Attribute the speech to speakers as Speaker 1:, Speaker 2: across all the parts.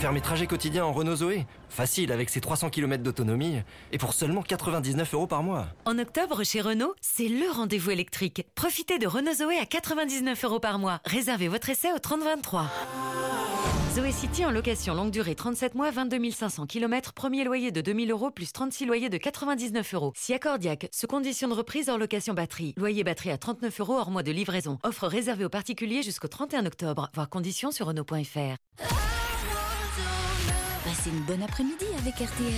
Speaker 1: Faire mes trajets quotidiens en Renault Zoé Facile avec ses 300 km d'autonomie et pour seulement 99 euros par mois.
Speaker 2: En octobre, chez Renault, c'est le rendez-vous électrique. Profitez de Renault Zoé à 99 euros par mois. Réservez votre essai au 3023. Zoé City en location longue durée 37 mois, 22 500 km, premier loyer de 2000 euros plus 36 loyers de 99 euros. Si accordiaque, sous condition de reprise hors location batterie. Loyer batterie à 39 euros hors mois de livraison. Offre réservée aux particuliers jusqu'au 31 octobre. Voir conditions sur Renault.fr.
Speaker 3: Passez une bonne après-midi avec RTL.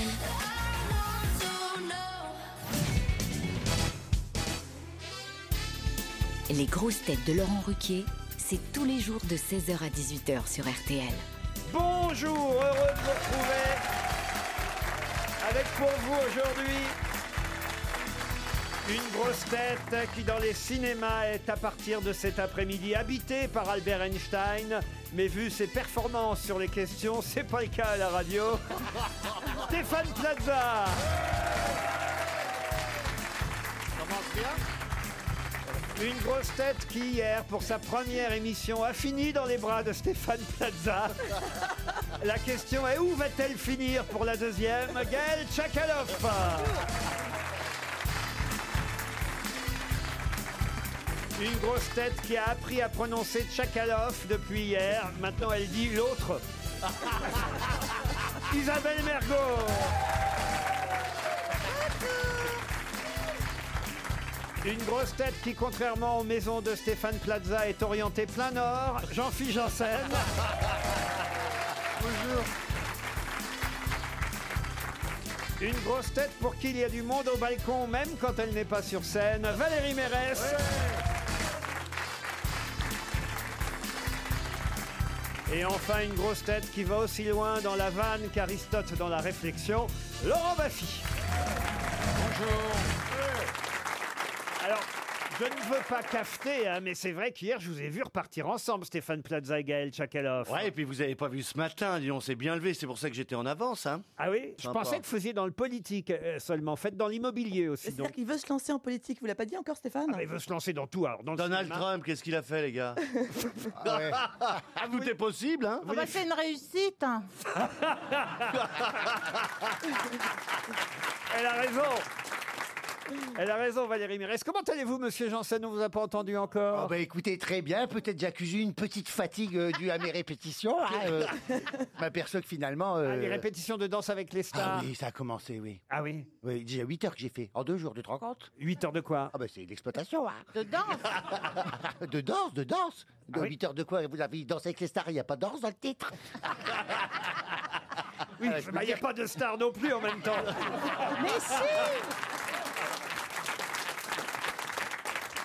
Speaker 3: Les grosses têtes de Laurent Ruquier, c'est tous les jours de 16h à 18h sur RTL.
Speaker 4: Bonjour, heureux de vous retrouver avec pour vous aujourd'hui une grosse tête qui dans les cinémas est à partir de cet après-midi habitée par Albert Einstein, mais vu ses performances sur les questions, c'est pas le cas à la radio. Stéphane Plaza. Une grosse tête qui hier, pour sa première émission, a fini dans les bras de Stéphane Plaza. La question est où va-t-elle finir pour la deuxième Gaël Tchakaloff Une grosse tête qui a appris à prononcer Tchakaloff depuis hier. Maintenant, elle dit l'autre. Isabelle Mergot. Une grosse tête qui, contrairement aux maisons de Stéphane Plaza, est orientée plein nord. Jean-Philippe Janssen. Bonjour. Une grosse tête pour qui il y a du monde au balcon, même quand elle n'est pas sur scène. Valérie Mérès. Et enfin, une grosse tête qui va aussi loin dans la vanne qu'Aristote dans la réflexion, Laurent Baffy. Alors, je ne veux pas cafeter, hein, mais c'est vrai qu'hier, je vous ai vu repartir ensemble, Stéphane Plaza et Gaël Tchakaloff.
Speaker 5: Ouais, et puis vous avez pas vu ce matin, dis on s'est bien levé, c'est pour ça que j'étais en avance, hein.
Speaker 4: Ah oui Je
Speaker 5: Sympa.
Speaker 4: pensais que vous faisiez dans le politique euh, seulement. Faites dans l'immobilier aussi.
Speaker 6: C'est-à-dire
Speaker 4: Donc, Ah,
Speaker 6: qu'il veut se lancer en politique, vous l'avez pas dit encore Stéphane
Speaker 4: il veut se lancer dans tout. Alors, dans le
Speaker 5: Donald
Speaker 4: cinéma.
Speaker 5: Trump, qu'est-ce qu'il a fait, les gars Ah, tout est possible, hein
Speaker 7: Ah bah, c'est une réussite. hein.
Speaker 4: Elle a raison Elle a raison, Valérie Mérès. Comment allez-vous, monsieur Janssen On vous a pas entendu encore.
Speaker 8: Oh bah écoutez, très bien. Peut-être j'accuse une petite fatigue euh, due à mes répétitions. hein, euh, je M'aperçois que finalement. euh,
Speaker 4: Ah, les répétitions de danse avec les stars.
Speaker 8: ah oui, ça a commencé, oui.
Speaker 4: Ah oui.
Speaker 8: Oui, déjà 8 heures que j'ai fait. En deux jours de 30
Speaker 4: 8 heures de quoi
Speaker 8: Ah bah c'est de l'exploitation, hein.
Speaker 7: De danse.
Speaker 8: De danse, de danse. De
Speaker 4: Ah oui.
Speaker 8: 8 heures de quoi Vous avez dansé avec les stars, il n'y a pas de danse dans le titre.
Speaker 4: Oui, il n'y a pas de star non plus en même temps.
Speaker 7: Mais si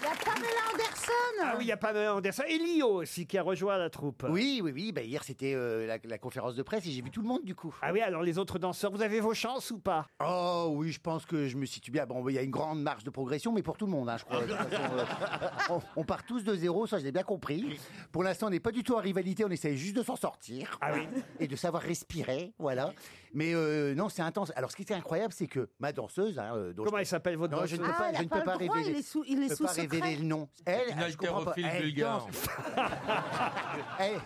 Speaker 7: Il y a Pamela Anderson.
Speaker 4: Ah oui, il n'y a pas de Anderson. Et Lio aussi qui a rejoint la troupe.
Speaker 8: Oui, oui, oui. Bah hier c'était euh, la, la conférence de presse et j'ai vu tout le monde du coup.
Speaker 4: Ah oui, alors les autres danseurs, vous avez vos chances ou pas
Speaker 8: Oh oui, je pense que je me situe bien. Bon, il y a une grande marge de progression, mais pour tout le monde, hein, je crois. De toute façon, euh, on, on part tous de zéro, ça je l'ai bien compris. Pour l'instant, on n'est pas du tout en rivalité, on essaye juste de s'en sortir
Speaker 4: Ah oui.
Speaker 8: et de savoir respirer, voilà. Mais euh, non, c'est intense. Alors, ce qui était incroyable, c'est que ma danseuse, hein, euh, dont
Speaker 4: Comment
Speaker 8: je-
Speaker 4: elle s'appelle votre
Speaker 8: non, je ne peux
Speaker 4: danseuse
Speaker 7: Ah,
Speaker 8: pas,
Speaker 7: elle a
Speaker 8: je ne
Speaker 7: pas
Speaker 8: peux
Speaker 7: le
Speaker 8: pas
Speaker 7: droit,
Speaker 8: révéler.
Speaker 7: il est sous- il est
Speaker 8: je peux
Speaker 7: sous
Speaker 8: pas
Speaker 7: secret.
Speaker 8: révéler le nom. Elle, ah, je comprends pas.
Speaker 9: haltérophile
Speaker 8: Elle
Speaker 9: bulgare.
Speaker 8: danse. Elle-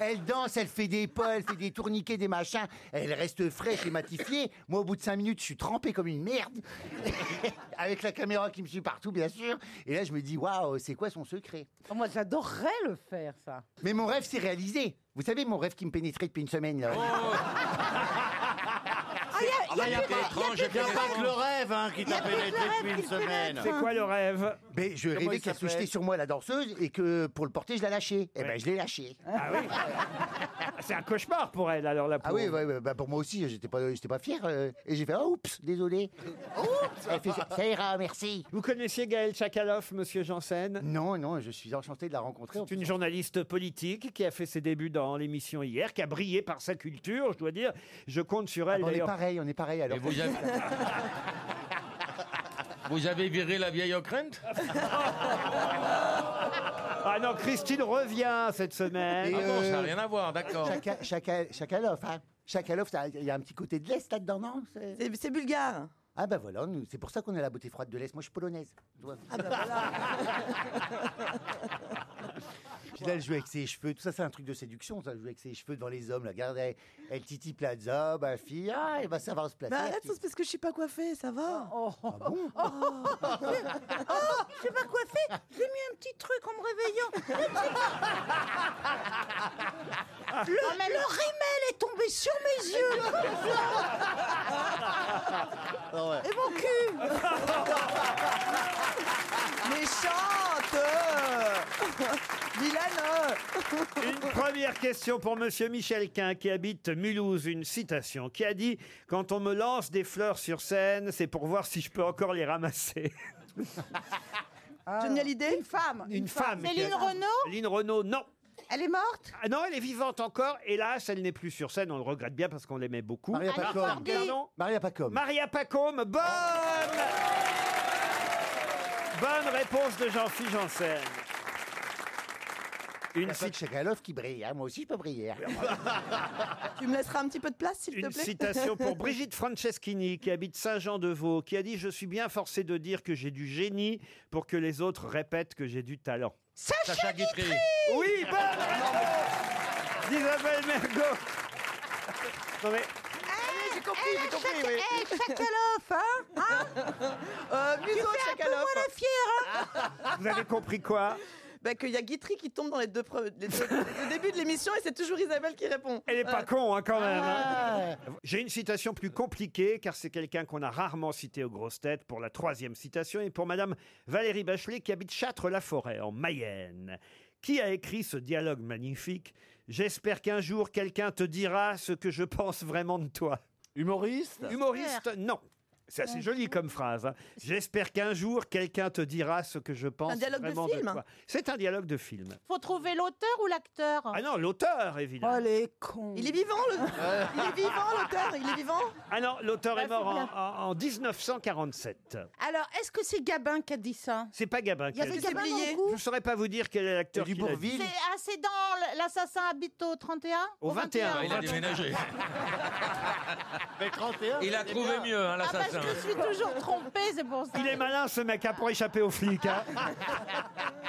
Speaker 8: Elle danse, elle fait des pas, elle fait des tourniquets, des machins. Elle reste fraîche et matifiée. Moi, au bout de cinq minutes, je suis trempé comme une merde. Avec la caméra qui me suit partout, bien sûr. Et là, je me dis, waouh, c'est quoi son secret
Speaker 7: Oh, Moi, j'adorerais le faire, ça.
Speaker 8: Mais mon rêve s'est réalisé. Vous savez, mon rêve qui me pénétrait depuis une semaine. là.
Speaker 7: Ah, il y a- il y a
Speaker 9: Il y a
Speaker 7: plus de-
Speaker 9: pas étrange,
Speaker 5: bah, Il n'y a pas que le rêve, hein, qui t'a
Speaker 7: plus que le
Speaker 5: pénétré
Speaker 7: rêve
Speaker 5: depuis
Speaker 7: qui
Speaker 5: une
Speaker 7: te pénètre.
Speaker 5: semaine.
Speaker 4: C'est quoi le rêve
Speaker 8: Mais je
Speaker 5: Comment
Speaker 8: rêvais
Speaker 5: il
Speaker 8: qu'elle se
Speaker 5: s'appelle
Speaker 8: jetait sur moi, la danseuse, et que pour le porter, je la lâchais. Eh ben, je l'ai lâché.
Speaker 4: Ah oui C'est un cauchemar pour elle, alors la
Speaker 8: Ah
Speaker 4: pauvre.
Speaker 8: oui, ouais, ouais, bah pour moi aussi, j'étais pas, j'étais pas fier. euh, et j'ai fait, oh, oups, désolé. Oups Elle fait, ça ira, merci.
Speaker 4: Vous connaissiez Gaël Tchakaloff, monsieur Janssen
Speaker 8: Non, non, je suis enchanté de la rencontrer.
Speaker 4: C'est une journaliste politique qui a fait ses débuts dans l'émission hier, qui a brillé par sa culture, je dois dire. Je compte sur elle,
Speaker 8: Ah, on est
Speaker 4: d'ailleurs.
Speaker 8: pareil, on est pareil.
Speaker 9: Et
Speaker 8: Alors,
Speaker 9: vous avez... Vous avez viré la vieille Ockrent
Speaker 4: Ah non, Christine revient cette semaine.
Speaker 8: Et,
Speaker 9: Ah bon, ça n'a
Speaker 8: euh,
Speaker 9: rien à voir, d'accord.
Speaker 8: Chaka- Chaka- Chakalov, hein. Chakalov, ça- il y a un petit côté de l'Est là-dedans, non C'est-
Speaker 6: C'est c'est bulgare.
Speaker 8: Ah bah voilà, nous- c'est pour ça qu'on a la beauté froide
Speaker 6: ben
Speaker 8: de l'Est. Moi, je suis polonaise. tu vois.
Speaker 6: Ah bah voilà.
Speaker 8: puis là, elle joue avec ses cheveux. Tout ça, c'est un truc de séduction. Ça, elle joue avec ses cheveux devant les hommes. Là. Regarde, elle, elle titille Plaza, ma fille. Ah, elle va savoir se placer.
Speaker 6: Bah, arrête, c'est parce que je suis pas coiffée, Eh, ça va
Speaker 7: Oh.
Speaker 6: Ah Oh.
Speaker 7: Je sais pas quoi faire. J'ai mis un petit truc en me réveillant. Le,
Speaker 6: Ah,
Speaker 7: le rimel est tombé sur mes yeux. comme ça. Et mon cul.
Speaker 6: Méchante Dylan
Speaker 4: Une première question pour Monsieur Michel Quin, qui habite Mulhouse, une citation, qui a dit « Quand on me lance des fleurs sur scène, c'est pour voir si je peux encore les ramasser.
Speaker 6: Génial idée
Speaker 7: Ah. Une femme. »
Speaker 4: Une femme. qui a-
Speaker 7: Céline
Speaker 6: Ah,
Speaker 7: Renaud,
Speaker 4: Lynn Renaud, non.
Speaker 7: elle est morte.
Speaker 4: Ah non, elle est vivante encore. Hélas, elle n'est plus sur scène. On le regrette bien parce qu'on l'aimait beaucoup.
Speaker 8: Maria
Speaker 7: Annie
Speaker 8: Pacom.
Speaker 7: Cordy.
Speaker 4: Pardon
Speaker 8: Maria Pacom. Oh.
Speaker 4: Maria Pacôme, bonne Bonne réponse de Jean-Philippe Janssen.
Speaker 8: Il n'y
Speaker 4: Une,
Speaker 8: a pas
Speaker 4: ci-
Speaker 8: que Chakalov qui brille. hein. Moi aussi, je peux briller. hein.
Speaker 6: Tu me laisseras un petit peu de place, s'il
Speaker 4: une
Speaker 6: te plaît
Speaker 4: citation pour Brigitte Franceschini, qui habite Saint-Jean-de-Vaux, qui a dit « Je suis bien forcé de dire que j'ai du génie pour que les autres répètent que j'ai du talent.
Speaker 9: Sacha Guitry. »
Speaker 4: Oui, bonne réponse
Speaker 7: Ah,
Speaker 4: d'Isabelle Mergot. Non mais,
Speaker 6: J'ai compris, j'ai compris,
Speaker 7: Eh,
Speaker 6: oui.
Speaker 7: Chakaloff, hein
Speaker 6: Euh, Museau,
Speaker 7: Fais un peu
Speaker 6: Chakalov.
Speaker 7: moins la fière, hein
Speaker 4: vous avez compris quoi
Speaker 6: Bah, qu'il y a Guitry qui tombe dans les deux, pre- les deux- le début de l'émission et c'est toujours Isabelle qui répond. Euh,
Speaker 4: Elle est pas con, hein, quand même. hein.
Speaker 8: Ah.
Speaker 4: J'ai une citation plus compliquée, car c'est quelqu'un qu'on a rarement cité aux grosses têtes pour la troisième citation, et pour Madame Valérie Bachelet, qui habite Châtres-la-Forêt, en Mayenne. Qui a écrit ce dialogue magnifique J'espère qu'un jour quelqu'un te dira ce que je pense vraiment de toi.
Speaker 5: Humoriste
Speaker 4: Humoriste, non. C'est assez joli comme phrase. hein. J'espère qu'un jour quelqu'un te dira ce que je pense
Speaker 6: dialogue de
Speaker 4: vraiment
Speaker 6: film
Speaker 4: toi. C'est un dialogue de film.
Speaker 7: Faut trouver l'auteur ou l'acteur
Speaker 6: Oh.
Speaker 4: Ah non, l'auteur évidemment.
Speaker 7: les cons
Speaker 6: Il est vivant, le... il est vivant, l'auteur, il est vivant.
Speaker 4: Ah non, l'auteur est
Speaker 7: Bah,
Speaker 4: mort
Speaker 7: c'est
Speaker 4: en- en- en 1947.
Speaker 7: Alors, est-ce que c'est Gabin qui a dit ça
Speaker 4: C'est pas Gabin
Speaker 7: Il
Speaker 4: qui
Speaker 7: y
Speaker 4: a dit
Speaker 7: avait
Speaker 6: Est-ce que
Speaker 7: Gabin
Speaker 6: c'est
Speaker 7: dans
Speaker 6: Blier
Speaker 7: le
Speaker 4: Je
Speaker 7: coup
Speaker 4: ne saurais pas vous dire quel est l'acteur qui l'a dit.
Speaker 8: Dubourville.
Speaker 7: C'est ah, c'est dans l- l'assassin habite au 31
Speaker 4: Au 21,
Speaker 9: Ah, il a déménagé.
Speaker 5: Mais 31
Speaker 9: Il a trouvé mieux, hein,
Speaker 7: Ah bah je
Speaker 9: l'assassin.
Speaker 7: me suis toujours trompée, c'est pour ça.
Speaker 4: Il est malin ce mec, hein, pour échapper aux flics. hein.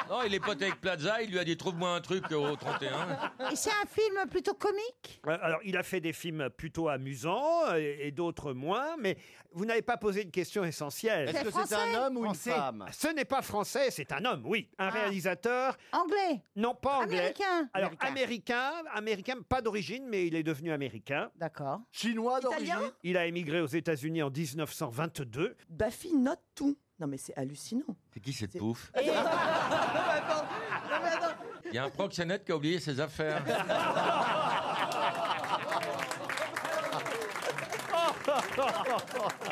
Speaker 9: Non, il est pote avec Plaza, il lui a dit trouve-moi un truc euh, au 31.
Speaker 7: Et c'est un film plutôt comique
Speaker 4: Euh, Alors, il a fait des films plutôt amusants euh, et, et d'autres moins, mais vous n'avez pas posé une question essentielle.
Speaker 5: Est-ce que c'est
Speaker 7: Français Ah.
Speaker 5: un homme ou une
Speaker 8: Français.
Speaker 5: femme
Speaker 4: Ce n'est pas français, c'est un homme, oui. Un réalisateur,
Speaker 7: Anglais
Speaker 4: non pas anglais.
Speaker 7: Américain
Speaker 4: Alors, américain, américain, pas d'origine, mais il est devenu américain.
Speaker 7: D'accord.
Speaker 5: Chinois
Speaker 6: Italien
Speaker 5: d'origine
Speaker 4: Il a émigré aux États-Unis en 1922.
Speaker 6: Baffy note tout. Non mais c'est hallucinant.
Speaker 9: C'est qui cette
Speaker 6: C'est-
Speaker 9: pouffe
Speaker 6: Non, mais attends, non, mais attends.
Speaker 9: Il y a un proxénète qui a oublié ses affaires.
Speaker 5: Ah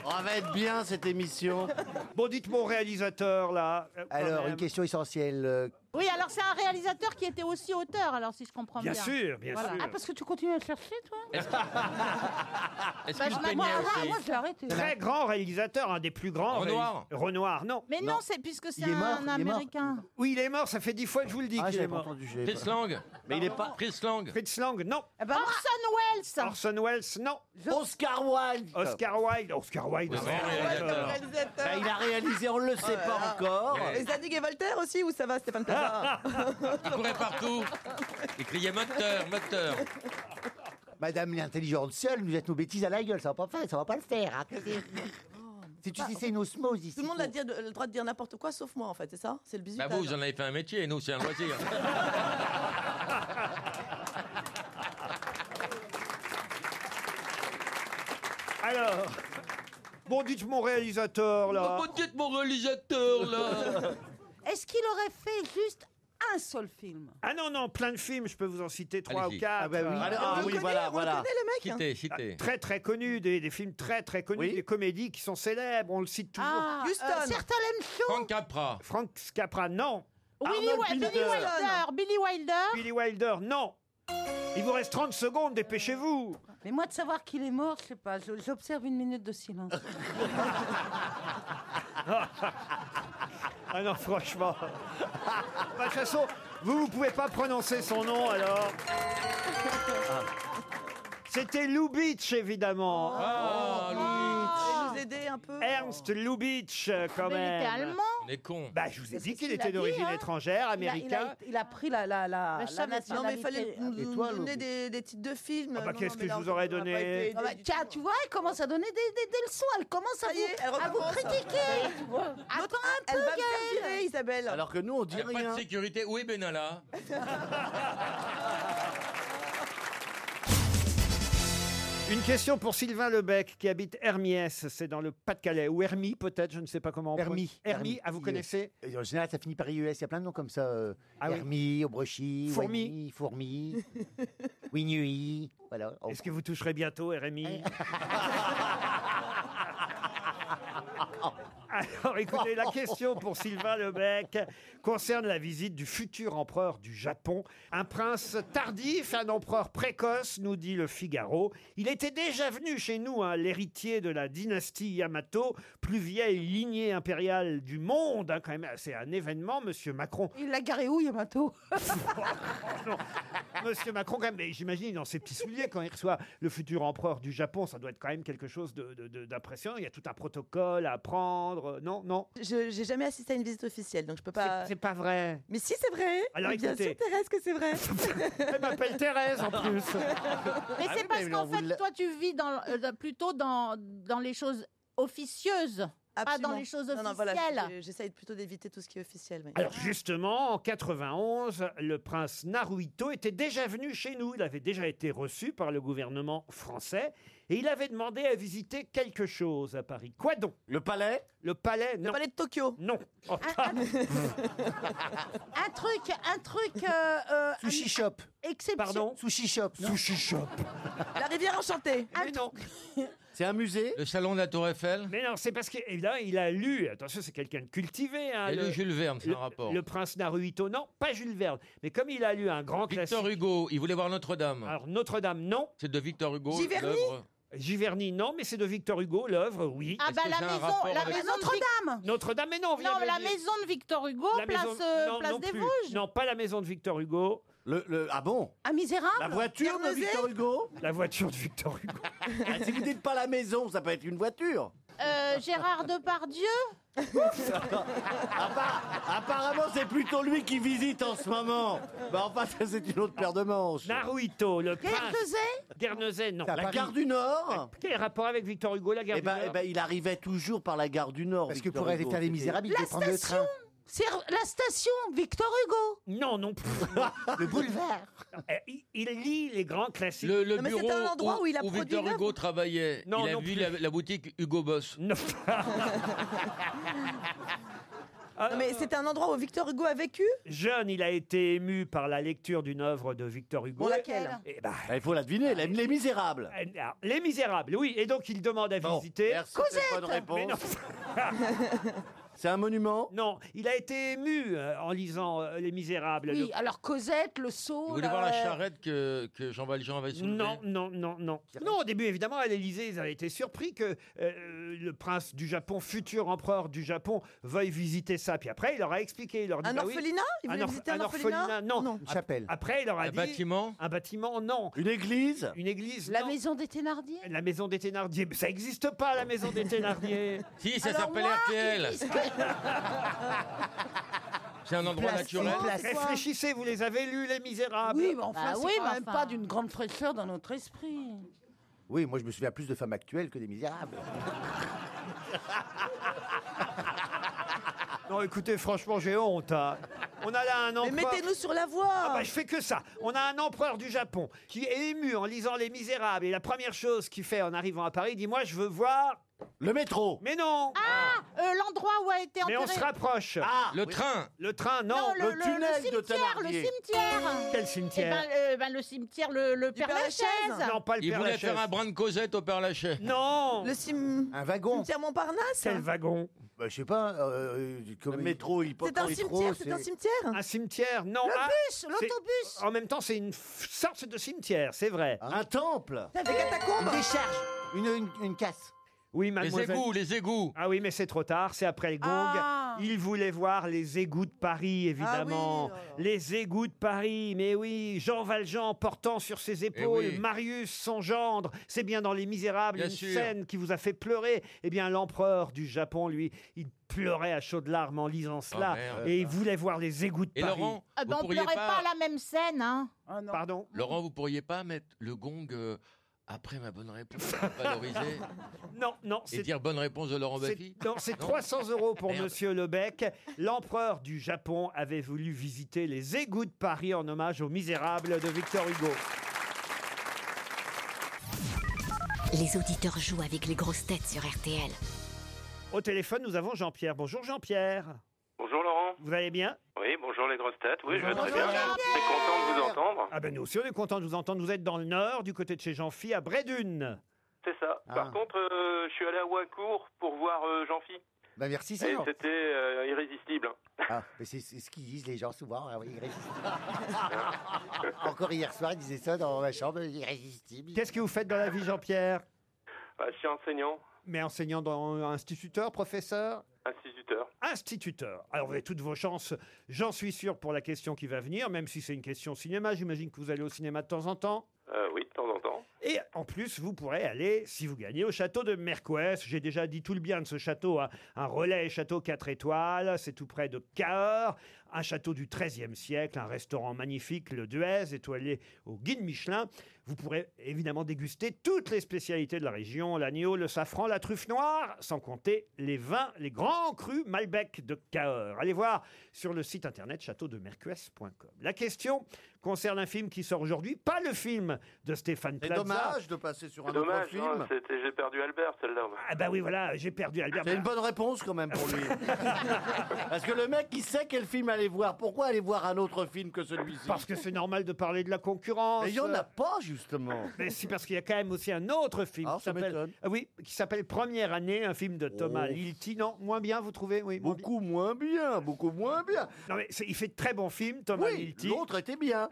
Speaker 5: On va être bien cette émission.
Speaker 4: Bon, dites mon réalisateur, là. euh, quand
Speaker 8: Alors,
Speaker 4: même.
Speaker 8: une question essentielle. euh,
Speaker 7: Oui, alors c'est un réalisateur qui était aussi auteur, alors si je comprends bien.
Speaker 4: Bien sûr, bien
Speaker 7: Voilà.
Speaker 4: sûr.
Speaker 7: Ah, parce que tu continues à le chercher, toi
Speaker 9: Est-ce
Speaker 7: Bah,
Speaker 9: qu'il
Speaker 7: je-
Speaker 9: peignait
Speaker 7: moi, ah,
Speaker 9: aussi
Speaker 7: moi, je l'ai arrêté.
Speaker 4: Très grand réalisateur, un des plus grands.
Speaker 9: Renoir.
Speaker 4: réalis- Renoir, non.
Speaker 7: Mais non,
Speaker 8: Non.
Speaker 7: c'est puisque c'est
Speaker 8: Il est mort,
Speaker 7: un
Speaker 8: il est mort.
Speaker 7: Américain.
Speaker 4: Oui, il est mort, ça fait dix fois que je vous le dis
Speaker 8: Ah,
Speaker 4: qu'il
Speaker 8: je
Speaker 4: est
Speaker 8: l'ai pas
Speaker 4: mort.
Speaker 8: entendu. je l'ai
Speaker 9: Fritz
Speaker 8: pas-
Speaker 9: Lang.
Speaker 5: Mais il est pas.
Speaker 9: Fritz Lang.
Speaker 4: Fritz Lang, non.
Speaker 7: Eh ben, Orson Welles
Speaker 4: Orson Welles, non.
Speaker 5: Oscar Wilde
Speaker 4: Oscar Wilde, Oscar Wilde.
Speaker 9: Le
Speaker 4: non.
Speaker 9: grand
Speaker 6: Ouais,
Speaker 9: réalisateur.
Speaker 6: comme réalisateur.
Speaker 5: Bah, Il a réalisé, on le sait pas encore.
Speaker 6: Et Zadig et Voltaire aussi, où ça va Stéphane
Speaker 4: Ah,
Speaker 6: Plaza
Speaker 9: Il courait partout. Il criait moteur, moteur.
Speaker 8: Madame l'intelligente seule, nous jette nos bêtises à la gueule. Ça va pas faire, ça va pas le faire. hein. Si tu sais, c'est une osmose ici.
Speaker 6: Tout le monde a dire- le droit de dire n'importe quoi sauf moi en fait, c'est ça C'est le
Speaker 9: Bah
Speaker 6: bizutage.
Speaker 9: vous, vous en avez fait un métier, nous, c'est un loisir.
Speaker 6: hein.
Speaker 4: Alors. Bon, dites mon réalisateur, là.
Speaker 9: Oh, dites mon réalisateur, là
Speaker 7: Est-ce qu'il aurait fait juste un seul film
Speaker 4: Ah non, non, plein de films, je peux vous en citer trois ou
Speaker 9: Allez-y.
Speaker 4: quatre.
Speaker 8: Ah bah oui.
Speaker 4: Euh,
Speaker 5: Allez,
Speaker 6: On
Speaker 5: ah
Speaker 6: le
Speaker 5: oui,
Speaker 6: connaît,
Speaker 5: voilà,
Speaker 6: on
Speaker 5: voilà.
Speaker 6: le connaît le mec
Speaker 9: Citez,
Speaker 6: hein.
Speaker 9: citez.
Speaker 4: Très très connus, des, des films très très connus,
Speaker 5: Oui.
Speaker 4: des comédies qui sont célèbres, on le cite toujours.
Speaker 6: Houston.
Speaker 7: Certains l'aiment chaud.
Speaker 9: Franck Capra.
Speaker 4: Frank Capra, non.
Speaker 7: Billy,
Speaker 5: Arnold
Speaker 7: Wi- Billy
Speaker 5: Wilder.
Speaker 7: Wilder. hein Billy Wilder.
Speaker 4: Billy Wilder, non. Il vous reste 30 secondes, dépêchez-vous.
Speaker 7: Mais moi, de savoir qu'il est mort, je sais pas. je- J'observe une minute de silence.
Speaker 4: Bah, Ah non, franchement. Bah, De toute façon, vous, vous pouvez pas prononcer son nom, alors. C'était Lubitsch, évidemment.
Speaker 9: Ah, Louis.
Speaker 6: Il va nous aider un peu.
Speaker 4: Ernst Lubitsch, euh, quand
Speaker 7: Mais il était
Speaker 4: même.
Speaker 7: allemand.
Speaker 9: On est con.
Speaker 4: Bah, je vous ai
Speaker 9: C'est
Speaker 4: dit
Speaker 9: ce
Speaker 4: qu'il
Speaker 9: qu'il a
Speaker 4: était
Speaker 9: dit,
Speaker 4: d'origine
Speaker 9: hein.
Speaker 4: étrangère,
Speaker 6: Il a-
Speaker 4: américain. Ah,
Speaker 6: il a- Il a pris la, la, la,
Speaker 7: Mais je savais
Speaker 6: la
Speaker 7: pas.
Speaker 6: nationalité.
Speaker 7: Non, mais il fallait
Speaker 6: nous- nous
Speaker 4: Étoile au
Speaker 6: donner
Speaker 4: bout.
Speaker 6: des, des titres de films.
Speaker 4: Ah bah,
Speaker 6: Non,
Speaker 4: qu'est-ce
Speaker 6: non,
Speaker 4: que
Speaker 6: mais
Speaker 4: je
Speaker 6: là,
Speaker 4: vous
Speaker 6: on
Speaker 4: aurais
Speaker 6: n'a pas
Speaker 4: donné
Speaker 6: été
Speaker 7: Ah bah,
Speaker 6: aidés du
Speaker 7: tiens,
Speaker 6: tout.
Speaker 7: tu vois, elle commence à donner des, des, des leçons. Elle commence à
Speaker 6: Ça y
Speaker 7: vous,
Speaker 6: est, elle
Speaker 7: à vous
Speaker 6: recommence.
Speaker 7: critiquer. tu vois. Attends
Speaker 6: L'autre,
Speaker 7: un euh, peu,
Speaker 6: elle va me faire
Speaker 7: Gaëlle.
Speaker 6: virer, Isabelle.
Speaker 10: Alors que nous, on dit
Speaker 9: Il n'y a pas
Speaker 10: rien.
Speaker 9: de sécurité. Où est Benalla
Speaker 4: Une question pour Sylvain Lebec qui habite Hermiès, c'est dans le Pas-de-Calais, ou Hermie peut-être, je ne sais pas comment on
Speaker 8: Hermie.
Speaker 4: prononce. Hermie, ah, vous
Speaker 8: IES.
Speaker 4: connaissez
Speaker 8: Et En général, ça finit par IES. Il y a plein de noms comme ça. euh,
Speaker 4: Ah oui.
Speaker 8: Hermie, Obrochi,
Speaker 4: Fourmi.
Speaker 8: Fourmi, Fourmi, Winui. Voilà. Oh.
Speaker 4: Est-ce que vous toucherez bientôt, Rémi Alors écoutez, la question pour Sylvain Lebec concerne la visite du futur empereur du Japon. Un prince tardif, un empereur précoce, nous dit le Figaro. Il était déjà venu chez nous, hein, l'héritier de la dynastie Yamato, plus vieille lignée impériale du monde. hein, quand même, c'est un événement, monsieur Macron.
Speaker 7: Il l'a garé où, Yamato
Speaker 4: Monsieur Macron, quand même, mais j'imagine dans ses petits souliers, quand il reçoit le futur empereur du Japon, ça doit être quand même quelque chose de- de- de- d'impressionnant. Il y a tout un protocole à prendre. Euh, Non, non.
Speaker 6: Je j'ai jamais assisté à une visite officielle, donc je peux
Speaker 4: C'est-
Speaker 6: pas.
Speaker 4: C'est pas vrai.
Speaker 6: Mais si, c'est vrai.
Speaker 4: Alors,
Speaker 6: Mais bien
Speaker 4: écoutez.
Speaker 6: sûr, Thérèse, que c'est vrai.
Speaker 4: Elle m'appelle Thérèse en plus. Ah
Speaker 7: Mais c'est
Speaker 8: oui,
Speaker 7: parce
Speaker 8: mais on
Speaker 7: qu'en
Speaker 8: vous l'a-
Speaker 7: fait, toi, tu vis dans, euh, plutôt dans, dans les choses officieuses.
Speaker 6: Absolument.
Speaker 7: Ah, dans les choses
Speaker 6: Non, non, voilà,
Speaker 7: officielles.
Speaker 6: je- J'essaye plutôt d'éviter tout ce qui est officiel. oui.
Speaker 4: Alors justement, en 91, le prince Naruhito était déjà venu chez nous. Il avait déjà été reçu par le gouvernement français et il avait demandé à visiter quelque chose à Paris. Quoi donc
Speaker 10: Le palais
Speaker 4: Le palais
Speaker 6: Le
Speaker 4: Non.
Speaker 6: palais de Tokyo. Ah,
Speaker 4: Non. Oh,
Speaker 7: Un truc, un truc euh, euh,
Speaker 8: Sushi Shop.
Speaker 7: exceptionnel.
Speaker 4: pardon.
Speaker 8: Sushi Shop. Sushi Shop.
Speaker 6: La rivière enchantée.
Speaker 4: Mais non.
Speaker 10: Ah, C'est un musée
Speaker 9: Le salon de la Tour Eiffel
Speaker 4: Mais non, c'est parce qu'évidemment, il a lu. Attention, c'est quelqu'un de cultivé. hein,
Speaker 9: Et
Speaker 4: le-
Speaker 9: le Jules Verne, c'est un rapport.
Speaker 4: le prince Naruhito, non, pas Jules Verne. Mais comme il a lu un grand
Speaker 9: Victor
Speaker 4: classique.
Speaker 9: Hugo, il voulait voir Notre-Dame.
Speaker 4: Alors Notre-Dame, non.
Speaker 9: C'est de Victor Hugo,
Speaker 6: Giverny
Speaker 9: l'œuvre.
Speaker 4: Giverny, non, mais c'est de Victor Hugo, l'œuvre, oui.
Speaker 7: Ah
Speaker 9: Est-ce
Speaker 7: bah
Speaker 9: que
Speaker 7: la
Speaker 9: j'ai un
Speaker 7: maison,
Speaker 9: rapport
Speaker 7: la
Speaker 9: avec-
Speaker 7: maison de Vic-
Speaker 6: Notre-Dame.
Speaker 4: Notre-Dame, mais non, on vient
Speaker 7: Non,
Speaker 4: de
Speaker 7: la
Speaker 4: le dire.
Speaker 7: maison de Victor Hugo,
Speaker 4: La
Speaker 7: place,
Speaker 4: maison-
Speaker 7: euh,
Speaker 4: non,
Speaker 7: place
Speaker 4: non
Speaker 7: des
Speaker 4: plus.
Speaker 7: Vosges.
Speaker 4: Non, pas la maison de Victor Hugo,
Speaker 10: le, le- Ah bon
Speaker 7: Un misérable
Speaker 10: La voiture de
Speaker 6: Guernesey
Speaker 10: Victor Hugo
Speaker 4: la voiture de Victor Hugo.
Speaker 10: Ah, Si vous dites pas la maison, ça peut être une voiture.
Speaker 7: Euh, Gérard Depardieu
Speaker 10: Appa- apparemment, c'est plutôt lui qui visite en ce moment. Bah, enfin, ça, c'est une autre paire de manches.
Speaker 4: Naruhito, le prince.
Speaker 7: Guernesey
Speaker 4: Guernesey, non.
Speaker 8: Ça
Speaker 10: La
Speaker 8: Paris.
Speaker 10: gare du Nord
Speaker 4: Quel rapport avec Victor Hugo, la guerre
Speaker 10: eh ben,
Speaker 4: du
Speaker 10: eh
Speaker 4: Nord
Speaker 10: ben, il arrivait toujours par la gare du Nord.
Speaker 8: Parce que
Speaker 10: Victor
Speaker 8: pour aller
Speaker 10: Hugo.
Speaker 8: faire les
Speaker 10: C'était-
Speaker 8: misérables, il
Speaker 7: La
Speaker 8: faut prendre le
Speaker 7: station
Speaker 8: train.
Speaker 7: C'est r- la station Victor Hugo
Speaker 4: Non, non plus.
Speaker 8: Le boulevard.
Speaker 4: Eh, il- il lit les grands classiques.
Speaker 9: Le, le
Speaker 6: Non, mais c'est
Speaker 9: bureau
Speaker 6: un endroit où il a produit
Speaker 9: Victor
Speaker 6: l'œuvre.
Speaker 9: Hugo travaillait.
Speaker 4: Non,
Speaker 9: il a
Speaker 4: non
Speaker 9: vu
Speaker 4: plus.
Speaker 9: la, la boutique Hugo Boss.
Speaker 4: Non.
Speaker 6: Non, mais c'était un endroit où Victor Hugo a vécu.
Speaker 4: Euh, Jeune, il a été ému par la lecture d'une œuvre de Victor Hugo.
Speaker 6: Bon, laquelle
Speaker 4: Eh ben,
Speaker 10: Ah, il faut la deviner, la- les misérables.
Speaker 4: Euh, alors, Les Misérables, oui. Et donc, il demande à
Speaker 10: Bon,
Speaker 4: visiter.
Speaker 10: merci pour cette bonne
Speaker 4: Mais non,
Speaker 10: réponse. C'est un monument
Speaker 4: non, il a été ému euh, en lisant euh, Les Misérables.
Speaker 7: Oui,
Speaker 11: ah,
Speaker 7: alors Cosette, le euh, seau...
Speaker 9: Il
Speaker 11: oh
Speaker 9: voulait voir la charrette que, que Jean Valjean avait
Speaker 4: Le-
Speaker 9: soulevée.
Speaker 4: Non, non, non, non. Non, au début, évidemment, à l'Élysée, ils avaient été surpris que euh, le prince du Japon, futur empereur du Japon, veuille visiter ça. Puis après, il leur a expliqué. Il leur dit,
Speaker 6: Un
Speaker 4: bah oui,
Speaker 6: orphelinat Il
Speaker 4: un,
Speaker 6: voulait
Speaker 4: orph-
Speaker 6: visiter un,
Speaker 4: un orphelinat, non.
Speaker 8: Une chapelle.
Speaker 4: Après, il leur a
Speaker 9: Un
Speaker 4: dit
Speaker 9: bâtiment
Speaker 4: un bâtiment, non.
Speaker 10: Une église
Speaker 4: Une église,
Speaker 7: La
Speaker 4: non.
Speaker 7: maison des Thénardier
Speaker 4: La maison des Thénardier. Mais ça n'existe pas, la maison des Thénardier.
Speaker 9: Si, ça
Speaker 7: Alors
Speaker 9: s'appelle
Speaker 7: moi,
Speaker 9: RTL.
Speaker 7: ils disent que-
Speaker 9: C'est un endroit
Speaker 8: Place-
Speaker 9: naturel.
Speaker 8: une place-
Speaker 4: Réfléchissez, vous les avez lus, Les Misérables.
Speaker 7: Oui, mais
Speaker 2: Bah
Speaker 7: enfin, c'est
Speaker 2: oui,
Speaker 7: quand
Speaker 2: mais
Speaker 7: même
Speaker 2: enfin.
Speaker 7: pas d'une grande fraîcheur dans notre esprit.
Speaker 8: Oui, moi je me souviens plus de femmes actuelles que des misérables.
Speaker 4: Non, écoutez, franchement, j'ai honte. hein. On a là un
Speaker 6: Mais
Speaker 4: empereur.
Speaker 6: mettez-nous sur la
Speaker 4: Ah
Speaker 6: voie.
Speaker 4: bah, je fais que ça. On a un empereur du Japon qui est ému en lisant Les Misérables. Et la première chose qu'il fait en arrivant à Paris, il dit Moi, je veux voir.
Speaker 10: Le métro
Speaker 4: Mais non
Speaker 7: Ah, euh, L'endroit où a été
Speaker 4: Mais on
Speaker 7: enterré...
Speaker 4: se rapproche.
Speaker 10: Ah
Speaker 9: Le
Speaker 10: oui.
Speaker 9: train.
Speaker 4: Le train, non.
Speaker 7: Non, le,
Speaker 10: le
Speaker 7: le- le
Speaker 10: tunnel de
Speaker 7: cimetière, le
Speaker 10: Thénardier.
Speaker 7: cimetière
Speaker 4: Quel
Speaker 7: Eh ben,
Speaker 4: cimetière
Speaker 7: euh, ben, le cimetière, le, le Père
Speaker 6: Père Lachaise.
Speaker 7: Lachaise
Speaker 4: Non, pas le
Speaker 9: Il
Speaker 4: Père
Speaker 9: voulait
Speaker 4: Lachaise.
Speaker 9: faire un brin de Cosette au Père Lachaise.
Speaker 4: Non
Speaker 6: Le cim-
Speaker 8: Un wagon.
Speaker 6: cimetière Montparnasse.
Speaker 4: Quel wagon
Speaker 8: Bah, je sais pas. euh, euh, comme-
Speaker 10: Le métro, il peut
Speaker 6: C'est un
Speaker 8: métro,
Speaker 6: cimetière. C'est un
Speaker 8: c'est-
Speaker 6: cimetière.
Speaker 4: Un cimetière Non. Ah,
Speaker 7: L'autobus,
Speaker 4: c'est-
Speaker 7: l'autobus
Speaker 4: En même temps, c'est une f- sorte de cimetière, c'est vrai.
Speaker 10: Un temple
Speaker 6: Des catacombes.
Speaker 8: Une décharge. Une, une, une casse.
Speaker 4: Oui, mademoiselle.
Speaker 9: égouts, les égouts.
Speaker 4: Ah oui, mais c'est trop tard, c'est après le gong.
Speaker 9: Ah.
Speaker 4: Il voulait voir les égouts de Paris, évidemment. les égouts de Paris, mais oui, Jean Valjean portant sur ses épaules
Speaker 9: Eh oui.
Speaker 4: Marius, son gendre. C'est bien dans Les Misérables,
Speaker 9: Bien
Speaker 4: une
Speaker 9: sûr.
Speaker 4: scène qui vous a fait pleurer. Eh bien, l'empereur du Japon, lui, il pleurait à chaudes larmes en lisant cela.
Speaker 9: Ah, merde.
Speaker 4: et il voulait voir les égouts de
Speaker 9: Et
Speaker 4: Paris.
Speaker 9: Laurent,
Speaker 7: Ah ben,
Speaker 9: vous
Speaker 7: on
Speaker 9: pourriez
Speaker 7: pleurait
Speaker 9: pas-
Speaker 7: pas à la même scène, hein.
Speaker 4: Pardon
Speaker 9: Laurent, vous pourriez pas mettre le gong euh, après ma bonne réponse pour valoriser
Speaker 4: Non, non.
Speaker 9: Et dire bonne réponse de Laurent
Speaker 4: C'est-
Speaker 9: Baffy
Speaker 4: non, c'est 300 euros pour Monsieur Lebec. L'empereur du Japon avait voulu visiter les égouts de Paris en hommage aux misérables de Victor Hugo.
Speaker 3: Les auditeurs jouent avec les grosses têtes sur RTL.
Speaker 4: Au téléphone, nous avons Jean-Pierre. Bonjour Jean-Pierre.
Speaker 12: Bonjour Laurent.
Speaker 4: Vous allez bien
Speaker 12: Oui, bonjour les grosses têtes. Oui, je vais très
Speaker 4: Bonjour,
Speaker 12: bien.
Speaker 4: Jean-Pierre.
Speaker 12: Très content de vous entendre.
Speaker 4: Ah ben nous aussi, on est content de vous entendre. Vous êtes dans le nord, du côté de chez Jean-Phi, à Brédune.
Speaker 12: C'est ça.
Speaker 4: Ah.
Speaker 12: Par contre, euh, je suis allé à Wacourt pour voir euh, Jean-Phi.
Speaker 8: Bah merci, c'est
Speaker 12: Et
Speaker 8: gentil.
Speaker 12: c'était euh, irrésistible.
Speaker 8: Ah, mais c'est c'est ce qu'ils disent les gens souvent. hein, oui, irrésistible. Encore hier soir, ils disaient ça dans ma chambre, irrésistible.
Speaker 4: Qu'est-ce que vous faites dans la vie, Jean-Pierre
Speaker 12: Bah, je suis enseignant,
Speaker 4: Mais enseignant dans instituteur, professeur
Speaker 12: instituteur.
Speaker 4: Instituteur. Alors vous avez toutes vos chances, j'en suis sûr, pour la question qui va venir, même si c'est une question cinéma. J'imagine que vous allez au cinéma de temps en temps.
Speaker 12: Euh, oui, de temps en temps.
Speaker 4: Et en plus, vous pourrez aller, si vous gagnez, au château de Mercouès. J'ai déjà dit tout le bien de ce château. hein. Un relais château 4 étoiles, c'est tout près de Cahors. Un château du XIIIe siècle, un restaurant magnifique, le Duez, étoilé au guide Michelin. Vous pourrez évidemment déguster toutes les spécialités de la région, l'agneau, le safran, la truffe noire, sans compter les vins, les grands crus Malbec de Cahors. Allez voir sur le site internet châteaudemercues.com. La question concerne un film qui sort aujourd'hui, pas le film de Stéphane
Speaker 10: C'est
Speaker 4: Plaza.
Speaker 10: dommage de passer sur un
Speaker 12: C'est dommage,
Speaker 10: autre film.
Speaker 12: hein, c'était J'ai perdu Albert, celle-là.
Speaker 4: Ah bah oui, voilà, j'ai perdu Albert.
Speaker 10: C'est une bonne réponse quand même pour lui. Parce que le mec, il sait quel film aller voir. Pourquoi aller voir un autre film que celui-ci
Speaker 4: Parce que c'est normal de euh. parler de la concurrence.
Speaker 10: Mais il n'y en a pas, justement.
Speaker 4: Mais si, parce qu'il y a quand même aussi un autre film
Speaker 10: Ah,
Speaker 4: qui
Speaker 10: ça
Speaker 4: s'appelle
Speaker 10: m'étonne.
Speaker 4: Ah oui, qui s'appelle Première année, un film de Thomas
Speaker 10: Oh.
Speaker 4: Lilti. Non, moins bien, vous trouvez Oui. moins bien.
Speaker 10: Beaucoup moins bien, beaucoup moins bien.
Speaker 4: Non mais c'est- il fait de très bons films, Thomas
Speaker 10: Oui,
Speaker 4: Lilti.
Speaker 10: l'autre était bien.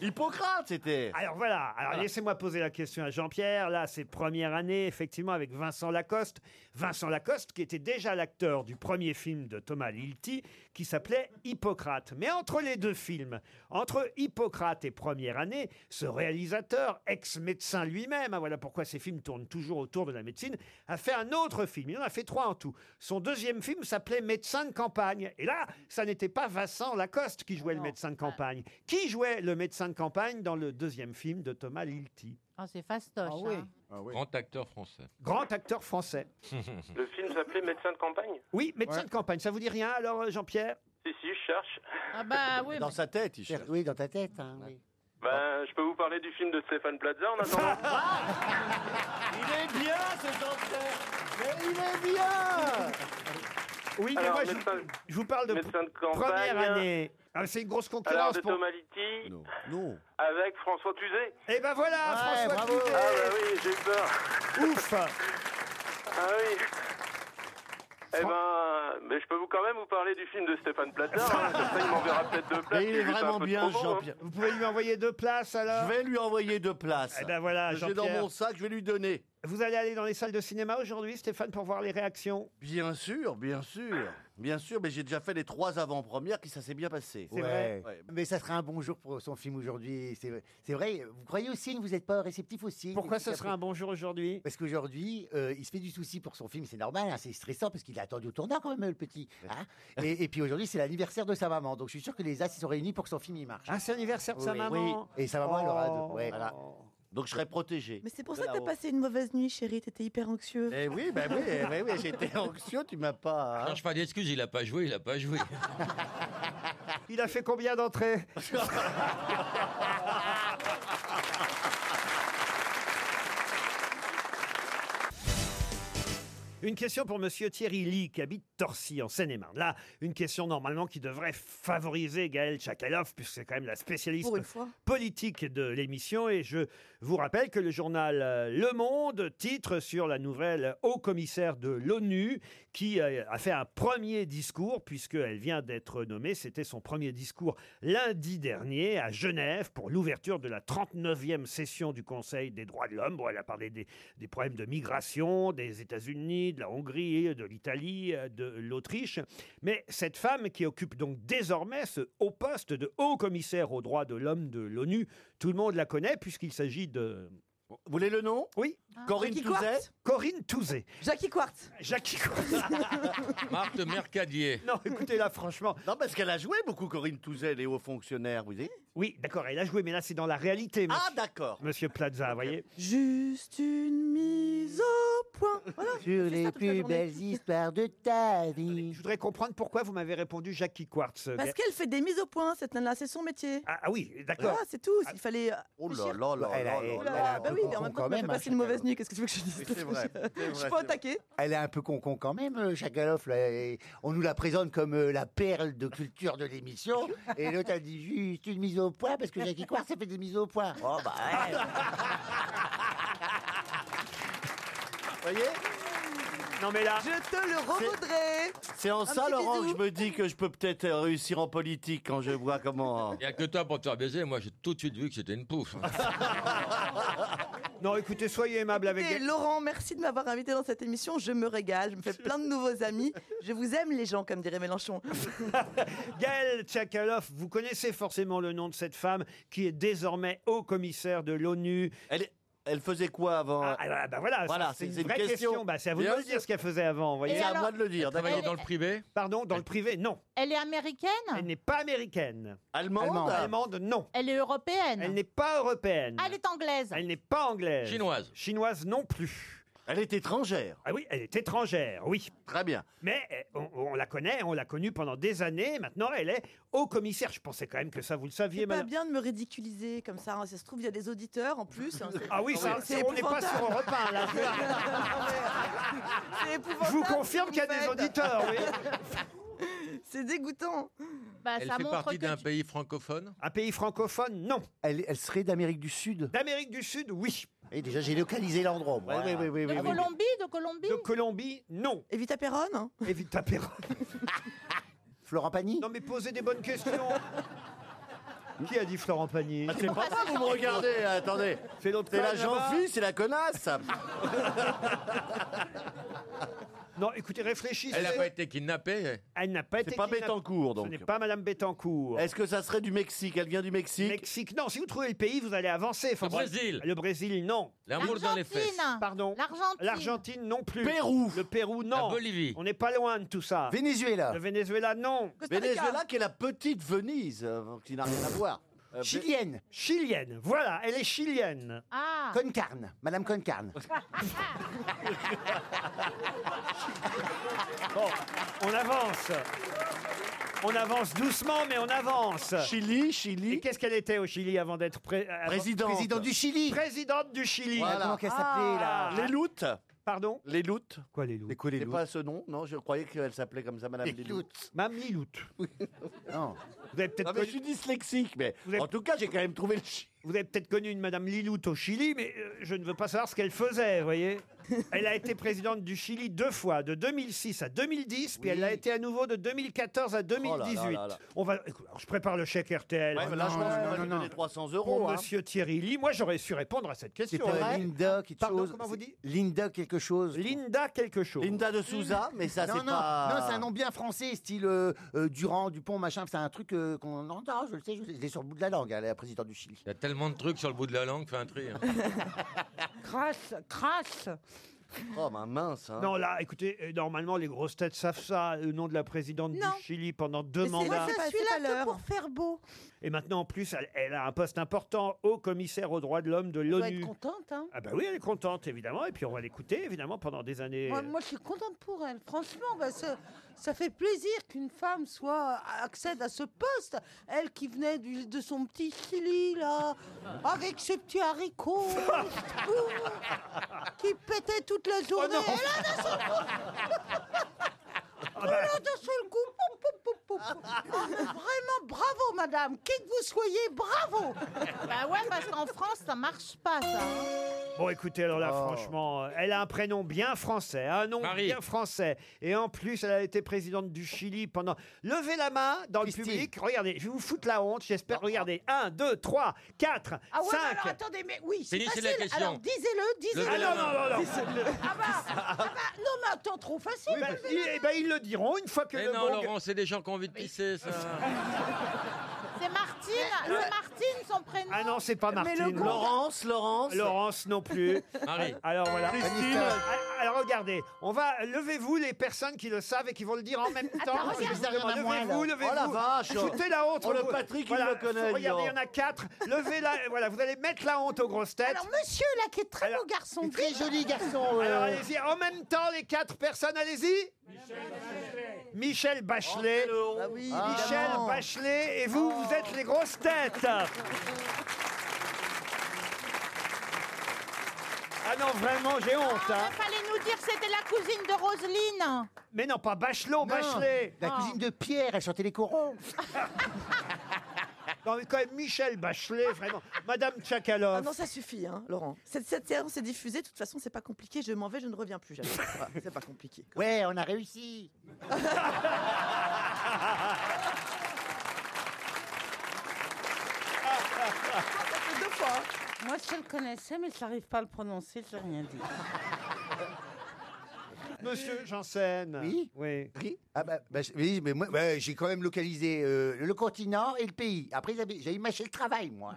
Speaker 10: Hippocrate, c'était.
Speaker 4: Alors voilà, alors
Speaker 10: Voilà.
Speaker 4: laissez-moi poser la question à Jean-Pierre. Là, c'est première année, effectivement, avec Vincent Lacoste. Vincent Lacoste, qui était déjà l'acteur du premier film de Thomas Lilti, qui s'appelait Hippocrate. Mais entre les deux films, entre Hippocrate et première année, ce réalisateur, ex-médecin lui-même, hein, voilà pourquoi ces films tournent toujours autour de la médecine, a fait un autre film. Il en a fait trois en tout. Son deuxième film s'appelait Médecin de campagne. Et là, ça n'était pas Vincent Lacoste qui
Speaker 7: Ah
Speaker 4: jouait le médecin de campagne. Qui jouait le médecin de campagne dans le deuxième film de Thomas Lilti
Speaker 7: Ah, c'est fastoche. hein.
Speaker 9: Ah Grand acteur français.
Speaker 4: Grand acteur français.
Speaker 12: Le film s'appelait Médecin de campagne
Speaker 4: Oui, médecin de campagne. Ça vous dit rien alors, euh, Jean-Pierre
Speaker 12: Si, si, je cherche.
Speaker 7: Ah bah oui.
Speaker 10: Dans sa tête, il cherche.
Speaker 8: Oui, dans ta tête. hein, oui.
Speaker 12: Ben, je peux vous parler du film de Stéphane Plaza en attendant
Speaker 10: Il est bien, ce docteur Mais il est bien
Speaker 4: Oui, mais
Speaker 12: Alors,
Speaker 4: moi, je,
Speaker 12: médecin,
Speaker 4: je vous parle de
Speaker 12: médecin de campagne.
Speaker 4: première année. Ah, c'est une grosse
Speaker 12: Alors,
Speaker 4: concurrence.
Speaker 12: de
Speaker 4: pour-
Speaker 12: Thomas Litti
Speaker 10: Non, non.
Speaker 12: avec François Tuzet.
Speaker 4: Eh ben voilà,
Speaker 8: Ouais,
Speaker 4: François
Speaker 8: bravo.
Speaker 12: Ah,
Speaker 4: Cluzet.
Speaker 12: bah oui, j'ai eu peur.
Speaker 4: Ouf
Speaker 12: Ah oui. Eh ben, mais je peux vous quand même vous parler du film de Stéphane Plaza. hein. Comme ça, il m'enverra peut-être deux places.
Speaker 10: Mais il est
Speaker 12: C'est juste un
Speaker 10: vraiment
Speaker 12: peu de
Speaker 10: bien,
Speaker 12: promo, hein.
Speaker 10: Jean-Pierre.
Speaker 4: Vous pouvez lui envoyer deux places alors
Speaker 10: Je vais lui envoyer deux places.
Speaker 4: Eh ben voilà,
Speaker 10: J'ai dans
Speaker 4: Jean-Pierre.
Speaker 10: mon sac, je vais lui donner.
Speaker 4: Vous allez aller dans les salles de cinéma aujourd'hui, Stéphane, pour voir les réactions
Speaker 10: Bien sûr, bien sûr, bien sûr, mais j'ai déjà fait les trois avant-premières qui ça s'est bien passé.
Speaker 4: C'est vrai.
Speaker 10: Ouais.
Speaker 8: Mais ça serait un bon jour pour son film aujourd'hui. C'est vrai- c'est vrai. Vous croyez aux signes Vous n'êtes pas réceptif aux signes
Speaker 4: Pourquoi
Speaker 8: Et tout
Speaker 4: ce
Speaker 8: ça
Speaker 4: serait un bon jour aujourd'hui
Speaker 8: Parce qu'aujourd'hui, euh, il se fait du souci pour son film, c'est normal, hein, c'est stressant parce qu'il a attendu au tournant quand même, le petit. hein. et, et puis aujourd'hui, c'est l'anniversaire de sa maman, donc je suis sûr que les As ils sont réunis pour que son film il marche.
Speaker 4: Ah, c'est l'anniversaire de sa
Speaker 8: Oui,
Speaker 4: maman
Speaker 8: oui. Et sa maman, elle aura deux.
Speaker 4: Oh.
Speaker 8: Ouais.
Speaker 10: Voilà. Donc je serai protégé.
Speaker 6: Mais c'est pour
Speaker 10: De
Speaker 6: ça que t'as
Speaker 10: là-haut.
Speaker 6: passé une mauvaise nuit, chérie. T'étais hyper anxieux.
Speaker 10: Eh oui, ben oui, eh ben oui, j'étais anxieux, tu m'as pas. hein.
Speaker 9: Cherche pas d'excuses, il a pas joué, il a pas joué.
Speaker 4: Il a fait combien d'entrées Une question pour Monsieur Thierry Lee, qui habite Torcy, en Seine-et-Marne. Là, une question normalement qui devrait favoriser Gaël Tchakaloff, puisque c'est quand même la spécialiste
Speaker 6: Pour une fois.
Speaker 4: politique de l'émission. Et je vous rappelle que le journal euh, Le Monde titre sur la nouvelle haut commissaire de l'ONU qui euh, a fait un premier discours puisqu'elle vient d'être nommée. C'était son premier discours lundi dernier à Genève pour l'ouverture de la 39e session du Conseil des droits de l'homme. Bon, elle a parlé des, des problèmes de migration des États-Unis, de la Hongrie, de l'Italie, euh, de l'Autriche. Mais cette femme qui occupe donc désormais ce haut poste de haut commissaire aux droits de l'homme de l'ONU, tout le monde la connaît puisqu'il s'agit de... Vous voulez le nom Oui.
Speaker 6: Ah. Corinne Jackie Touzet Quartz
Speaker 4: Corinne Touzet.
Speaker 6: Jackie Quartz.
Speaker 4: Jackie Quartz.
Speaker 9: Marthe Mercadier.
Speaker 4: Non, écoutez là, franchement.
Speaker 10: Non, parce qu'elle a joué beaucoup, Corinne Touzet, les hauts fonctionnaires, vous savez.
Speaker 4: Oui, d'accord, elle a joué, mais là c'est dans la réalité.
Speaker 10: Ah, d'accord.
Speaker 4: Monsieur Plaza, vous voyez
Speaker 6: Juste une mise au point. Voilà.
Speaker 8: Sur les plus belles histoires de ta vie.
Speaker 4: Je voudrais comprendre pourquoi vous m'avez répondu Jackie Quartz.
Speaker 6: Parce qu'elle fait des mises au point, cette nana, c'est son métier.
Speaker 4: Euh, Ah, ah oui, d'accord.
Speaker 6: Voilà, c'est tout. Il fallait.
Speaker 10: Oh là là là
Speaker 8: Elle a-
Speaker 10: là là
Speaker 8: elle a-
Speaker 10: là.
Speaker 6: Ah, bah oui, mais en même
Speaker 8: quand
Speaker 6: temps, elle
Speaker 8: même,
Speaker 6: m'a
Speaker 8: hein,
Speaker 6: passé une mauvaise nuit. Qu'est-ce que tu veux que je
Speaker 10: Oui,
Speaker 6: dise
Speaker 10: C'est vrai. c'est vrai,
Speaker 6: Je suis pas
Speaker 10: c'est vrai.
Speaker 6: attaquée.
Speaker 8: Elle est un peu con-con quand même, euh, Chagaloff. là, et On nous la présente comme euh, la perle de culture de l'émission. Et l'autre, elle dit juste une mise au point parce que Jackie Quartz, ça fait des mises au point. Oh bah ouais.
Speaker 10: Vous voyez
Speaker 4: Non mais là,
Speaker 6: Je te le revaudrai.
Speaker 10: C'est en
Speaker 6: Un
Speaker 10: ça,
Speaker 6: petit
Speaker 10: Laurent, que
Speaker 6: bisou.
Speaker 10: je me dis que je peux peut-être euh, réussir en politique quand je vois
Speaker 8: Oh.
Speaker 10: comment.
Speaker 9: Il n'y a que toi pour te faire baiser. Moi, j'ai tout de suite vu que c'était une pouffe.
Speaker 4: non, écoutez, soyez aimable avec.
Speaker 6: Et Laurent, merci de m'avoir invité dans cette émission. Je me régale, je me fais plein de nouveaux amis. Je vous aime les gens, comme dirait Mélenchon.
Speaker 4: Ah, Gaël Tchakaloff, vous connaissez forcément le nom de cette femme qui est désormais haut commissaire de l'ONU.
Speaker 10: Elle, est- elle faisait quoi avant
Speaker 4: Ah, ah, bah voilà, ça,
Speaker 10: Voilà,
Speaker 4: c'est
Speaker 10: c'est-
Speaker 4: une
Speaker 10: c'est une
Speaker 4: vraie question.
Speaker 10: question.
Speaker 4: Bah, c'est à vous de
Speaker 10: Bien
Speaker 4: me dire
Speaker 10: sûr.
Speaker 4: ce qu'elle faisait avant, vous voyez.
Speaker 10: C'est à
Speaker 7: alors-
Speaker 10: moi de le dire. d'accord.
Speaker 9: Travailler dans le privé
Speaker 4: Pardon, dans le privé, non.
Speaker 7: Elle est américaine
Speaker 4: Elle n'est pas américaine.
Speaker 10: Allemande
Speaker 4: Allemande, non.
Speaker 7: Elle est européenne
Speaker 4: Elle n'est pas européenne.
Speaker 7: Ah, Elle est anglaise
Speaker 4: Elle n'est pas anglaise.
Speaker 9: Chinoise.
Speaker 4: Chinoise non plus.
Speaker 10: Elle est étrangère.
Speaker 4: Ah oui, elle est étrangère, oui.
Speaker 10: Très bien.
Speaker 4: Mais eh, on, on la connaît, on l'a connue pendant des années. Maintenant, elle est haut commissaire. Je pensais quand même que ça, vous le saviez,
Speaker 6: C'est pas
Speaker 4: madame.
Speaker 6: bien de me ridiculiser comme ça. hein. Ça se trouve, il y a des auditeurs en plus. hein. C'est-
Speaker 4: Ah oui, ça,
Speaker 6: C'est
Speaker 4: on n'est pas
Speaker 6: épouvantable.
Speaker 4: sur Europe 1, là.
Speaker 6: C'est épouvantable.
Speaker 4: Je vous
Speaker 6: ce que
Speaker 4: confirme qu'il y a des
Speaker 6: faites.
Speaker 4: auditeurs, oui.
Speaker 6: C'est dégoûtant.
Speaker 7: Bah,
Speaker 9: Elle
Speaker 7: ça
Speaker 9: fait
Speaker 7: montre
Speaker 9: partie
Speaker 7: que
Speaker 9: d'un
Speaker 7: tu-
Speaker 9: pays francophone
Speaker 4: Un pays francophone, non.
Speaker 8: Elle, elle serait d'Amérique du Sud.
Speaker 4: D'Amérique du Sud, oui.
Speaker 8: Et déjà, j'ai localisé l'endroit. moi.
Speaker 10: Oui, oui, oui,
Speaker 7: De
Speaker 10: oui, oui.
Speaker 7: Colombie De Colombie
Speaker 4: De Colombie, non.
Speaker 6: Evita Perron hein.
Speaker 4: Evita Perron.
Speaker 8: Florent Pagny
Speaker 4: Non mais posez des bonnes questions. Qui a dit Florent Pagny Ah,
Speaker 10: Ah, C'est pas ça, vous me regardez, attendez.
Speaker 4: C'est l'autre
Speaker 10: C'est la
Speaker 4: conne, là-bas.
Speaker 10: jean c'est la connasse. ça.
Speaker 4: Non, écoutez, réfléchissez.
Speaker 9: Elle n'a pas été kidnappée
Speaker 4: Elle n'a pas été
Speaker 10: C'est pas
Speaker 4: kidnappée.
Speaker 10: Bettencourt,
Speaker 4: Ce
Speaker 10: donc.
Speaker 4: n'est pas Madame Bettencourt.
Speaker 10: Est-ce que ça serait du Mexique Elle vient du Mexique
Speaker 4: Mexique, non. Si vous trouvez le pays, vous allez avancer. Faut
Speaker 9: Le
Speaker 4: pas-
Speaker 9: Brésil.
Speaker 4: Le Brésil, non.
Speaker 9: L'amour dans les fesses.
Speaker 7: L'Argentine
Speaker 4: Pardon.
Speaker 7: L'Argentine
Speaker 4: L'Argentine, non plus.
Speaker 10: Pérou.
Speaker 4: Le Pérou,
Speaker 9: La
Speaker 4: non.
Speaker 9: Bolivie.
Speaker 4: On n'est pas loin de tout ça.
Speaker 8: Venezuela.
Speaker 4: Le Venezuela, non.
Speaker 6: Costa Rica.
Speaker 10: Venezuela, qui est la petite Venise, euh, qui n'a rien à voir. Euh,
Speaker 8: Chilienne.
Speaker 4: Chilienne. Voilà, elle est chilienne.
Speaker 7: Ah
Speaker 8: Concarne. Madame Concarne.
Speaker 4: On avance. On avance doucement, mais on avance.
Speaker 10: Chili,
Speaker 4: Et
Speaker 10: Chili,
Speaker 4: qu'est-ce qu'elle était au Chili avant d'être pré- avant-
Speaker 10: président.
Speaker 8: Président du Chili.
Speaker 4: présidente du Chili
Speaker 10: Voilà.
Speaker 8: Comment qu'elle s'appelait là
Speaker 4: Ah.
Speaker 10: Les Loutes.
Speaker 4: Pardon
Speaker 10: Les Loutes.
Speaker 4: Quoi les loups
Speaker 10: C'est pas ce nom, non Je croyais qu'elle s'appelait comme ça, Madame
Speaker 8: Les
Speaker 10: Liloute.
Speaker 8: Loutes.
Speaker 4: Mme Liloute.
Speaker 8: Non.
Speaker 4: Vous avez peut-être
Speaker 10: Ah, mais je
Speaker 4: connu,
Speaker 10: suis dyslexique, mais
Speaker 4: Vous êtes-
Speaker 10: en tout cas, j'ai quand même trouvé le chien.
Speaker 4: vous avez peut-être connu une Madame Liloute au Chili, mais euh, je ne veux pas savoir ce qu'elle faisait, vous voyez. Elle a été présidente du Chili deux fois, de 2006 à 2010, puis
Speaker 10: Oui. Oh
Speaker 4: elle l'a été à nouveau de 2014 à 2018.
Speaker 10: là là.
Speaker 4: On va, écoute, alors, je prépare le chèque RTL
Speaker 10: Ouais, mais là, je
Speaker 8: non,
Speaker 10: pense
Speaker 8: non,
Speaker 10: qu'on va
Speaker 8: non,
Speaker 10: lui
Speaker 8: non.
Speaker 10: donner 300 euros.
Speaker 4: pour
Speaker 10: hein.
Speaker 4: Monsieur Thierry Lee. Moi, j'aurais su répondre à cette
Speaker 8: C'était
Speaker 4: question. hein.
Speaker 8: Linda quelque
Speaker 4: Pardon,
Speaker 8: chose.
Speaker 4: comment vous dites
Speaker 8: Linda quelque chose.
Speaker 4: Linda quelque chose.
Speaker 10: Linda de Souza, mais ça, c'est
Speaker 8: non, non,
Speaker 10: pas...
Speaker 8: non, c'est un nom bien français, style euh, euh, Durand, Dupont, machin. C'est un truc euh, qu'on entend, je le sais, je le sais. Je l'ai sur le bout de la langue, hein, la présidente du Chili.
Speaker 9: Il y a tellement de trucs sur le bout de la langue, fais un tri. hein.
Speaker 7: Crasse Crasse
Speaker 10: Oh, bah, mince, hein.
Speaker 4: Non, là, écoutez, euh, normalement, les grosses têtes savent ça, le nom de la présidente
Speaker 7: Non.
Speaker 4: du Chili pendant deux
Speaker 6: Mais c'est-
Speaker 4: mandats.
Speaker 6: c'est-
Speaker 7: Je suis
Speaker 6: pas
Speaker 7: là que
Speaker 6: l'heure.
Speaker 7: pour faire beau
Speaker 4: Et maintenant, en plus, elle, elle a un poste important au commissaire aux droits de l'homme de
Speaker 7: dois être
Speaker 4: l'ONU.
Speaker 7: contente, hein
Speaker 4: Ah bah oui, elle est contente, évidemment. Et puis, on va l'écouter, évidemment, pendant des années.
Speaker 7: Moi, moi, je suis contente pour elle, franchement, parce que Ça fait plaisir qu'une femme soit accède à ce poste. Elle qui venait du- de son petit Chili, là, avec ses petits haricots, qui pétait toute
Speaker 4: Oh
Speaker 7: la journée. Et là, d'un seul
Speaker 4: Ah ben.
Speaker 7: coup- Et là, d'un seul coup, pou, pou, pou, pou, pou. Ah, mais vraiment, bravo, madame. Qui que vous soyez, bravo. Bah ouais, parce qu'en France, ça marche pas, ça.
Speaker 4: Bon, écoutez, alors là, franchement, euh, elle a un prénom bien français, hein, un nom bien français. Et en plus, elle a été présidente du Chili pendant. Levez la main dans le public. Regardez, je vais vous foutre la honte, j'espère. Regardez, 1, 2, 3, 4,
Speaker 7: Ah ouais,
Speaker 4: 5.
Speaker 7: mais alors attendez, mais oui, c'est
Speaker 4: Finissez
Speaker 7: facile.
Speaker 4: la question.
Speaker 7: Alors disez-le, disez-le.
Speaker 4: Ah non, non, non, non.
Speaker 7: Disez-le. Ah bah, ah bah, non, mais attends, trop facile.
Speaker 4: Oui, bah, ils, eh ben, ils le diront une fois que
Speaker 9: Mais
Speaker 4: le
Speaker 9: non,
Speaker 4: bong-
Speaker 9: Laurent, c'est des gens qui ont envie de pisser, ça.
Speaker 7: C'est Martine, c'est Martine son prénom.
Speaker 4: Euh, Ah non, c'est pas
Speaker 7: Mais
Speaker 4: Martine.
Speaker 7: le grand- Laurence,
Speaker 4: Laurence. Laurence non plus.
Speaker 9: Marie.
Speaker 4: Alors voilà.
Speaker 9: Christine.
Speaker 4: Ah, Alors regardez, on va levez-vous les personnes qui le savent et qui vont le dire en même temps.
Speaker 10: Attends,
Speaker 4: Je vous demande,
Speaker 10: regarde. Il y en a moins,
Speaker 4: Levez-vous,
Speaker 10: là.
Speaker 4: levez-vous.
Speaker 10: Oh, la vache.
Speaker 4: Foutez la honte.
Speaker 10: Oh, le
Speaker 4: vous-
Speaker 10: Patrick, il
Speaker 4: voilà,
Speaker 10: le connaît,
Speaker 4: Regardez,
Speaker 10: dis
Speaker 4: il y en a quatre. Levez la. Voilà, vous allez mettre la honte aux grosses têtes.
Speaker 7: Alors monsieur là qui est très beau garçon.
Speaker 8: Très joli garçon.
Speaker 4: Alors allez-y, en même temps les quatre personnes, allez-y. Michel Bachelet.
Speaker 10: Ah,
Speaker 4: Michel
Speaker 8: évidemment.
Speaker 4: Bachelet et vous, vous êtes les grosses têtes. Ah Ah non, vraiment, j'ai honte. hein.
Speaker 7: Fallait nous dire que c'était la cousine de Roselyne.
Speaker 4: Mais non, pas Bachelot, Bachelet.
Speaker 8: La cousine de Pierre, elle chantait les corons.
Speaker 4: Non, mais quand même, Michel Bachelet, vraiment. Madame
Speaker 6: Ah
Speaker 4: Tchakalov.
Speaker 6: non, ça suffit, hein, Laurent. Cette, cette séance est diffusée, de toute façon, c'est pas compliqué. Je m'en vais, je ne reviens plus jamais. Voilà, c'est pas compliqué.
Speaker 8: Ouais, on a réussi.
Speaker 7: deux fois. hein. Moi je le connaissais mais je n'arrive pas à le prononcer, j'ai rien dit.
Speaker 4: Monsieur Janssen.
Speaker 8: Oui
Speaker 4: Oui.
Speaker 8: Ah bah, bah, je- oui, mais moi, bah, j'ai quand même localisé euh, le continent et le pays. Après, j'avais- j'avais mâché le travail, moi.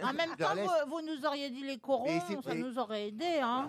Speaker 7: En même
Speaker 8: Je
Speaker 7: temps,
Speaker 8: laisse.
Speaker 7: vous, vous nous auriez dit les corons,
Speaker 8: Et c'est-
Speaker 7: ça
Speaker 8: et-
Speaker 7: nous aurait aidé. Hein.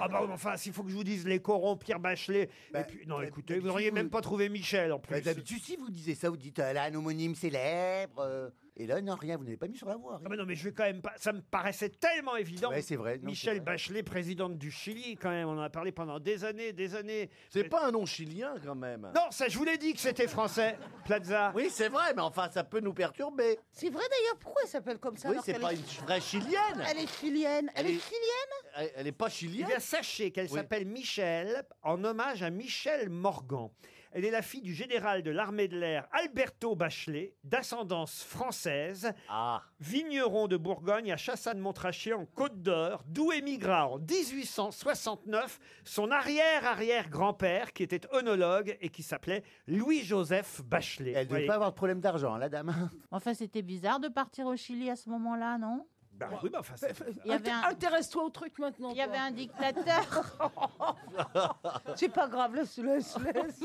Speaker 4: Ah bah enfin, s'il faut que je vous dise les corons, Pierre Bachelet. et puis, non, écoutez, vous n'auriez même pas trouvé Michel en plus.
Speaker 8: Bah, D'habitude, si vous disiez ça, vous dites euh, elle a un homonyme célèbre. euh, et là, non, rien, vous n'avez pas mis sur la voie.
Speaker 4: Ah bah non, mais je vais quand même pas. Ça me paraissait tellement évident.
Speaker 8: Ouais, c'est vrai, non,
Speaker 4: Michel
Speaker 8: c'est vrai.
Speaker 4: Bachelet, présidente du Chili, quand même. On en a parlé pendant des années, des années.
Speaker 10: C'est pas un nom chilien quand même.
Speaker 4: Non, ça, je vous l'ai dit que c'était français, Plaza.
Speaker 10: Oui, c'est vrai, mais enfin, ça peut nous perturber.
Speaker 7: C'est vrai d'ailleurs, pourquoi elle s'appelle comme ça
Speaker 10: oui,
Speaker 7: alors
Speaker 10: c'est
Speaker 7: qu'elle
Speaker 10: pas
Speaker 7: est-
Speaker 10: une vraie chilienne.
Speaker 7: Elle est chilienne. Elle,
Speaker 10: Elle
Speaker 7: est
Speaker 10: est-
Speaker 7: chilienne
Speaker 10: Elle, elle est pas
Speaker 4: Eh
Speaker 10: chilienne.
Speaker 4: bien, sachez qu'elle
Speaker 10: Oui.
Speaker 4: s'appelle Michel en hommage à Michel Morgan. Elle est la fille du général de l'armée de l'air Alberto Bachelet, d'ascendance française,
Speaker 10: Ah.
Speaker 4: vigneron de Bourgogne à Chassagne-Montrachet en Côte d'Or, d'où émigra en 1869 son arrière-arrière-grand-père qui était œnologue et qui s'appelait Louis-Joseph Bachelet.
Speaker 8: Elle ne devait
Speaker 4: Voyez.
Speaker 8: pas avoir de problème d'argent, hein, la dame.
Speaker 7: Enfin, c'était bizarre de partir au Chili à ce moment-là, non
Speaker 4: Bah oui, bah enfin, c'est-
Speaker 7: Intéresse-toi au truc maintenant. Il y avait un dictateur. Oh, C'est pas grave, laisse, laisse, laisse.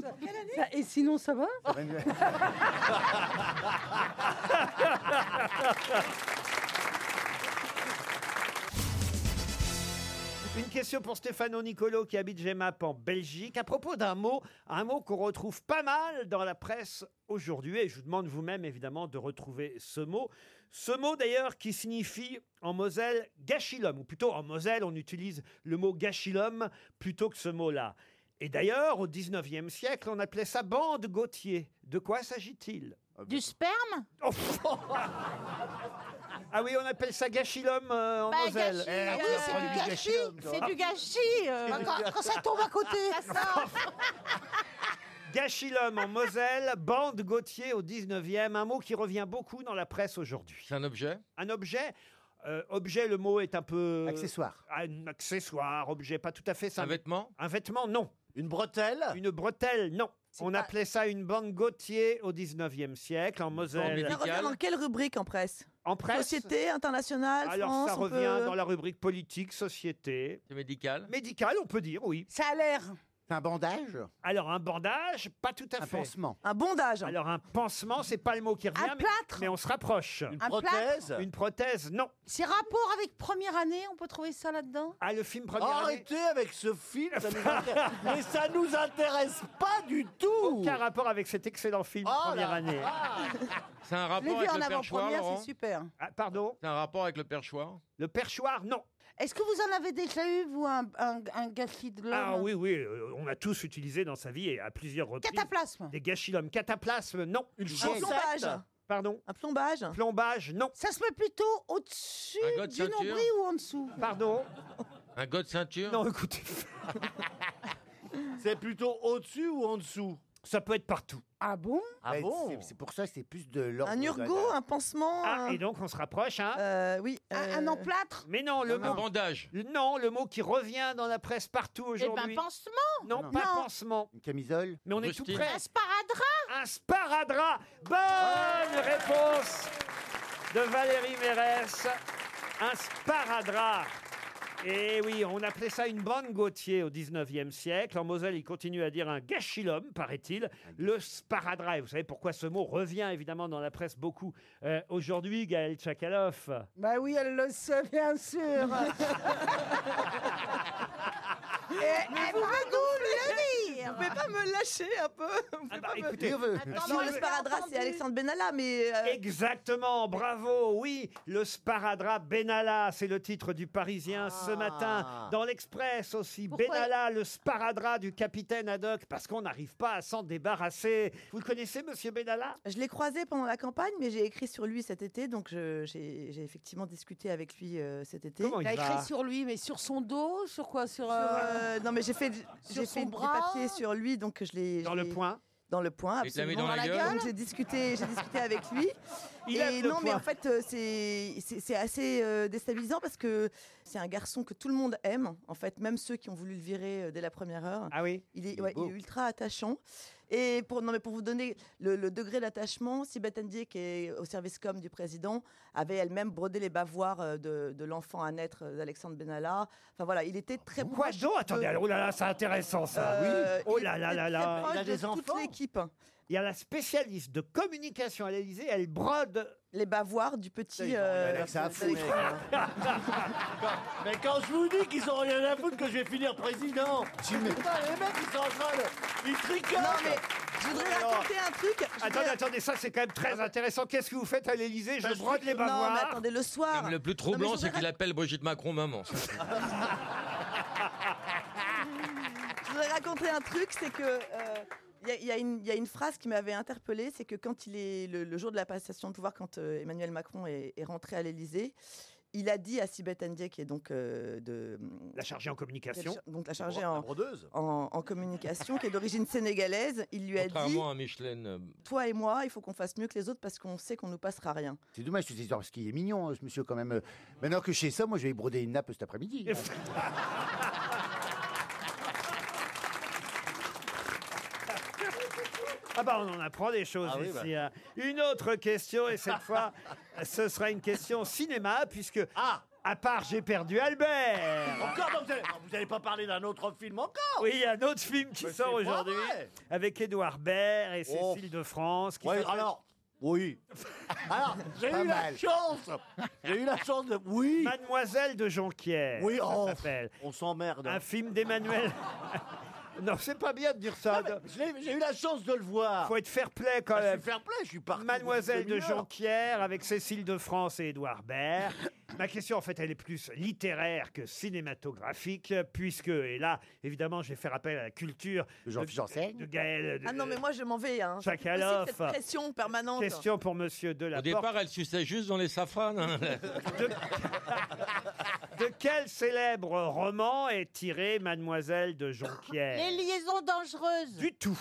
Speaker 7: Ça- Et sinon, ça va
Speaker 4: Une question pour Stéphano Nicolo qui habite Gemap en Belgique à propos d'un mot, un mot qu'on retrouve pas mal dans la presse aujourd'hui et je vous demande vous-même évidemment de retrouver ce mot. Ce mot d'ailleurs qui signifie en Moselle gachilum ou plutôt en Moselle on utilise le mot gachilum plutôt que ce mot-là. Et d'ailleurs au 19e siècle on appelait ça bande Gautier. De quoi s'agit-il
Speaker 7: Du sperme
Speaker 4: Oh, Ah oui on appelle ça gachilum euh, en
Speaker 7: Bah,
Speaker 4: Moselle.
Speaker 7: gâchis, euh, oui, c'est du gâchis. C'est du gâchis. euh,
Speaker 4: C'est du
Speaker 7: quand,
Speaker 4: gâchis.
Speaker 7: quand ça tombe à côté.
Speaker 4: Gachilum en Moselle, bande Gauthier au 19e, un mot qui revient beaucoup dans la presse aujourd'hui.
Speaker 9: C'est un objet
Speaker 4: Un objet, euh, objet, le mot est un peu...
Speaker 8: Accessoire.
Speaker 4: Un accessoire, objet, pas tout à fait ça.
Speaker 9: Un vêtement
Speaker 4: Un vêtement, non. Une bretelle Une bretelle, non. On appelait ça une bande Gauthier au 19e siècle, en Moselle.
Speaker 6: Ça revient dans quelle rubrique en presse
Speaker 4: En presse
Speaker 6: Société, internationale,
Speaker 4: Alors
Speaker 6: France
Speaker 4: ça
Speaker 6: on
Speaker 4: revient
Speaker 6: peut-
Speaker 4: dans la rubrique politique, société.
Speaker 9: médical
Speaker 4: Médical, on peut dire, oui.
Speaker 7: Ça a l'air.
Speaker 8: C'est un bandage
Speaker 4: Alors un bandage, pas tout à
Speaker 8: Un
Speaker 4: fait.
Speaker 8: pansement.
Speaker 6: Un bondage.
Speaker 4: Alors un pansement, c'est pas le mot qui revient, mais, mais on se rapproche. Une
Speaker 7: Un plâtre prothèse
Speaker 4: Une prothèse, non.
Speaker 7: C'est rapport avec première année, on peut trouver ça là-dedans
Speaker 4: Ah, le film première année.
Speaker 10: Arrêtez avec ce film, ça nous intéresse- mais ça nous intéresse pas du tout.
Speaker 4: Aucun rapport avec cet excellent film
Speaker 10: Oh
Speaker 4: première
Speaker 10: là
Speaker 4: année.
Speaker 9: C'est un
Speaker 6: Les
Speaker 9: rapport
Speaker 6: vies
Speaker 9: avec
Speaker 6: en
Speaker 9: le perchoir,
Speaker 6: avant-première,
Speaker 9: Laurent
Speaker 6: c'est super.
Speaker 4: Ah, pardon
Speaker 9: C'est un rapport avec le perchoir
Speaker 4: Le perchoir, non.
Speaker 7: Est-ce que vous en avez déjà eu, vous, un, un, un gâchis de l'homme
Speaker 4: Ah oui, oui, euh, on a tous utilisé dans sa vie et à plusieurs reprises.
Speaker 7: Cataplasme.
Speaker 4: Des gâchis-l'homme. Cataplasme, non. Une
Speaker 7: chausette. plombage.
Speaker 4: Pardon
Speaker 6: Un plombage.
Speaker 4: Plombage, non.
Speaker 7: Ça se met plutôt au-dessus
Speaker 9: Un god
Speaker 7: du
Speaker 9: ceinture.
Speaker 7: nombril ou en dessous Oh.
Speaker 4: Pardon
Speaker 9: Un god ceinture
Speaker 4: Non, écoutez.
Speaker 10: C'est plutôt au-dessus ou en dessous
Speaker 4: Ça peut être partout.
Speaker 7: Ah bon
Speaker 10: Ah
Speaker 8: Mais
Speaker 10: bon
Speaker 8: Ben, c'est- C'est pour ça que c'est plus de l'ordre.
Speaker 6: Un
Speaker 8: de la-
Speaker 6: urgot, un pansement.
Speaker 4: Ah,
Speaker 6: un-
Speaker 4: et donc on se rapproche, hein
Speaker 6: Euh, oui.
Speaker 7: Un, un
Speaker 6: euh,
Speaker 7: emplâtre
Speaker 4: Mais non, le
Speaker 9: Un
Speaker 4: mot.
Speaker 9: bandage
Speaker 4: Non, le mot qui revient dans la presse partout
Speaker 7: Eh ben,
Speaker 4: aujourd'hui.
Speaker 7: pansement
Speaker 4: non,
Speaker 8: Non.
Speaker 4: pas
Speaker 7: Non.
Speaker 4: pansement.
Speaker 8: Une camisole
Speaker 4: Mais on est tout
Speaker 9: Rustine.
Speaker 4: près.
Speaker 7: Un sparadrap
Speaker 4: Un sparadrap. Bonne réponse de Valérie Mérès. Un sparadrap. Et oui, on appelait ça une bande Gautier au 19e siècle. En Moselle, il continue à dire un gâchilhomme, paraît-il, le sparadrap. Et vous savez pourquoi ce mot revient évidemment dans la presse beaucoup euh, aujourd'hui, Gaël Tchakaloff
Speaker 7: Bah oui, elle le sait, bien sûr. et, et bravo de le dire
Speaker 6: Vous pouvez pas me lâcher un peu Vous
Speaker 4: Ah
Speaker 6: pouvez
Speaker 4: bah,
Speaker 6: pas me-
Speaker 4: écoutez,
Speaker 7: Attends,
Speaker 6: Non,
Speaker 7: moi,
Speaker 6: le
Speaker 7: je l'ai
Speaker 6: sparadrap,
Speaker 7: entendu.
Speaker 6: c'est Alexandre Benalla, mais. euh,
Speaker 4: Exactement, bravo, oui, le sparadrap Benalla, c'est le titre du Parisien ce
Speaker 10: Ah.
Speaker 4: matin. Dans l'Express aussi,
Speaker 7: Pourquoi
Speaker 4: Benalla, le sparadrap du capitaine Haddock, parce qu'on n'arrive pas à s'en débarrasser. Vous le connaissez, monsieur Benalla
Speaker 6: Je l'ai croisé pendant la campagne, mais j'ai écrit sur lui cet été, donc je- j'ai j'ai effectivement discuté avec lui euh, cet été.
Speaker 4: Comment il
Speaker 7: T'as écrit
Speaker 4: va
Speaker 7: sur lui, mais sur son dos, sur quoi Sur.
Speaker 6: Sur, euh, non, mais j'ai fait, j'ai
Speaker 7: son
Speaker 6: fait des
Speaker 7: bras
Speaker 6: papiers sur lui, donc je l'ai.
Speaker 4: Dans
Speaker 6: je
Speaker 4: le
Speaker 6: l'ai-
Speaker 4: point
Speaker 6: Dans le point,
Speaker 9: Et tu l'as mis dans
Speaker 6: absolument.
Speaker 9: la
Speaker 6: Donc,
Speaker 9: gueule
Speaker 6: donc J'ai discuté, j'ai discuté avec lui.
Speaker 4: Il
Speaker 6: et
Speaker 4: aime le
Speaker 6: non, mais
Speaker 4: point.
Speaker 6: en fait, euh, c'est c'est- c'est assez euh, déstabilisant parce que c'est un garçon que tout le monde aime, en fait, même ceux qui ont voulu le virer euh, dès la première heure.
Speaker 4: Ah oui
Speaker 6: Il
Speaker 8: Il
Speaker 6: est,
Speaker 8: est
Speaker 6: ouais, il
Speaker 8: beau.
Speaker 6: est ultra attachant. Et pour, non, mais pour vous donner le, le degré d'attachement, Sibeth Ndiaye, qui est au service com du président, avait elle-même brodé les bavoirs euh, de, de l'enfant à naître euh, d'Alexandre Benalla. Enfin voilà, il était très
Speaker 4: Quoi
Speaker 6: proche.
Speaker 4: donc Attendez, alors, oh là là, c'est intéressant ça.
Speaker 6: euh,
Speaker 4: oui. Oh
Speaker 6: il
Speaker 4: là là
Speaker 6: était
Speaker 4: là
Speaker 6: très
Speaker 4: là.
Speaker 6: proche
Speaker 10: Il a
Speaker 6: de
Speaker 10: des enfants
Speaker 6: toute l'équipe. hein.
Speaker 4: Il y a la spécialiste de communication à l'Elysée, elle brode.
Speaker 6: Les bavoirs du petit. euh,
Speaker 8: mec, c'est un fou,
Speaker 6: d'Alexandre
Speaker 8: mec.
Speaker 6: Benalla.
Speaker 10: hein. Mais quand je vous dis qu'ils ont rien à foutre que je vais finir président Putain, les mecs, ils sont en train de... Ils tricotent
Speaker 6: Non, mais je voudrais
Speaker 10: Alors.
Speaker 6: raconter un truc. Je
Speaker 4: Attendez,
Speaker 6: voudrais-
Speaker 4: attendez, ça c'est quand même très intéressant. Qu'est-ce que vous faites à l'Elysée Je
Speaker 10: Bah, je
Speaker 4: brode les
Speaker 6: Non, mais
Speaker 4: bavoirs.
Speaker 6: attendez, le soir.
Speaker 9: Ah. Le plus
Speaker 6: Non,
Speaker 9: troublant,
Speaker 6: mais je
Speaker 9: c'est
Speaker 6: voudrais-
Speaker 9: qu'il appelle Brigitte Macron maman. ça.
Speaker 6: Je voudrais raconter un truc, c'est que euh, il y, a- il y a une- il y a une phrase qui m'avait interpellée, c'est que quand il est le, le jour de la passation de pouvoir, quand euh, Emmanuel Macron est, est rentré à l'Élysée, il a dit à Sibeth Ndiaye, qui est donc euh, de
Speaker 4: La chargée en communication.
Speaker 6: donc la
Speaker 10: Oh,
Speaker 6: chargée
Speaker 10: la
Speaker 6: en,
Speaker 10: brodeuse
Speaker 6: en- en communication, qui est d'origine sénégalaise, il lui a dit
Speaker 9: Contrairement à Micheline. euh,
Speaker 6: toi et moi, il faut qu'on fasse mieux que les autres parce qu'on sait qu'on nous passera rien.
Speaker 8: C'est dommage, cette histoire, parce qu'il est mignon, hein, ce monsieur, quand même. Euh, Maintenant que chez ça, moi, je vais y broder une nappe cet après-midi.
Speaker 4: Ah bah on en apprend des choses
Speaker 10: Ah oui,
Speaker 4: ici.
Speaker 9: bah.
Speaker 4: hein. Une autre question et cette fois ce sera une question cinéma puisque
Speaker 10: Ah
Speaker 4: à part j'ai perdu Albert.
Speaker 10: Encore donc, vous allez... non, vous allez pas parler d'un autre film encore
Speaker 4: Oui, il y a un autre film qui
Speaker 10: Mais c'est
Speaker 4: sort
Speaker 10: pas
Speaker 4: aujourd'hui
Speaker 10: vrai.
Speaker 4: avec Édouard Baird et
Speaker 10: Oh.
Speaker 4: Cécile de France. qui
Speaker 10: Oui,
Speaker 4: s'appelle-
Speaker 10: alors... Oui. Alors, j'ai
Speaker 8: Pas
Speaker 10: eu la
Speaker 8: mal.
Speaker 10: chance J'ai eu la chance de... Oui
Speaker 4: Mademoiselle de Jonquière.
Speaker 10: Oui,
Speaker 4: ça
Speaker 10: oh.
Speaker 4: s'appelle.
Speaker 10: On s'emmerde.
Speaker 4: Un film d'Emmanuel. non, c'est pas bien de dire ça.
Speaker 10: Ah, mais je l'ai- J'ai eu la chance de le voir. Ah,
Speaker 4: Faut être fair play quand
Speaker 10: Je
Speaker 4: même.
Speaker 10: suis fair play, je suis parti.
Speaker 4: Mademoiselle de
Speaker 10: Jean
Speaker 4: Jonquière avec Cécile de France et Édouard Baird. Ma question, en fait, elle est plus littéraire que cinématographique, puisque, et là, évidemment, je vais faire appel à la culture
Speaker 8: De Jean-Philippe Janssen.
Speaker 4: de Gaël. de-
Speaker 6: Ah non, mais moi je m'en vais. Hein. C'est plus
Speaker 4: Chakalov.
Speaker 6: possible, Cette pression permanente.
Speaker 4: euh, Question pour Monsieur
Speaker 9: Au
Speaker 4: Delaporte.
Speaker 9: départ, elle suçait juste dans les safranes. hein.
Speaker 4: De quel célèbre roman est tirée Mademoiselle de Jonquière
Speaker 7: Les liaisons dangereuses.
Speaker 4: Du tout.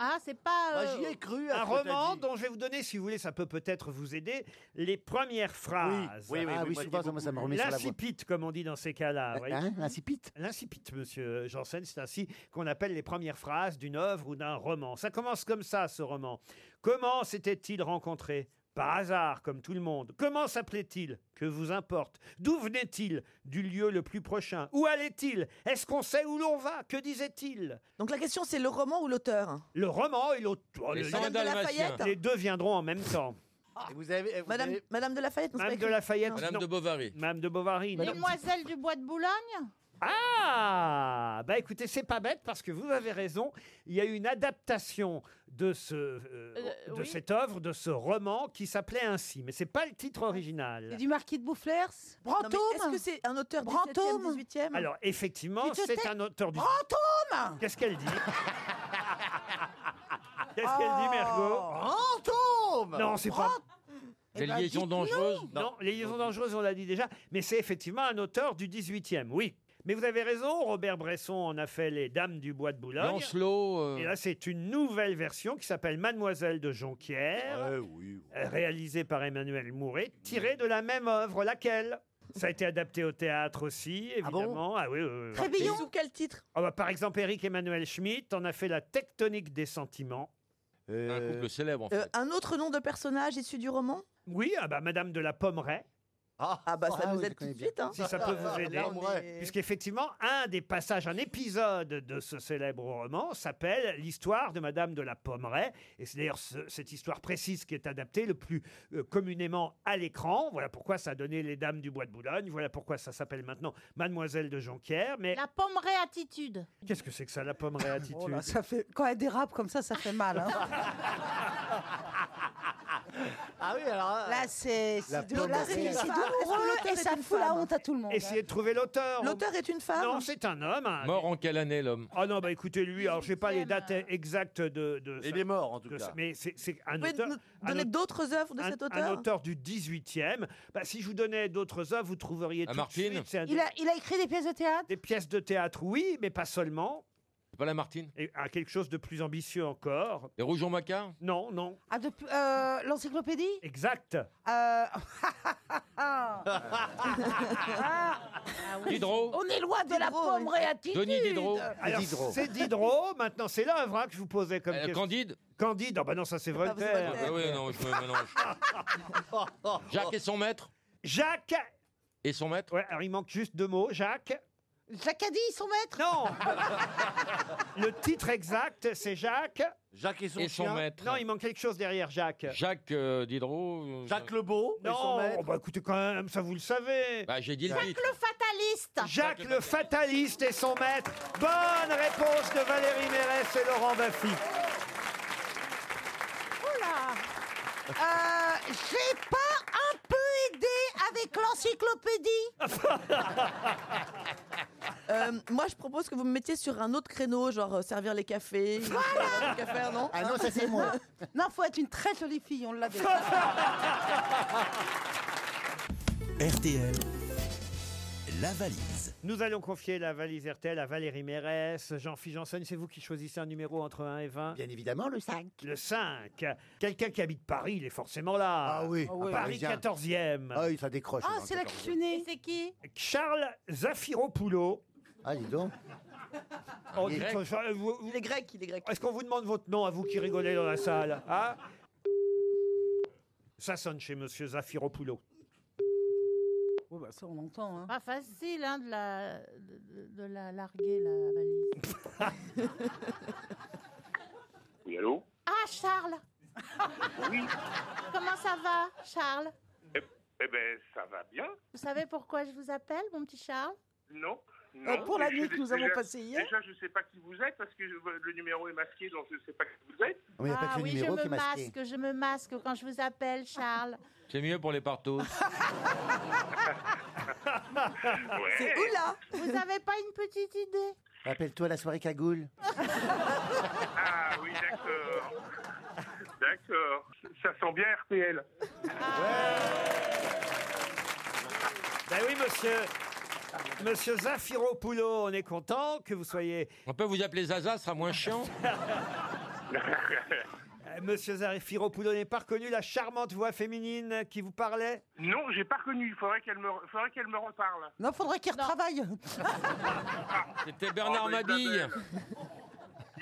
Speaker 7: Ah, c'est pas.
Speaker 10: Moi,
Speaker 7: euh,
Speaker 10: j'y ai cru.
Speaker 4: Un
Speaker 10: à ce que t'as
Speaker 4: roman
Speaker 10: dit.
Speaker 4: dont je vais vous donner, si vous voulez, ça peut peut-être vous aider, les premières phrases.
Speaker 10: Oui, oui,
Speaker 8: ah oui,
Speaker 10: moi,
Speaker 8: souvent,
Speaker 10: j'ai
Speaker 8: ça, moi, ça me remet sur la voie.
Speaker 4: L'incipit, comme on dit dans ces cas-là. vous voyez.
Speaker 8: Hein, l'incipit
Speaker 4: L'incipit, monsieur Janssen, c'est ainsi qu'on appelle les premières phrases d'une œuvre ou d'un roman. Ça commence comme ça, ce roman. Comment s'étaient-ils rencontrés Par hasard, comme tout le monde. Comment s'appelait-il Que vous importe D'où venait-il Du lieu le plus prochain Où allait-il Est-ce qu'on sait où l'on va Que disait-il
Speaker 6: Donc la question, c'est le roman ou l'auteur
Speaker 4: Le roman et l'autre. oh,
Speaker 9: Les
Speaker 4: le-
Speaker 9: cent
Speaker 6: Madame de
Speaker 9: dalmatiens.
Speaker 6: Lafayette
Speaker 4: les deux viendront en même temps.
Speaker 10: Ah. Et Vous avez, et vous
Speaker 6: Madame,
Speaker 10: avez-
Speaker 6: Madame de Lafayette, non, c'est
Speaker 4: Madame
Speaker 6: pas
Speaker 4: de Lafayette,
Speaker 9: Madame
Speaker 4: non.
Speaker 9: de Bovary.
Speaker 4: Madame de Bovary, non.
Speaker 7: Mademoiselle du bois de Boulogne
Speaker 4: Ah Bah écoutez, c'est pas bête parce que vous avez raison. Il y a eu une adaptation de, ce, euh,
Speaker 7: Euh,
Speaker 4: de
Speaker 7: oui.
Speaker 4: cette œuvre, de ce roman qui s'appelait ainsi. Mais c'est pas le titre original.
Speaker 6: euh,
Speaker 7: C'est du marquis de Boufflers Brantôme Est-ce que
Speaker 6: c'est un auteur
Speaker 7: 18e
Speaker 4: Alors effectivement,
Speaker 7: Tu te
Speaker 4: c'est
Speaker 7: tais
Speaker 4: un auteur du.
Speaker 7: Brantôme
Speaker 4: Qu'est-ce qu'elle dit Qu'est-ce qu'elle dit, Mergot
Speaker 10: Brantôme
Speaker 4: Non, c'est pas.
Speaker 6: Eh
Speaker 4: Eh
Speaker 9: Des
Speaker 4: ben,
Speaker 6: ben,
Speaker 9: liaisons dangereuses
Speaker 4: non. les liaisons dangereuses, on l'a dit déjà, mais c'est effectivement un auteur du 18e, oui. Mais vous avez raison, Robert Bresson en a fait Les Dames du Bois de Boulogne. Et là, c'est une nouvelle version qui s'appelle Mademoiselle de Jonquière, euh, réalisée par Emmanuel Mouret, tirée de la même œuvre, laquelle Ça a été adapté au théâtre aussi, évidemment. Ah, oui, oui, oui, oui.
Speaker 6: Trévillon Sous quel titre
Speaker 4: Ah bah, par exemple, Eric Emmanuel Schmitt en a fait La tectonique des sentiments.
Speaker 9: Un couple célèbre, en fait.
Speaker 6: Euh, Un autre nom de personnage issu du roman
Speaker 4: Oui, ah bah Madame de la Pommeraye.
Speaker 8: Ah,
Speaker 6: bah ça nous aide tout de suite. hein.
Speaker 4: Si ça peut vous aider.
Speaker 6: Là, on est-
Speaker 4: Puisqu'effectivement, un des passages, un épisode de ce célèbre roman s'appelle L'histoire de Madame de la Pommeraye. Et c'est d'ailleurs ce- cette histoire précise qui est adaptée le plus euh, communément à l'écran. Voilà pourquoi ça a donné Les Dames du Bois de Boulogne. Voilà pourquoi ça s'appelle maintenant Mademoiselle de Jonquière. Mais
Speaker 7: La pommeraye attitude.
Speaker 4: qu'est-ce que c'est que ça, la Pommeraye attitude
Speaker 11: Oh là, ça fait... Quand elle dérape comme ça, ça fait mal. hein.
Speaker 10: Ah oui, alors. euh,
Speaker 11: Là, c'est
Speaker 10: La
Speaker 11: c'est dou- là,
Speaker 10: pauvre.
Speaker 11: c'est-
Speaker 10: Est-ce
Speaker 11: c'est
Speaker 10: que
Speaker 11: douloureux
Speaker 10: l'auteur
Speaker 11: et
Speaker 10: est
Speaker 11: ça
Speaker 10: une
Speaker 11: fout la honte à tout le monde.
Speaker 4: Essayez de trouver l'auteur.
Speaker 6: L'auteur est une femme
Speaker 4: Ah Non, c'est un homme. hein.
Speaker 9: Mort en quelle année, l'homme
Speaker 4: Ah non, bah écoutez, lui, alors j'ai pas les dates exactes de.
Speaker 9: Il est
Speaker 4: mort en
Speaker 9: tout
Speaker 6: cas.
Speaker 4: Mais c'est c'est un
Speaker 6: Vous pouvez
Speaker 4: auteur.
Speaker 6: nous
Speaker 4: un
Speaker 6: donner
Speaker 4: aute-
Speaker 6: d'autres œuvres de
Speaker 4: un-
Speaker 6: cet
Speaker 4: Un
Speaker 6: auteur
Speaker 4: auteur du 18e. Bah, si je vous donnais d'autres œuvres, vous trouveriez tout de suite. c'est un-
Speaker 7: Il a, il a écrit des pièces de théâtre
Speaker 4: Des pièces de théâtre, oui, mais pas seulement.
Speaker 9: Pas la Martine
Speaker 4: Et à quelque chose de plus ambitieux encore.
Speaker 9: Les Rougeons Macquart
Speaker 4: Non, non.
Speaker 11: Ah, de- euh, L'encyclopédie
Speaker 4: Exact.
Speaker 11: Euh,
Speaker 9: Diderot
Speaker 7: Ah. On est loin de la pommeraye attitude
Speaker 9: Denis Diderot Euh,
Speaker 4: Alors, c'est Diderot. Maintenant, c'est l'œuvre hein, que je vous posais comme question. Candide Candide. Ah bah non, ça c'est Voltaire.
Speaker 9: Ah bah oui, non, je me mélange. Ah, bah Jacques et son maître
Speaker 4: Jacques
Speaker 9: Et son maître
Speaker 4: Ouais, alors il manque juste deux mots. Jacques
Speaker 7: Jacques a dit, son maître
Speaker 4: Non Le titre exact, c'est Jacques.
Speaker 9: Jacques et son Et son chien. maître.
Speaker 4: Non, il manque quelque chose derrière Jacques.
Speaker 9: Jacques euh, Diderot euh,
Speaker 4: Jacques
Speaker 10: Lebeau
Speaker 4: non, bah écoutez quand même, ça vous le savez.
Speaker 9: Bah, j'ai dit le
Speaker 7: Jacques
Speaker 9: titre.
Speaker 7: le fataliste
Speaker 4: Jacques le fataliste et son maître. Bonne réponse de Valérie Mérès et Laurent Baffy.
Speaker 7: Oula
Speaker 11: Euh, J'ai pas un peu aidé avec l'encyclopédie
Speaker 6: Euh, moi, je propose que vous me mettiez sur un autre créneau, genre euh, servir les cafés. Voilà non
Speaker 8: Ah non, ça c'est moi.
Speaker 11: Non, faut être une très jolie fille, on l'a déjà.
Speaker 13: RTL, la valise.
Speaker 4: Nous allons confier la valise RTL à Valérie Mérès, Jean-Philippe Janssen. C'est vous qui choisissez un numéro entre 1 et 20
Speaker 8: Bien évidemment, le 5.
Speaker 4: Le 5. Quelqu'un qui habite Paris, il est forcément là.
Speaker 8: Ah oui, Ah oui. un
Speaker 4: Paris
Speaker 8: Parisien.
Speaker 4: 14e.
Speaker 8: Ah oui, ça décroche.
Speaker 11: Ah,
Speaker 10: hein,
Speaker 11: c'est là que je suis née.
Speaker 7: C'est qui
Speaker 4: Charles Zafiropoulos.
Speaker 8: Ah, dis donc.
Speaker 4: En
Speaker 8: Il est
Speaker 4: grec.
Speaker 8: grec.
Speaker 4: Euh, vous- vous-
Speaker 6: Il est grec, il est grec.
Speaker 4: Est-ce qu'on vous demande votre nom à vous qui rigolez dans la salle hein Ça sonne chez Monsieur Zafiropoulos.
Speaker 11: Oh, bah, ça, on entend. Hein.
Speaker 7: Pas facile hein, de, la, de, de la larguer, la valise.
Speaker 14: Oui, allô
Speaker 7: Ah, Charles
Speaker 14: Oui.
Speaker 7: Comment ça va, Charles
Speaker 14: Eh ben, ça va bien
Speaker 7: Vous savez pourquoi je vous appelle, mon petit Charles
Speaker 14: Non, non.
Speaker 7: Euh, pour la
Speaker 14: mais je
Speaker 7: nuit
Speaker 14: suis
Speaker 7: que nous
Speaker 14: déjà-
Speaker 7: avons passée hier
Speaker 14: Déjà, je ne sais pas qui vous êtes parce que je- le numéro est masqué, donc je ne sais pas qui vous êtes.
Speaker 8: il n'y a pas
Speaker 7: Ah
Speaker 8: que le
Speaker 7: oui, je
Speaker 8: numéro qui est
Speaker 7: me
Speaker 8: masqué.
Speaker 7: masque, je me masque quand je vous appelle, Charles.
Speaker 9: C'est mieux pour les partos.
Speaker 6: C'est où là
Speaker 7: Vous avez pas une petite idée
Speaker 8: Rappelle-toi la soirée cagoule.
Speaker 14: Ah oui, d'accord. D'accord. Ça sent bien RTL.
Speaker 4: Ben oui, monsieur. Monsieur Zafiropoulos, on est content que vous soyez.
Speaker 9: On peut vous appeler Zaza, ce sera moins chiant.
Speaker 4: Euh, Monsieur Zafiropoulos n'est pas reconnu la charmante voix féminine qui vous parlait
Speaker 14: Non, j'ai pas reconnu. Il faudrait qu'elle me, faudrait qu'elle me reparle.
Speaker 11: Non, faudrait qu'il retravaille.
Speaker 9: C'était Bernard
Speaker 14: Oh, mais
Speaker 9: Mabille.
Speaker 14: Isabelle.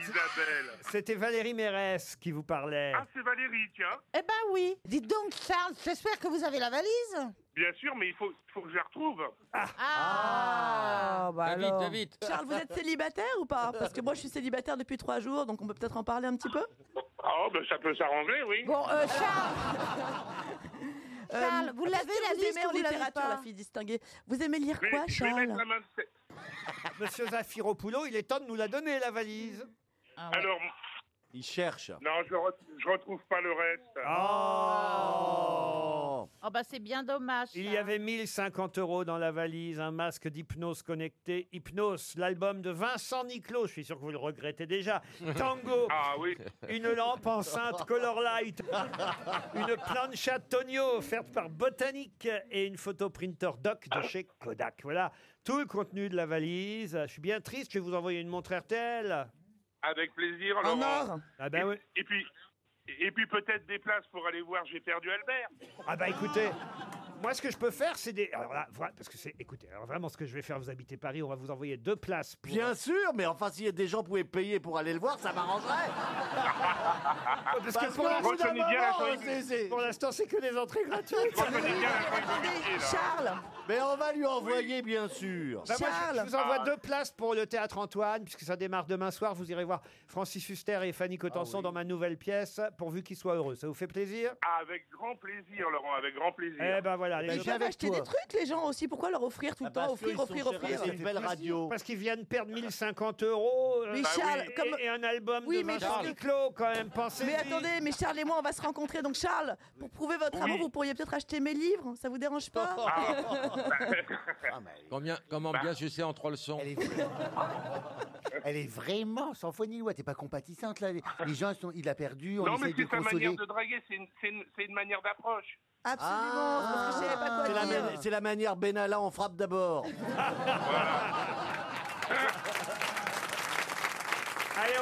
Speaker 14: Isabelle.
Speaker 4: C'était Valérie Mérès qui vous parlait.
Speaker 14: Ah, c'est Valérie, tiens.
Speaker 7: Eh ben oui.
Speaker 11: Dites donc, Charles, j'espère que vous avez la valise.
Speaker 14: Bien sûr, mais il faut, faut que je la retrouve. Ah.
Speaker 11: Ah, bah
Speaker 9: Va vite,
Speaker 11: alors.
Speaker 9: va vite.
Speaker 6: Charles, vous êtes célibataire ou pas Parce que moi, je suis célibataire depuis trois jours, donc on peut peut-être en parler un petit peu
Speaker 14: oh, Ah, ben ça peut s'arranger, oui.
Speaker 11: Bon, euh, Charles,
Speaker 7: Charles, vous l'avez,
Speaker 6: parce que
Speaker 7: la
Speaker 6: vous
Speaker 7: liste,
Speaker 6: aimez en
Speaker 7: ou vous l'avez
Speaker 6: littérature,
Speaker 7: pas
Speaker 6: la fille distinguée. Vous aimez lire quoi,
Speaker 4: je vais
Speaker 6: Charles
Speaker 4: mettre la Monsieur Zafiropoulou, il est temps de nous la donner, la valise.
Speaker 14: Alors,
Speaker 10: Il cherche.
Speaker 14: non, je, re- je retrouve pas le reste.
Speaker 4: Oh
Speaker 7: Oh bah c'est bien dommage.
Speaker 4: Il y avait 1050 euros dans la valise, un masque d'hypnose connecté. Hypnose, l'album de Vincent Niclot, je suis sûr que vous le regrettez déjà. Tango,
Speaker 14: Ah oui.
Speaker 4: une lampe enceinte Colorlight, une plancha Tonio offerte par Botanique et une photo printer doc de chez Kodak. Voilà tout le contenu de la valise. Je suis bien triste, je vais vous envoyer une montre RTL.
Speaker 14: Avec plaisir,
Speaker 4: En
Speaker 14: Laurent.
Speaker 4: or Ah ben
Speaker 14: Et-
Speaker 4: oui.
Speaker 14: Et puis, et puis peut-être des places pour aller voir J'ai perdu Albert.
Speaker 4: Ah bah écoutez, moi ce que je peux faire, c'est des. Alors là, vra- parce que c'est. Écoutez, alors vraiment ce que je vais faire, vous habitez Paris, on va vous envoyer deux places. Pour...
Speaker 10: Bien sûr, mais enfin, si des gens pouvaient payer pour aller le voir, ça m'arrangerait.
Speaker 4: Parce que pour
Speaker 10: au
Speaker 4: l'instant-
Speaker 10: bout d'un moment, c'est- c'est-
Speaker 4: pour l'instant, c'est que des entrées gratuites.
Speaker 6: Charles
Speaker 10: Mais on va lui envoyer, bien sûr.
Speaker 4: Bah, moi, je- je, vous
Speaker 6: Ah.
Speaker 10: Ah.
Speaker 4: envoie deux places pour le théâtre Antoine, puisque ça démarre demain soir. Vous irez voir Francis Huster et Fanny Cotenson dans ma nouvelle pièce, pourvu qu'ils soient heureux. Ça vous fait plaisir
Speaker 14: Ah, avec grand plaisir, Laurent, avec grand plaisir.
Speaker 4: Eh ben voilà,
Speaker 6: Ils peuvent acheter des trucs, les gens aussi. Pourquoi leur offrir tout le temps Offrir, offrir, offrir.
Speaker 4: Parce qu'ils viennent perdre 1050 euros. euh,
Speaker 6: Mais Bah Charles, oui. comme-
Speaker 4: et, et un album de
Speaker 6: Oui, mais
Speaker 4: Vincent
Speaker 6: Charles-
Speaker 4: Niclot, quand même, pensez
Speaker 6: Mais attendez, mais Charles et moi, on va se rencontrer. Donc Charles, pour prouver votre
Speaker 9: Oui.
Speaker 6: amour, vous pourriez peut-être acheter mes livres. Ça vous dérange pas
Speaker 9: Ah. Combien, comment bien sucer en trois leçons
Speaker 8: Elle est vraiment sans foi ni loi. T'es pas compatissante là. Les- Les gens, ils sont, il a perdu. On
Speaker 14: Non, mais
Speaker 8: essaye de
Speaker 14: c'est sa manière
Speaker 8: consoler.
Speaker 14: de draguer, c'est une, c'est une- c'est une manière d'approche.
Speaker 6: Absolument, parce que je savais pas
Speaker 4: Ah,
Speaker 6: quoi
Speaker 10: C'est la,
Speaker 6: dire.
Speaker 10: mani- c'est la manière Benalla, on frappe d'abord.
Speaker 4: Allez,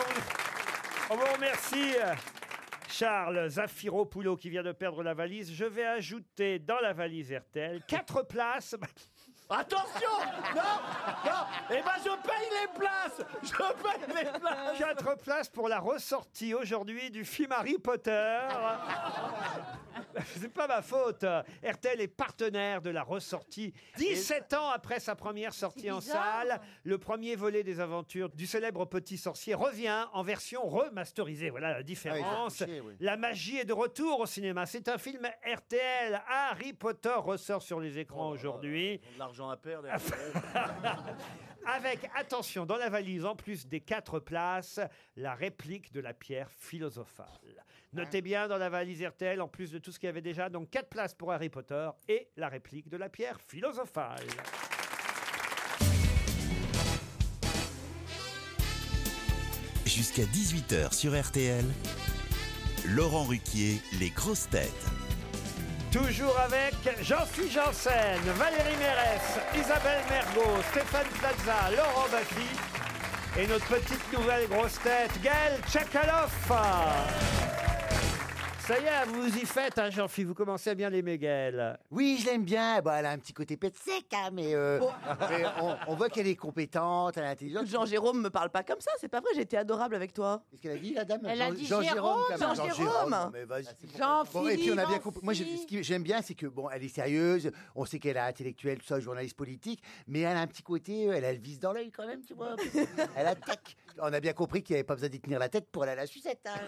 Speaker 4: on, on vous remercie. euh, Charles Zafiropoulou qui vient de perdre la valise. Je vais ajouter dans la valise RTL quatre places.
Speaker 10: Attention Non Non Eh ben, je paye les places Je paye les places
Speaker 4: Quatre places pour la ressortie aujourd'hui du film Harry Potter. C'est pas ma faute. RTL est partenaire de la ressortie. 17 ans après sa première sortie en
Speaker 10: bizarre.
Speaker 4: salle, le premier volet des aventures du célèbre petit sorcier revient en version remasterisée. Voilà la différence.
Speaker 10: Ah, ils ont touché, oui.
Speaker 4: La magie est de retour au cinéma. C'est un film RTL. Harry Potter ressort sur les écrans aujourd'hui.
Speaker 10: De l'argent à perdre. et-
Speaker 4: Avec, attention, dans la valise, en plus des quatre places, la réplique de la pierre philosophale. Notez bien dans la valise RTL, en plus de tout ce qu'il y avait déjà, donc quatre places pour Harry Potter et la réplique de la pierre philosophale.
Speaker 13: Jusqu'à 18h sur RTL, Laurent Ruquier, les grosses têtes.
Speaker 4: Toujours avec Jean-Philippe Janssen, Valérie Mérès, Isabelle Mergot, Stéphane Plaza, Laurent Baffy et notre petite nouvelle grosse tête, Gaël Tchakaloff. Ça y est, vous y faites, hein, Jean-Philippe, vous commencez à bien l'aimer, Gaël.
Speaker 8: Oui, je l'aime bien. Bah, elle a un petit côté pète sec, hein, mais, euh,
Speaker 6: Oh.
Speaker 8: mais on, on voit qu'elle est compétente, elle est intelligente.
Speaker 6: Jean-Jérôme me parle pas comme ça. C'est pas vrai, j'étais adorable avec toi.
Speaker 8: Qu'est-ce qu'elle a dit, la dame
Speaker 6: Elle a dit
Speaker 8: quand
Speaker 6: Jérôme.
Speaker 8: même.
Speaker 6: Jean-Jérôme.
Speaker 8: non, mais vas-y. Bon, et
Speaker 6: Jean-Philippe,
Speaker 8: puis on a bien compris.
Speaker 6: Jean-Philippe.
Speaker 8: Moi, je- ce que j'aime bien, c'est que bon, elle est sérieuse. On sait qu'elle est intellectuelle, tout ça, journaliste politique, mais elle a un petit côté, euh, elle a le vice dans l'œil quand même, tu vois. elle attaque. On a bien compris qu'il n'y avait pas besoin d'y tenir la tête pour aller à la sucette.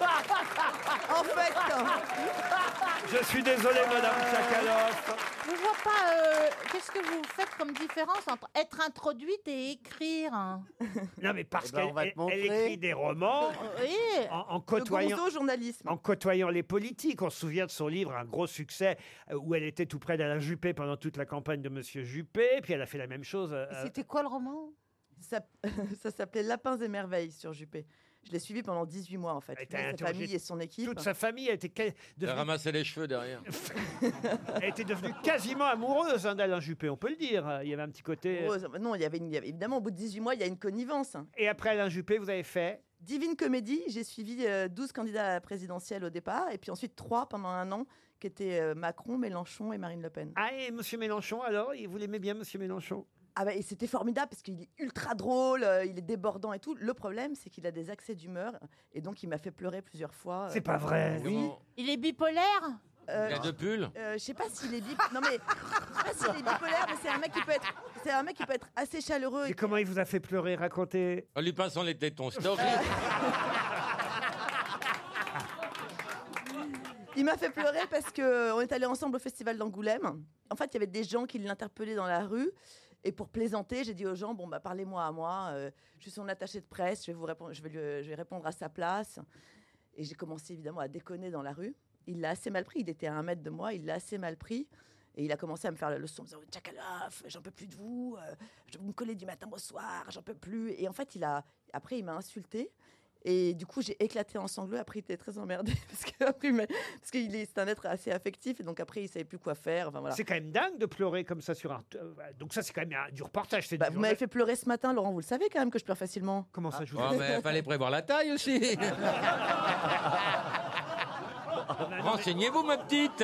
Speaker 6: En hein. fait,
Speaker 4: Je suis désolé, Madame Tchakaloff.
Speaker 7: Je vois pas, euh, qu'est-ce que vous faites comme différence entre être introduite et écrire hein
Speaker 4: Non, mais parce
Speaker 8: Eh ben, on
Speaker 4: qu'elle
Speaker 8: va te
Speaker 4: elle- elle écrit des romans
Speaker 7: Oui.
Speaker 4: en, en côtoyant.
Speaker 7: gonzo
Speaker 4: En côtoyant les politiques, on se souvient de son livre, un gros succès, euh, où elle était tout près d'Alain Juppé pendant toute la campagne de Monsieur Juppé, puis elle a fait la même chose. euh,
Speaker 6: C'était quoi le roman Ça, ça s'appelait Lapins et merveilles sur Juppé. Je l'ai suivi pendant 18 mois en fait.
Speaker 4: Elle
Speaker 6: Lui,
Speaker 4: était
Speaker 6: Sa
Speaker 4: interrogée
Speaker 6: famille et son équipe.
Speaker 4: toute sa famille a été ca-
Speaker 9: Elle
Speaker 4: devenue,
Speaker 9: ramassait les cheveux derrière.
Speaker 4: a été devenue quasiment amoureuse hein, d'Alain Juppé, on peut le dire. Il y avait un petit côté. euh,
Speaker 6: Heureuse. Non, il y avait une- il y avait- évidemment au bout de 18 mois, il y a une connivence. hein.
Speaker 4: Et après Alain Juppé, vous avez fait
Speaker 6: Divine Comédie, j'ai suivi euh, 12 candidats à la présidentielle au départ et puis ensuite 3 pendant un an qui étaient euh, Macron, Mélenchon et Marine Le Pen.
Speaker 4: Ah, et Monsieur Mélenchon, alors il- Vous l'aimez bien, Monsieur Mélenchon
Speaker 6: Ah bah, et c'était formidable parce qu'il est ultra drôle, euh, il est débordant et tout. Le problème, c'est qu'il a des accès d'humeur et donc il m'a fait pleurer plusieurs fois. euh,
Speaker 4: C'est pas vrai.
Speaker 6: Oui.
Speaker 7: Il est bipolaire
Speaker 6: Euh,
Speaker 9: Il a deux pulls
Speaker 6: euh, je sais pas s'il est bip. Non mais je sais pas s'il est bipolaire, mais c'est un mec qui peut être, c'est un mec qui peut être assez chaleureux.
Speaker 4: Et comment il vous a fait pleurer Racontez.
Speaker 9: En lui passant les tétons, c'est horrible.
Speaker 6: Il m'a fait pleurer parce que on est allé ensemble au festival d'Angoulême. En fait, il y avait des gens qui l'interpellaient dans la rue. Et pour plaisanter, j'ai dit aux gens bon bah parlez-moi à moi. euh, je suis son attaché de presse. Je vais vous répondre. Je vais, lui- je vais répondre à sa place. Et j'ai commencé évidemment à déconner dans la rue. Il l'a assez mal pris. Il était à un mètre de moi. Il l'a assez mal pris. Et il a commencé à me faire la leçon en me disant Tchakalov, j'en peux plus de vous. euh, je- vous me collez du matin au soir. J'en peux plus. Et en fait, il a après il m'a insulté. Et du coup, j'ai éclaté en sanglots. Après, il était très emmerdé parce que après, il m'a- parce qu'il est c'est un être assez affectif. Et donc après, il savait plus quoi faire. Enfin voilà.
Speaker 4: C'est quand même dingue de pleurer comme ça sur un. euh, Donc ça, c'est quand même un- du reportage. c'est
Speaker 6: Bah,
Speaker 4: du
Speaker 6: vous m'avez
Speaker 4: journal-
Speaker 6: fait pleurer ce matin, Laurent. Vous le savez quand même que je pleure facilement.
Speaker 4: Comment ça, je
Speaker 9: Oh, mais fallait prévoir la taille aussi.
Speaker 4: Ah.
Speaker 9: Renseignez-vous, ma petite.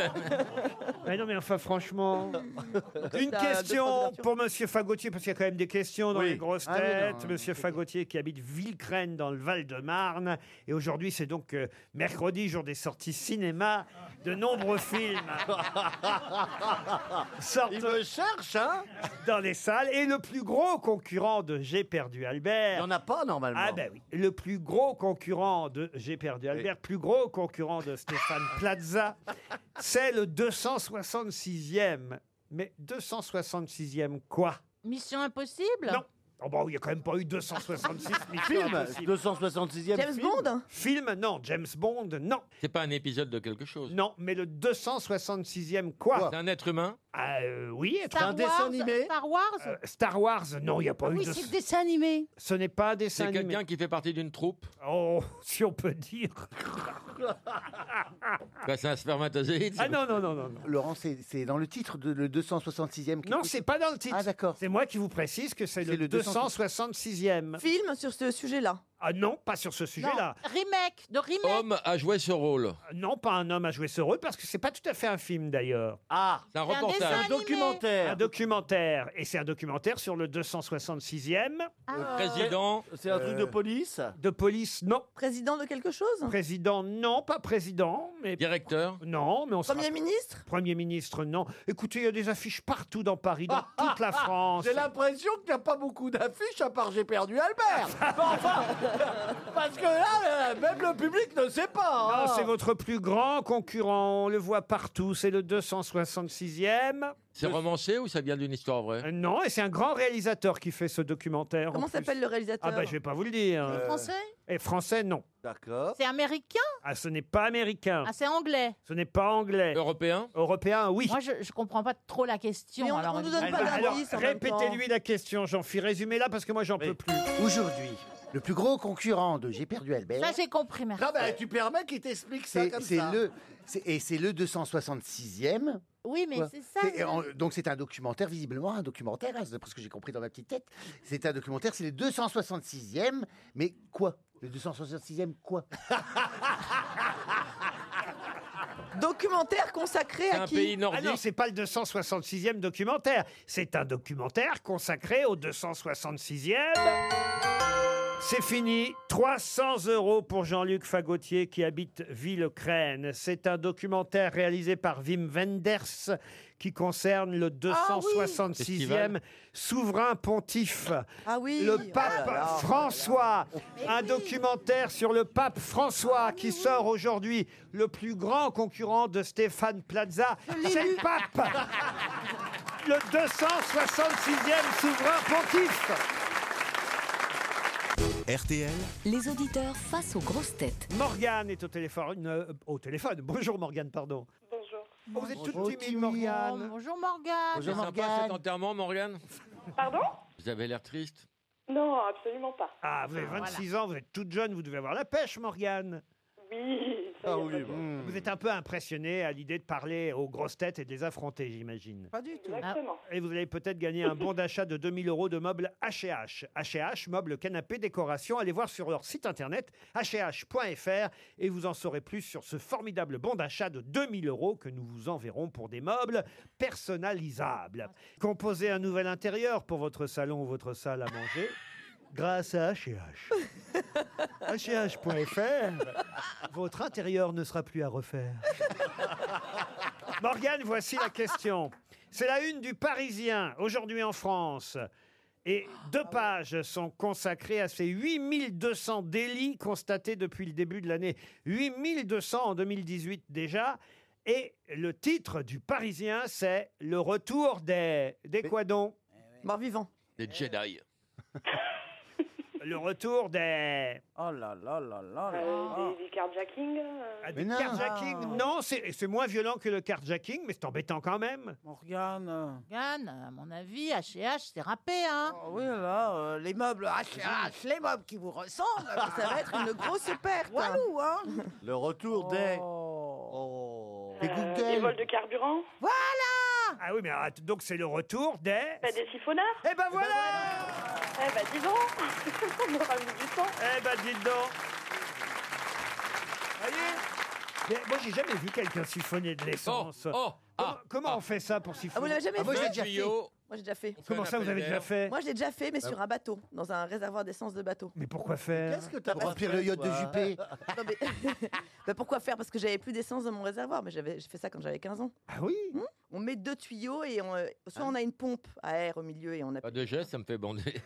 Speaker 4: Mais non, mais enfin, franchement.
Speaker 9: T'as deux,
Speaker 4: Une
Speaker 9: trois
Speaker 4: question pour Monsieur Fagotier, parce qu'il y a quand même des questions dans
Speaker 10: Oui.
Speaker 4: les grosses
Speaker 10: Ah oui, non,
Speaker 4: têtes.
Speaker 10: non,
Speaker 4: Monsieur Fagotier qui habite Villecrène dans le Val-de-Marne. Et aujourd'hui, c'est donc euh, mercredi, jour des sorties cinéma. De nombreux films sortent dans les salles. Et le plus gros concurrent de J'ai perdu Albert. Il n'y en a pas normalement. Ah ben oui. Le plus gros concurrent de J'ai perdu Albert, plus gros concurrent de Stéphane Plaza, c'est le 266e. Mais 266e quoi
Speaker 7: Mission impossible
Speaker 4: Non. Oh bah, il n'y a quand même pas eu 266
Speaker 10: Film,
Speaker 4: 266e
Speaker 10: James film. Bond
Speaker 4: Film, non. James Bond, non.
Speaker 9: C'est pas un épisode de quelque chose.
Speaker 4: Non, mais le 266e quoi
Speaker 9: C'est un être humain
Speaker 4: Ah, euh, Oui, être-
Speaker 7: Star Wars, Star Wars
Speaker 4: Euh, Star Wars, non, il n'y a pas eu
Speaker 7: Oui,
Speaker 4: de...
Speaker 7: c'est dessin animé.
Speaker 4: Ce n'est pas un dessin
Speaker 9: C'est
Speaker 4: animé.
Speaker 9: quelqu'un qui fait partie d'une troupe
Speaker 4: Oh, si on peut dire.
Speaker 9: Bah, C'est un spermatozoïde.
Speaker 4: Ah non, non, non, non.
Speaker 8: Laurent, c'est c'est dans le titre de le 266e.
Speaker 4: Non, c'est pas dans le titre.
Speaker 8: Ah, d'accord.
Speaker 4: C'est moi qui vous précise que c'est le,
Speaker 8: le
Speaker 4: 266e.
Speaker 6: Film sur ce sujet-là
Speaker 4: Ah non, pas sur ce sujet-là. Euh,
Speaker 7: Non, Remake, de remake.
Speaker 9: Homme a joué ce rôle.
Speaker 4: Non, pas un homme à jouer ce rôle, parce que c'est pas tout à fait un film d'ailleurs.
Speaker 10: Ah,
Speaker 9: c'est un reportage. dessin animé.
Speaker 10: documentaire.
Speaker 4: Un documentaire. Et c'est un documentaire sur le 266e.
Speaker 9: Le président.
Speaker 10: C'est un truc de
Speaker 4: police Euh, De police, non.
Speaker 6: Président de quelque chose
Speaker 4: Président, non, pas président. Mais...
Speaker 9: Directeur
Speaker 4: Non, mais on se
Speaker 6: Premier
Speaker 4: rappelle-
Speaker 6: ministre
Speaker 4: Premier ministre, non. Écoutez, il y a des affiches partout dans Paris,
Speaker 10: Ah,
Speaker 4: dans toute la France.
Speaker 10: J'ai l'impression qu'il n'y a pas beaucoup d'affiches à part J'ai perdu Albert. Bon, enfin, parce que là, euh, même le public ne sait pas.
Speaker 4: Non,
Speaker 10: hein.
Speaker 4: c'est votre plus grand concurrent, on le voit partout, c'est le 266e.
Speaker 9: C'est romancé ou ça vient d'une histoire vraie
Speaker 4: Euh, Non, et c'est un grand réalisateur qui fait ce documentaire. en
Speaker 6: Comment
Speaker 4: plus.
Speaker 6: s'appelle le réalisateur
Speaker 4: Ah ben, je vais pas vous le dire.
Speaker 7: C'est
Speaker 4: Euh,
Speaker 7: français
Speaker 4: Et français, non. D'accord.
Speaker 7: C'est américain
Speaker 4: Ah, ce n'est pas américain.
Speaker 7: Ah, c'est anglais.
Speaker 4: Ce n'est pas anglais.
Speaker 9: Européen
Speaker 4: Européen, oui.
Speaker 7: Moi, je, je comprends pas trop la question.
Speaker 6: Mais on-
Speaker 7: alors,
Speaker 6: on nous donne pas
Speaker 7: Alors,
Speaker 4: Alors,
Speaker 6: indice en même temps.
Speaker 4: répétez-lui la question, j'en suis résumé là parce que moi, j'en peux plus.
Speaker 8: Aujourd'hui, le plus gros concurrent de J'ai perdu Albert,
Speaker 7: Ça, j'ai compris, merci.
Speaker 10: Non, mais tu permets qu'il t'explique ça
Speaker 8: c'est
Speaker 10: comme
Speaker 8: c'est
Speaker 10: ça.
Speaker 8: le c'est- et c'est le 266e.
Speaker 7: Oui, mais
Speaker 8: Quoi
Speaker 7: c'est ça.
Speaker 8: C'est- en- donc c'est un documentaire, visiblement un documentaire, hein, parce que j'ai compris dans ma petite tête. C'est un documentaire, c'est le 266e, mais quoi Le 266e quoi
Speaker 6: Documentaire consacré à qui
Speaker 4: Ah non, c'est pas le 266e documentaire. C'est un documentaire consacré au 266e. C'est fini. 300 euros pour Jean-Luc Fagotier qui habite Villecrène. C'est un documentaire réalisé par Wim Wenders qui concerne
Speaker 6: Ah
Speaker 4: le 266e
Speaker 9: Festival.
Speaker 4: souverain pontife.
Speaker 6: Ah oui
Speaker 4: Le
Speaker 6: Ah
Speaker 4: pape
Speaker 6: là là.
Speaker 4: François, un documentaire sur le pape François qui sort aujourd'hui, le plus grand concurrent de Stéphane Plaza, c'est le pape, le 266e souverain pontife.
Speaker 13: RTL,
Speaker 3: Les auditeurs face aux grosses têtes.
Speaker 4: Morgane est au téléphone, euh, au téléphone. Bonjour Morgane, pardon.
Speaker 15: Bonjour.
Speaker 4: Oh, vous êtes toute
Speaker 8: Bonjour,
Speaker 4: timide
Speaker 7: Oh,
Speaker 4: Morgane.
Speaker 7: Bonjour Morgane.
Speaker 9: C'est sympa cet enterrement, Morgane
Speaker 15: Pardon
Speaker 9: Vous avez l'air triste.
Speaker 15: Non, absolument pas.
Speaker 4: Ah, vous avez 26 ans, vous êtes toute jeune, vous devez avoir la pêche Morgane.
Speaker 15: Oui. ça y est, pas de-
Speaker 4: Vous êtes un peu impressionné à l'idée de parler aux grosses têtes et de les affronter, j'imagine.
Speaker 7: Pas du tout.
Speaker 15: Exactement.
Speaker 4: Ah, Et vous allez peut-être gagner un bon d'achat de 2000 euros de meubles HH. HH, meubles, canapés, décorations. Allez voir sur leur site internet hh.fr et vous en saurez plus sur ce formidable bon d'achat de 2000 euros que nous vous enverrons pour des meubles personnalisables. Composez un nouvel intérieur pour votre salon ou votre salle à manger grâce à HH. hh.fr, votre intérieur ne sera plus à refaire. Morgane, voici la question. C'est la une du Parisien, aujourd'hui en France. Et deux pages sont consacrées à ces 8200 délits constatés depuis le début de l'année. 8200 en 2018 déjà. Et le titre du Parisien, c'est Le retour des. des quoi donc
Speaker 7: Eh
Speaker 4: Morts vivants.
Speaker 9: Des Jedi.
Speaker 4: Le retour des.
Speaker 7: Oh là là là là
Speaker 6: Ah,
Speaker 15: Euh, des, des carjacking euh.
Speaker 4: Ah, du carjacking Non, c'est c'est moins violent que le carjacking, mais c'est embêtant quand même.
Speaker 7: Morgane. Morgane, à mon avis, HH, c'est râpé, hein Oui, là, les meubles HH, les meubles qui vous ressemblent,
Speaker 6: ça va être une grosse perte.
Speaker 7: Walou, hein
Speaker 10: Le retour des.
Speaker 4: Oh.
Speaker 15: Euh, des vols de carburant
Speaker 7: Voilà
Speaker 4: Ah oui, mais arrête, donc c'est le retour des.
Speaker 15: Pas des siphonnards
Speaker 4: Eh ben voilà
Speaker 15: Eh ben dis donc On aura mis du temps
Speaker 4: Eh ben dites donc Voyez Mais moi j'ai jamais vu quelqu'un siphonner de l'essence.
Speaker 9: Oh, oh,
Speaker 4: comment comment on fait ça pour siphonner
Speaker 6: Ah, vous l'avez jamais
Speaker 4: moi,
Speaker 6: fait
Speaker 4: j'ai déjà fait.
Speaker 6: Moi, j'ai déjà fait. Bah
Speaker 4: Comment un ça, vous appel avez déjà d'air. fait
Speaker 6: Moi, j'ai déjà fait, mais
Speaker 4: Ah
Speaker 6: sur
Speaker 4: bon
Speaker 6: un bateau, dans un réservoir d'essence de bateau.
Speaker 4: Mais pourquoi faire
Speaker 6: que t'as
Speaker 8: Pour remplir le yacht de Juppé.
Speaker 6: Non, mais- Bah, pourquoi faire Parce que j'avais plus d'essence dans mon réservoir, mais j'avais j'ai fait ça quand j'avais 15 ans. Hmm?
Speaker 4: Ah oui
Speaker 6: On met deux tuyaux et on, euh, soit on a une pompe à air au milieu et on a.
Speaker 9: Pas de geste, ça me fait bander.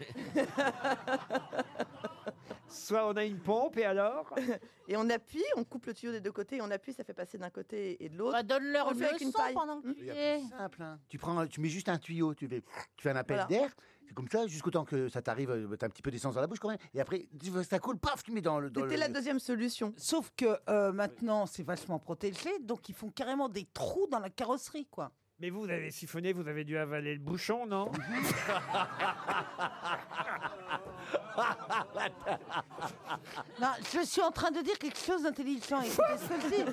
Speaker 4: Soit on a une pompe et alors
Speaker 6: Et on appuie, on coupe le tuyau des deux côtés et on appuie, ça fait passer d'un côté et de l'autre.
Speaker 7: Bah, Donne-leur
Speaker 6: On
Speaker 7: une
Speaker 6: fait avec une
Speaker 7: leçon
Speaker 6: paille.
Speaker 7: pendant que tu y es. Simple,
Speaker 8: Tu, prends, tu mets juste un tuyau, tu fais, tu fais un appel
Speaker 6: Voilà.
Speaker 8: d'air. C'est comme ça, jusqu'au temps que ça t'arrive, euh, t'as un petit peu d'essence dans la bouche quand même. Et après, tu vois, ça coule, paf, tu mets dans le. Dans
Speaker 6: C'était
Speaker 8: le-
Speaker 6: la deuxième solution.
Speaker 11: Sauf que euh, maintenant, c'est vachement protégé, donc ils font carrément des trous dans la carrosserie, quoi.
Speaker 4: Mais vous, vous avez siphonné, vous avez dû avaler le bouchon, non
Speaker 11: Non, je suis en train de dire quelque chose d'intelligent. écoutez ce que je dis.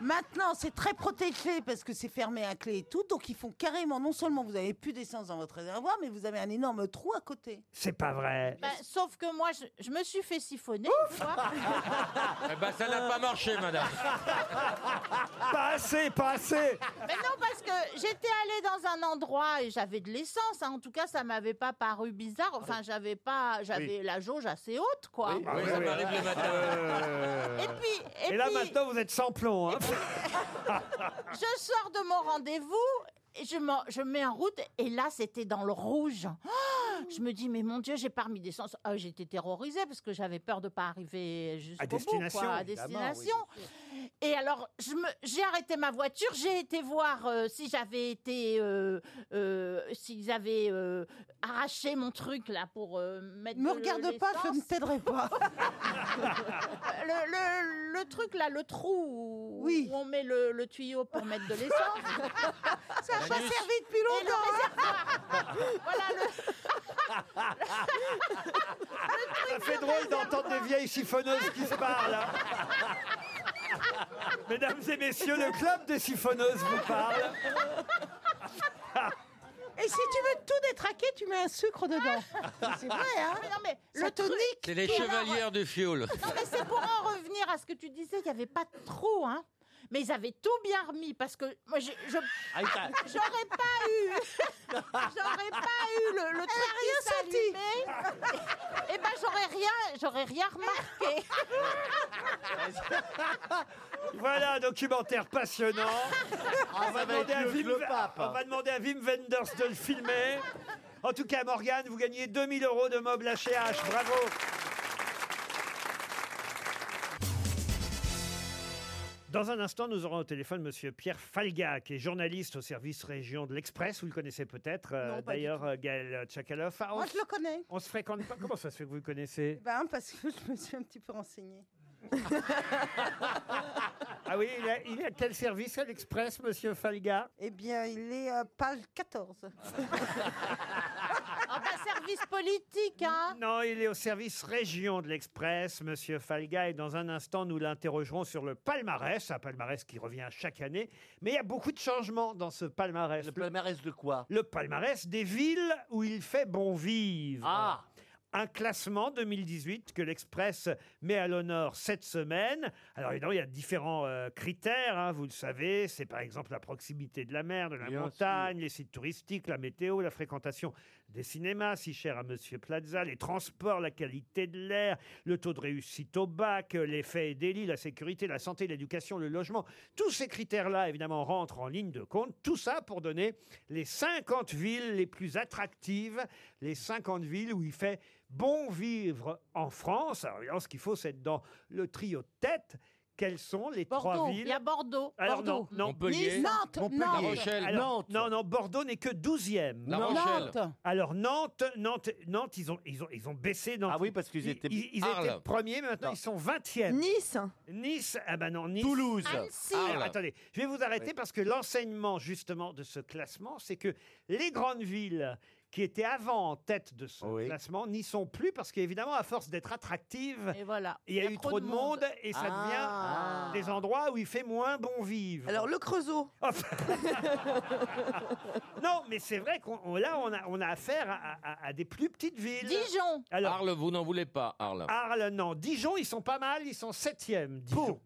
Speaker 11: Maintenant, c'est très protégé parce que c'est fermé à clé et tout. Donc, ils font carrément, non seulement vous avez plus d'essence dans votre réservoir, mais vous avez un énorme trou à côté.
Speaker 4: C'est pas vrai.
Speaker 7: Bah, sauf que moi, je, je me suis fait siphonner. une fois.
Speaker 9: eh ben, ça n'a pas marché, madame.
Speaker 4: Pas assez, pas assez
Speaker 7: Mais non, parce que j'étais allée dans un endroit et j'avais de l'essence. hein. En tout cas, ça m'avait pas paru bizarre. Enfin, j'avais pas, j'avais la jauge assez haute, quoi.
Speaker 4: bah
Speaker 9: Ah oui, ça m'arrive le matin.
Speaker 4: Euh,
Speaker 7: Et puis,
Speaker 4: Et,
Speaker 7: et
Speaker 4: là
Speaker 7: puis,
Speaker 4: maintenant vous êtes sans plomb. Hein
Speaker 7: je sors de mon rendez-vous. Et je, m'en- je mets en route et là c'était dans le rouge. Ah je me dis mais mon Dieu j'ai pas remis d'essence. Ah, j'étais terrorisée parce que j'avais peur de pas arriver jusqu'au bout
Speaker 4: destination,
Speaker 7: quoi, à
Speaker 4: évidemment,
Speaker 7: destination. Et alors, je me- j'ai arrêté ma voiture, j'ai été voir euh, si j'avais été, euh, euh, s'ils avaient euh, arraché mon truc là pour euh, mettre.
Speaker 11: Me
Speaker 7: de
Speaker 11: regarde pas, je ne
Speaker 7: l'essence.
Speaker 11: t'aiderai pas.
Speaker 7: Le, le- le truc là, le trou où, où on met le, le tuyau pour mettre de l'essence.
Speaker 11: Ça n'a pas
Speaker 7: Juste.
Speaker 11: servi depuis longtemps. hein.
Speaker 4: Ça fait drôle d'entendre des vieilles siphonneuses qui se parlent. hein. Mesdames et messieurs, le club des siphonneuses vous parle.
Speaker 11: Et si tu veux tout détraquer, tu mets un sucre dedans. C'est vrai, hein
Speaker 7: Mais non, mais
Speaker 11: Ça
Speaker 7: le
Speaker 11: te
Speaker 7: truc-
Speaker 11: nique.
Speaker 9: C'est les
Speaker 7: Pour en-
Speaker 9: chevalières du fioul.
Speaker 7: Non, mais c'est pour en revenir à ce que tu disais, il n'y avait pas de trou, hein. Mais ils avaient tout bien remis parce que moi, je. je-
Speaker 10: Ah, il t'a-
Speaker 7: J'aurais pas eu. J'aurais pas eu le, le truc qui s'allumait. Eh ben, j'aurais rien, j'aurais rien remarqué.
Speaker 4: Voilà un documentaire passionnant.
Speaker 10: Ah,
Speaker 4: On va,
Speaker 10: ça va
Speaker 4: demander
Speaker 10: être
Speaker 4: à
Speaker 10: mieux que
Speaker 4: Wim,
Speaker 10: le pape.
Speaker 4: on va demander à Wim Wenders de le filmer. En tout cas, Morgane, vous gagnez 2000 euros de meubles HH. Bravo. Dans un instant, nous aurons au téléphone Monsieur Pierre Falga, qui est journaliste au service région de l'Express. Vous le connaissez peut-être. euh,
Speaker 11: Non, pas du
Speaker 4: D'ailleurs, euh, Gaël Tchakaloff. Ah, on
Speaker 11: Moi,
Speaker 4: se-
Speaker 11: je le connais.
Speaker 4: on se fréquente pas. Comment ça se fait que vous le connaissez
Speaker 11: Ben, parce que je me suis un petit peu renseignée.
Speaker 4: Ah oui, il a, il a quel service à l'Express, monsieur Falga
Speaker 11: Eh bien, il est euh, page 14.
Speaker 7: Ah ben, service politique, hein.
Speaker 4: Non, il est au service région de l'Express, monsieur Falga, et dans un instant, nous l'interrogerons sur le palmarès, un palmarès qui revient chaque année. Mais il y a beaucoup de changements dans ce palmarès. Le
Speaker 10: palmarès de quoi
Speaker 4: Le palmarès des villes où il fait bon vivre.
Speaker 10: Ah.
Speaker 4: Un classement 2018 que l'Express met à l'honneur cette semaine. Alors évidemment, il y a différents euh, critères, hein, vous le savez. C'est par exemple la proximité de la mer, de la
Speaker 10: Bien sûr.
Speaker 4: montagne, les sites touristiques, la météo, la fréquentation des cinémas, si cher à Monsieur Plaza, les transports, la qualité de l'air, le taux de réussite au bac, euh, les faits et délits, la sécurité, la santé, l'éducation, le logement. Tous ces critères-là, évidemment, rentrent en ligne de compte. Tout ça pour donner les 50 villes les plus attractives, les 50 villes où il fait bon vivre en France. Alors, évidemment, ce qu'il faut, c'est être dans le trio de tête. Quelles sont les trois villes
Speaker 7: Il y a Bordeaux.
Speaker 4: alors
Speaker 7: Bordeaux.
Speaker 4: non, non.
Speaker 7: Nice, Nantes, Nantes.
Speaker 4: Alors, Non, non, Bordeaux n'est que 12e.
Speaker 7: La Rochelle. Nantes.
Speaker 4: Alors Nantes, Nantes, Nantes, ils ont, ils ont, ils ont baissé Nantes. Ah oui, parce qu'ils étaient ils, ils étaient
Speaker 10: Arles.
Speaker 4: premiers, mais maintenant ils sont 20e. Nice. Nice, ah ben non, Nice. Toulouse.
Speaker 10: Annecy. Arles.
Speaker 4: attendez, je vais vous arrêter
Speaker 10: Oui.
Speaker 4: parce que l'enseignement justement de ce classement, c'est que les grandes villes qui étaient avant en tête de ce classement n'y sont plus parce qu'évidemment, à force d'être attractives,
Speaker 7: Et voilà.
Speaker 4: il y a, eu trop de monde, et ça
Speaker 7: Ah.
Speaker 4: devient des endroits où il fait moins bon vivre. Oh.
Speaker 6: Alors, le Creusot.
Speaker 4: non, mais c'est vrai qu'on on- là, on a, on a affaire à, à- à des plus petites villes.
Speaker 7: Dijon.
Speaker 4: Alors, Ah,
Speaker 9: Arles, vous n'en voulez pas, Arles.
Speaker 4: Arles, non. Dijon, ils sont pas mal, ils sont septième. Dijon.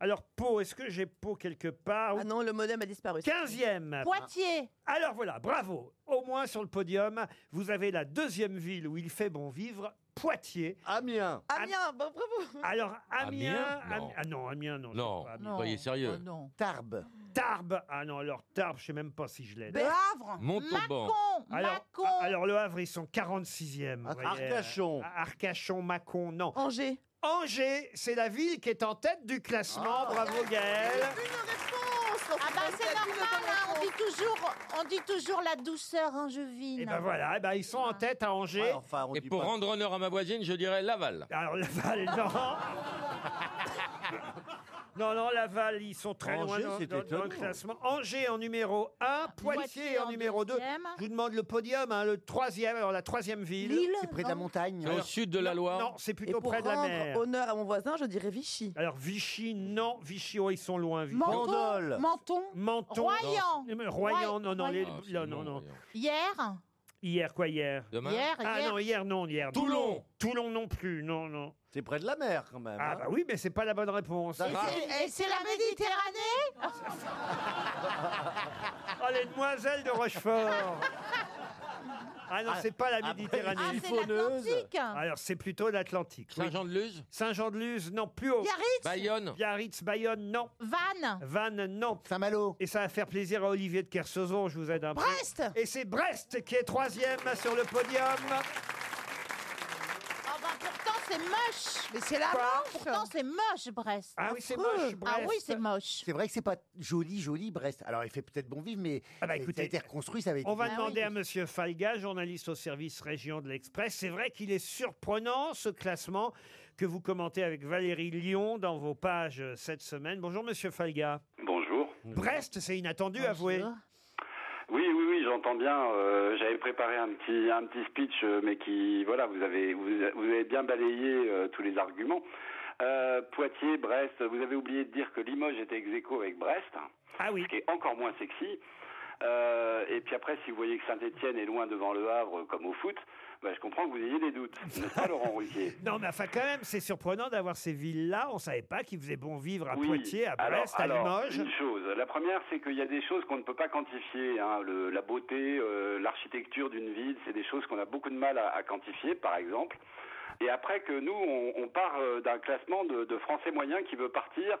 Speaker 4: Alors, Pau, est-ce que j'ai Pau quelque part Ah
Speaker 6: non, le modem a disparu.
Speaker 4: 15e.
Speaker 7: Poitiers.
Speaker 4: Alors voilà, bravo. Au moins sur le podium, vous avez la deuxième ville où il fait bon vivre, Poitiers. Amiens.
Speaker 6: Amiens, bon, bravo.
Speaker 4: Alors, Amiens.
Speaker 9: Amiens
Speaker 4: Ami-
Speaker 9: Non.
Speaker 4: ah non, Amiens, non.
Speaker 9: Non,
Speaker 4: c'est pas
Speaker 9: Non. soyez sérieux. Oh
Speaker 7: non.
Speaker 4: Tarbes. Tarbes. Ah non, alors Tarbes, je sais même pas si je l'ai.
Speaker 11: Le Havre.
Speaker 9: Montauban.
Speaker 11: Mâcon,
Speaker 4: alors,
Speaker 11: Mâcon.
Speaker 4: a- alors le Havre, ils sont 46e. vous voyez.
Speaker 10: Arcachon.
Speaker 4: Ah, Arcachon, Mâcon, non.
Speaker 6: Angers.
Speaker 4: Angers, c'est la ville qui est en tête du classement. Bravo Gaël.
Speaker 7: Ah bah c'est normal, hein, on, dit toujours, on dit toujours la douceur hein, angevine.
Speaker 4: Et ben voilà, eh ben ils sont en tête à Angers.
Speaker 9: Et pour rendre honneur à ma voisine, je dirais Laval.
Speaker 4: Alors Laval, non. Non, non, Laval, ils sont très
Speaker 10: Angers,
Speaker 4: loin dans-
Speaker 10: c'est
Speaker 4: dans, dans
Speaker 10: étonnant.
Speaker 4: le classement. Angers en numéro 1, Poitiers,
Speaker 10: Poitiers
Speaker 4: en,
Speaker 10: en
Speaker 4: numéro 2.
Speaker 10: deuxième.
Speaker 4: Je vous demande le podium, hein, le troisième, alors la troisième ville.
Speaker 6: Lille, C'est près de la non
Speaker 4: montagne.
Speaker 9: C'est au sud de la Loire.
Speaker 4: Non, c'est
Speaker 6: Et
Speaker 4: plutôt
Speaker 6: pour
Speaker 4: près de la
Speaker 6: rendre
Speaker 4: mer.
Speaker 6: honneur à mon voisin, je dirais Vichy.
Speaker 4: Alors Vichy, non, Vichy, oh, ils sont loin. Vichy.
Speaker 6: Menton, Bandol.
Speaker 7: Menton,
Speaker 4: Menton,
Speaker 7: Royan.
Speaker 4: Non. Eh, Mais Royan,
Speaker 7: Roy-
Speaker 4: non, non, les-
Speaker 7: Royan.
Speaker 4: non, non, non.
Speaker 7: Hier,
Speaker 4: Hier quoi hier
Speaker 9: Demain
Speaker 7: Hier,
Speaker 4: Ah
Speaker 7: hier.
Speaker 4: non, hier non, hier. non.
Speaker 10: Toulon.
Speaker 4: Toulon non plus, non, non.
Speaker 10: C'est près de la mer quand même. hein.
Speaker 4: Ah bah oui, mais c'est pas la bonne réponse.
Speaker 10: Et c'est-
Speaker 7: et c'est la Méditerranée
Speaker 4: Oh, les demoiselles de Rochefort Ah non,
Speaker 10: Ah,
Speaker 4: c'est pas la
Speaker 10: après,
Speaker 4: Méditerranée.
Speaker 10: Ah, c'est Chiffonneuse. l'Atlantique.
Speaker 4: Alors, c'est plutôt l'Atlantique.
Speaker 9: Saint-Jean-de-Luz
Speaker 4: Saint-Jean-de-Luz, non, plus haut.
Speaker 7: Biarritz
Speaker 9: Bayonne
Speaker 4: Biarritz, Bayonne, non.
Speaker 7: Vannes
Speaker 4: Vannes, non.
Speaker 8: Saint-Malo.
Speaker 4: Et ça va faire plaisir à Olivier de Kersauzon, je vous aide un peu.
Speaker 7: Brest
Speaker 4: Et c'est Brest qui est troisième sur le podium.
Speaker 7: Ah bah pourtant c'est moche
Speaker 11: Mais c'est la
Speaker 7: Quoi
Speaker 11: Manche.
Speaker 7: Pourtant c'est moche Brest
Speaker 4: Ah oui, c'est moche,
Speaker 7: Ah oui,
Speaker 4: Brest.
Speaker 7: c'est moche
Speaker 8: C'est vrai que c'est pas joli, joli Brest. Alors il fait peut-être bon vivre, mais
Speaker 4: Ah bah,
Speaker 8: ça-
Speaker 4: écoutez,
Speaker 8: ça a été reconstruit, ça avait été.
Speaker 4: On va demander à Monsieur Falga, journaliste au service région de l'Express. C'est vrai qu'il est surprenant ce classement que vous commentez avec Valérie Lyon dans vos pages euh, cette semaine. Bonjour Monsieur Falga.
Speaker 12: Bonjour.
Speaker 4: Brest, c'est inattendu, avouez.
Speaker 12: Oui, oui, oui, j'entends bien. euh, J'avais préparé un petit, un petit speech, euh, mais qui, voilà, vous avez, vous, vous avez bien balayé euh, tous les arguments. Euh, Poitiers, Brest, vous avez oublié de dire que Limoges était ex aequo avec Brest, hein,
Speaker 4: ah oui.
Speaker 12: ce qui est encore moins sexy. Euh, et puis après, si vous voyez que Saint-Etienne est loin devant Le Havre, euh, comme au foot, bah, je comprends que vous ayez des doutes. N'est-ce pas, Laurent Ruquier
Speaker 4: Non, mais enfin, quand même, c'est surprenant d'avoir ces villes-là. On savait pas qu'il faisait bon vivre à Poitiers, à
Speaker 12: Alors-
Speaker 4: Brest,
Speaker 12: alors,
Speaker 4: à Limoges.
Speaker 12: Une chose. La première, c'est qu'il y a des choses qu'on ne peut pas quantifier. hein. Le- la beauté, euh, l'architecture d'une ville, c'est des choses qu'on a beaucoup de mal à, à quantifier, par exemple. Et après que nous, on, on part euh, d'un classement de, de Français moyens qui veut partir,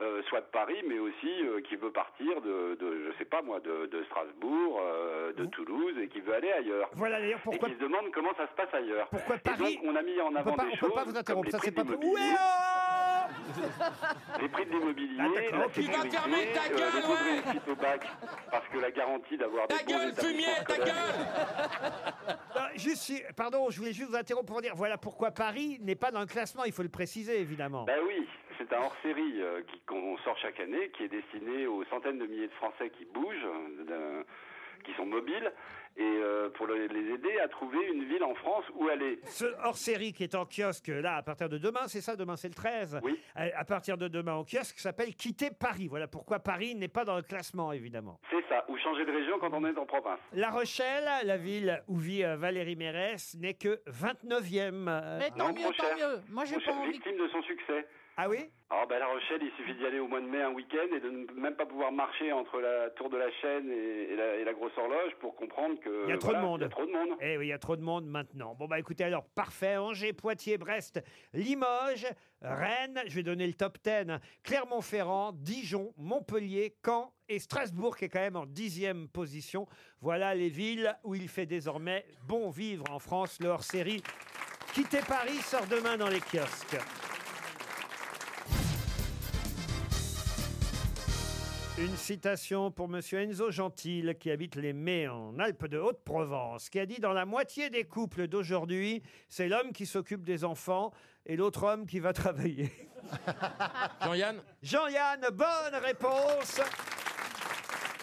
Speaker 12: euh, soit de Paris, mais aussi euh, qui veut partir de, de, je sais pas moi, de, de Strasbourg, euh, de Toulouse, et qui veut aller ailleurs.
Speaker 4: Voilà d'ailleurs pourquoi.
Speaker 12: Et qui se demande comment ça se passe ailleurs.
Speaker 4: Pourquoi
Speaker 12: Et
Speaker 4: Paris-
Speaker 12: donc, on a mis en
Speaker 4: On ne
Speaker 12: avant
Speaker 4: peut pas,
Speaker 12: des
Speaker 4: on peut
Speaker 12: choses
Speaker 4: pas vous
Speaker 12: comme
Speaker 4: interrompre,
Speaker 12: les
Speaker 4: ça c'est
Speaker 12: prix
Speaker 4: pas.
Speaker 12: de
Speaker 4: Ouais,
Speaker 12: l'immobilier. Oh Les prix de
Speaker 4: Ah,
Speaker 12: l'immobilier,
Speaker 4: d'accord.
Speaker 12: la
Speaker 4: Tu vas
Speaker 12: sécurité,
Speaker 4: fermer ta
Speaker 12: euh,
Speaker 4: gueule,
Speaker 12: les taux de réussite au bac, parce que la garantie d'avoir des bons établissements scolaires-
Speaker 4: Non, juste, si- pardon, je voulais juste vous interrompre pour dire voilà pourquoi Paris n'est pas dans le classement. Il faut le préciser, évidemment.
Speaker 12: Ben oui, c'est un hors-série euh, qui- qu'on sort chaque année, qui est destiné aux centaines de milliers de Français qui bougent, euh, qui sont mobiles, et euh, pour le- les aider à trouver une ville en France où aller.
Speaker 4: Ce hors-série qui est en kiosque là à partir de demain, c'est ça Demain c'est le 13. À, à partir de demain en kiosque s'appelle Quitter Paris. Voilà pourquoi Paris n'est pas dans le classement évidemment.
Speaker 12: C'est ça, ou changer de région quand on est en province.
Speaker 4: La Rochelle, la ville où vit euh, Valérie Mérès, n'est que Euh, 29e. euh,
Speaker 7: Mais tant mieux, tant mieux Moi j'ai
Speaker 12: Mon
Speaker 7: pas
Speaker 12: cher
Speaker 7: envie
Speaker 12: victime de son succès.
Speaker 4: Ah oui
Speaker 12: Alors, ben, La Rochelle, il suffit d'y aller au mois de mai un week-end et de ne même pas pouvoir marcher entre la tour de la chaîne et, et la, et la grosse horloge pour comprendre que.
Speaker 4: Il y a trop
Speaker 12: euh, voilà,
Speaker 4: de
Speaker 12: Il
Speaker 4: monde.
Speaker 12: y a trop de monde.
Speaker 4: Eh oui, il y a trop de monde maintenant. Bon, bah écoutez, alors, parfait. Angers, Poitiers, Brest, Limoges, Rennes, je vais donner le top 10. hein. Clermont-Ferrand, Dijon, Montpellier, Caen et Strasbourg, qui est quand même en dixième position. Voilà les villes où il fait désormais bon vivre en France. Le hors-série Quitter Paris sort demain dans les kiosques. Une citation pour Monsieur Enzo Gentil, qui habite les Mets en Alpes de Haute-Provence, qui a dit Dans la moitié des couples d'aujourd'hui, c'est l'homme qui s'occupe des enfants et l'autre homme qui va travailler. Jean-Yann Jean-Yann, bonne réponse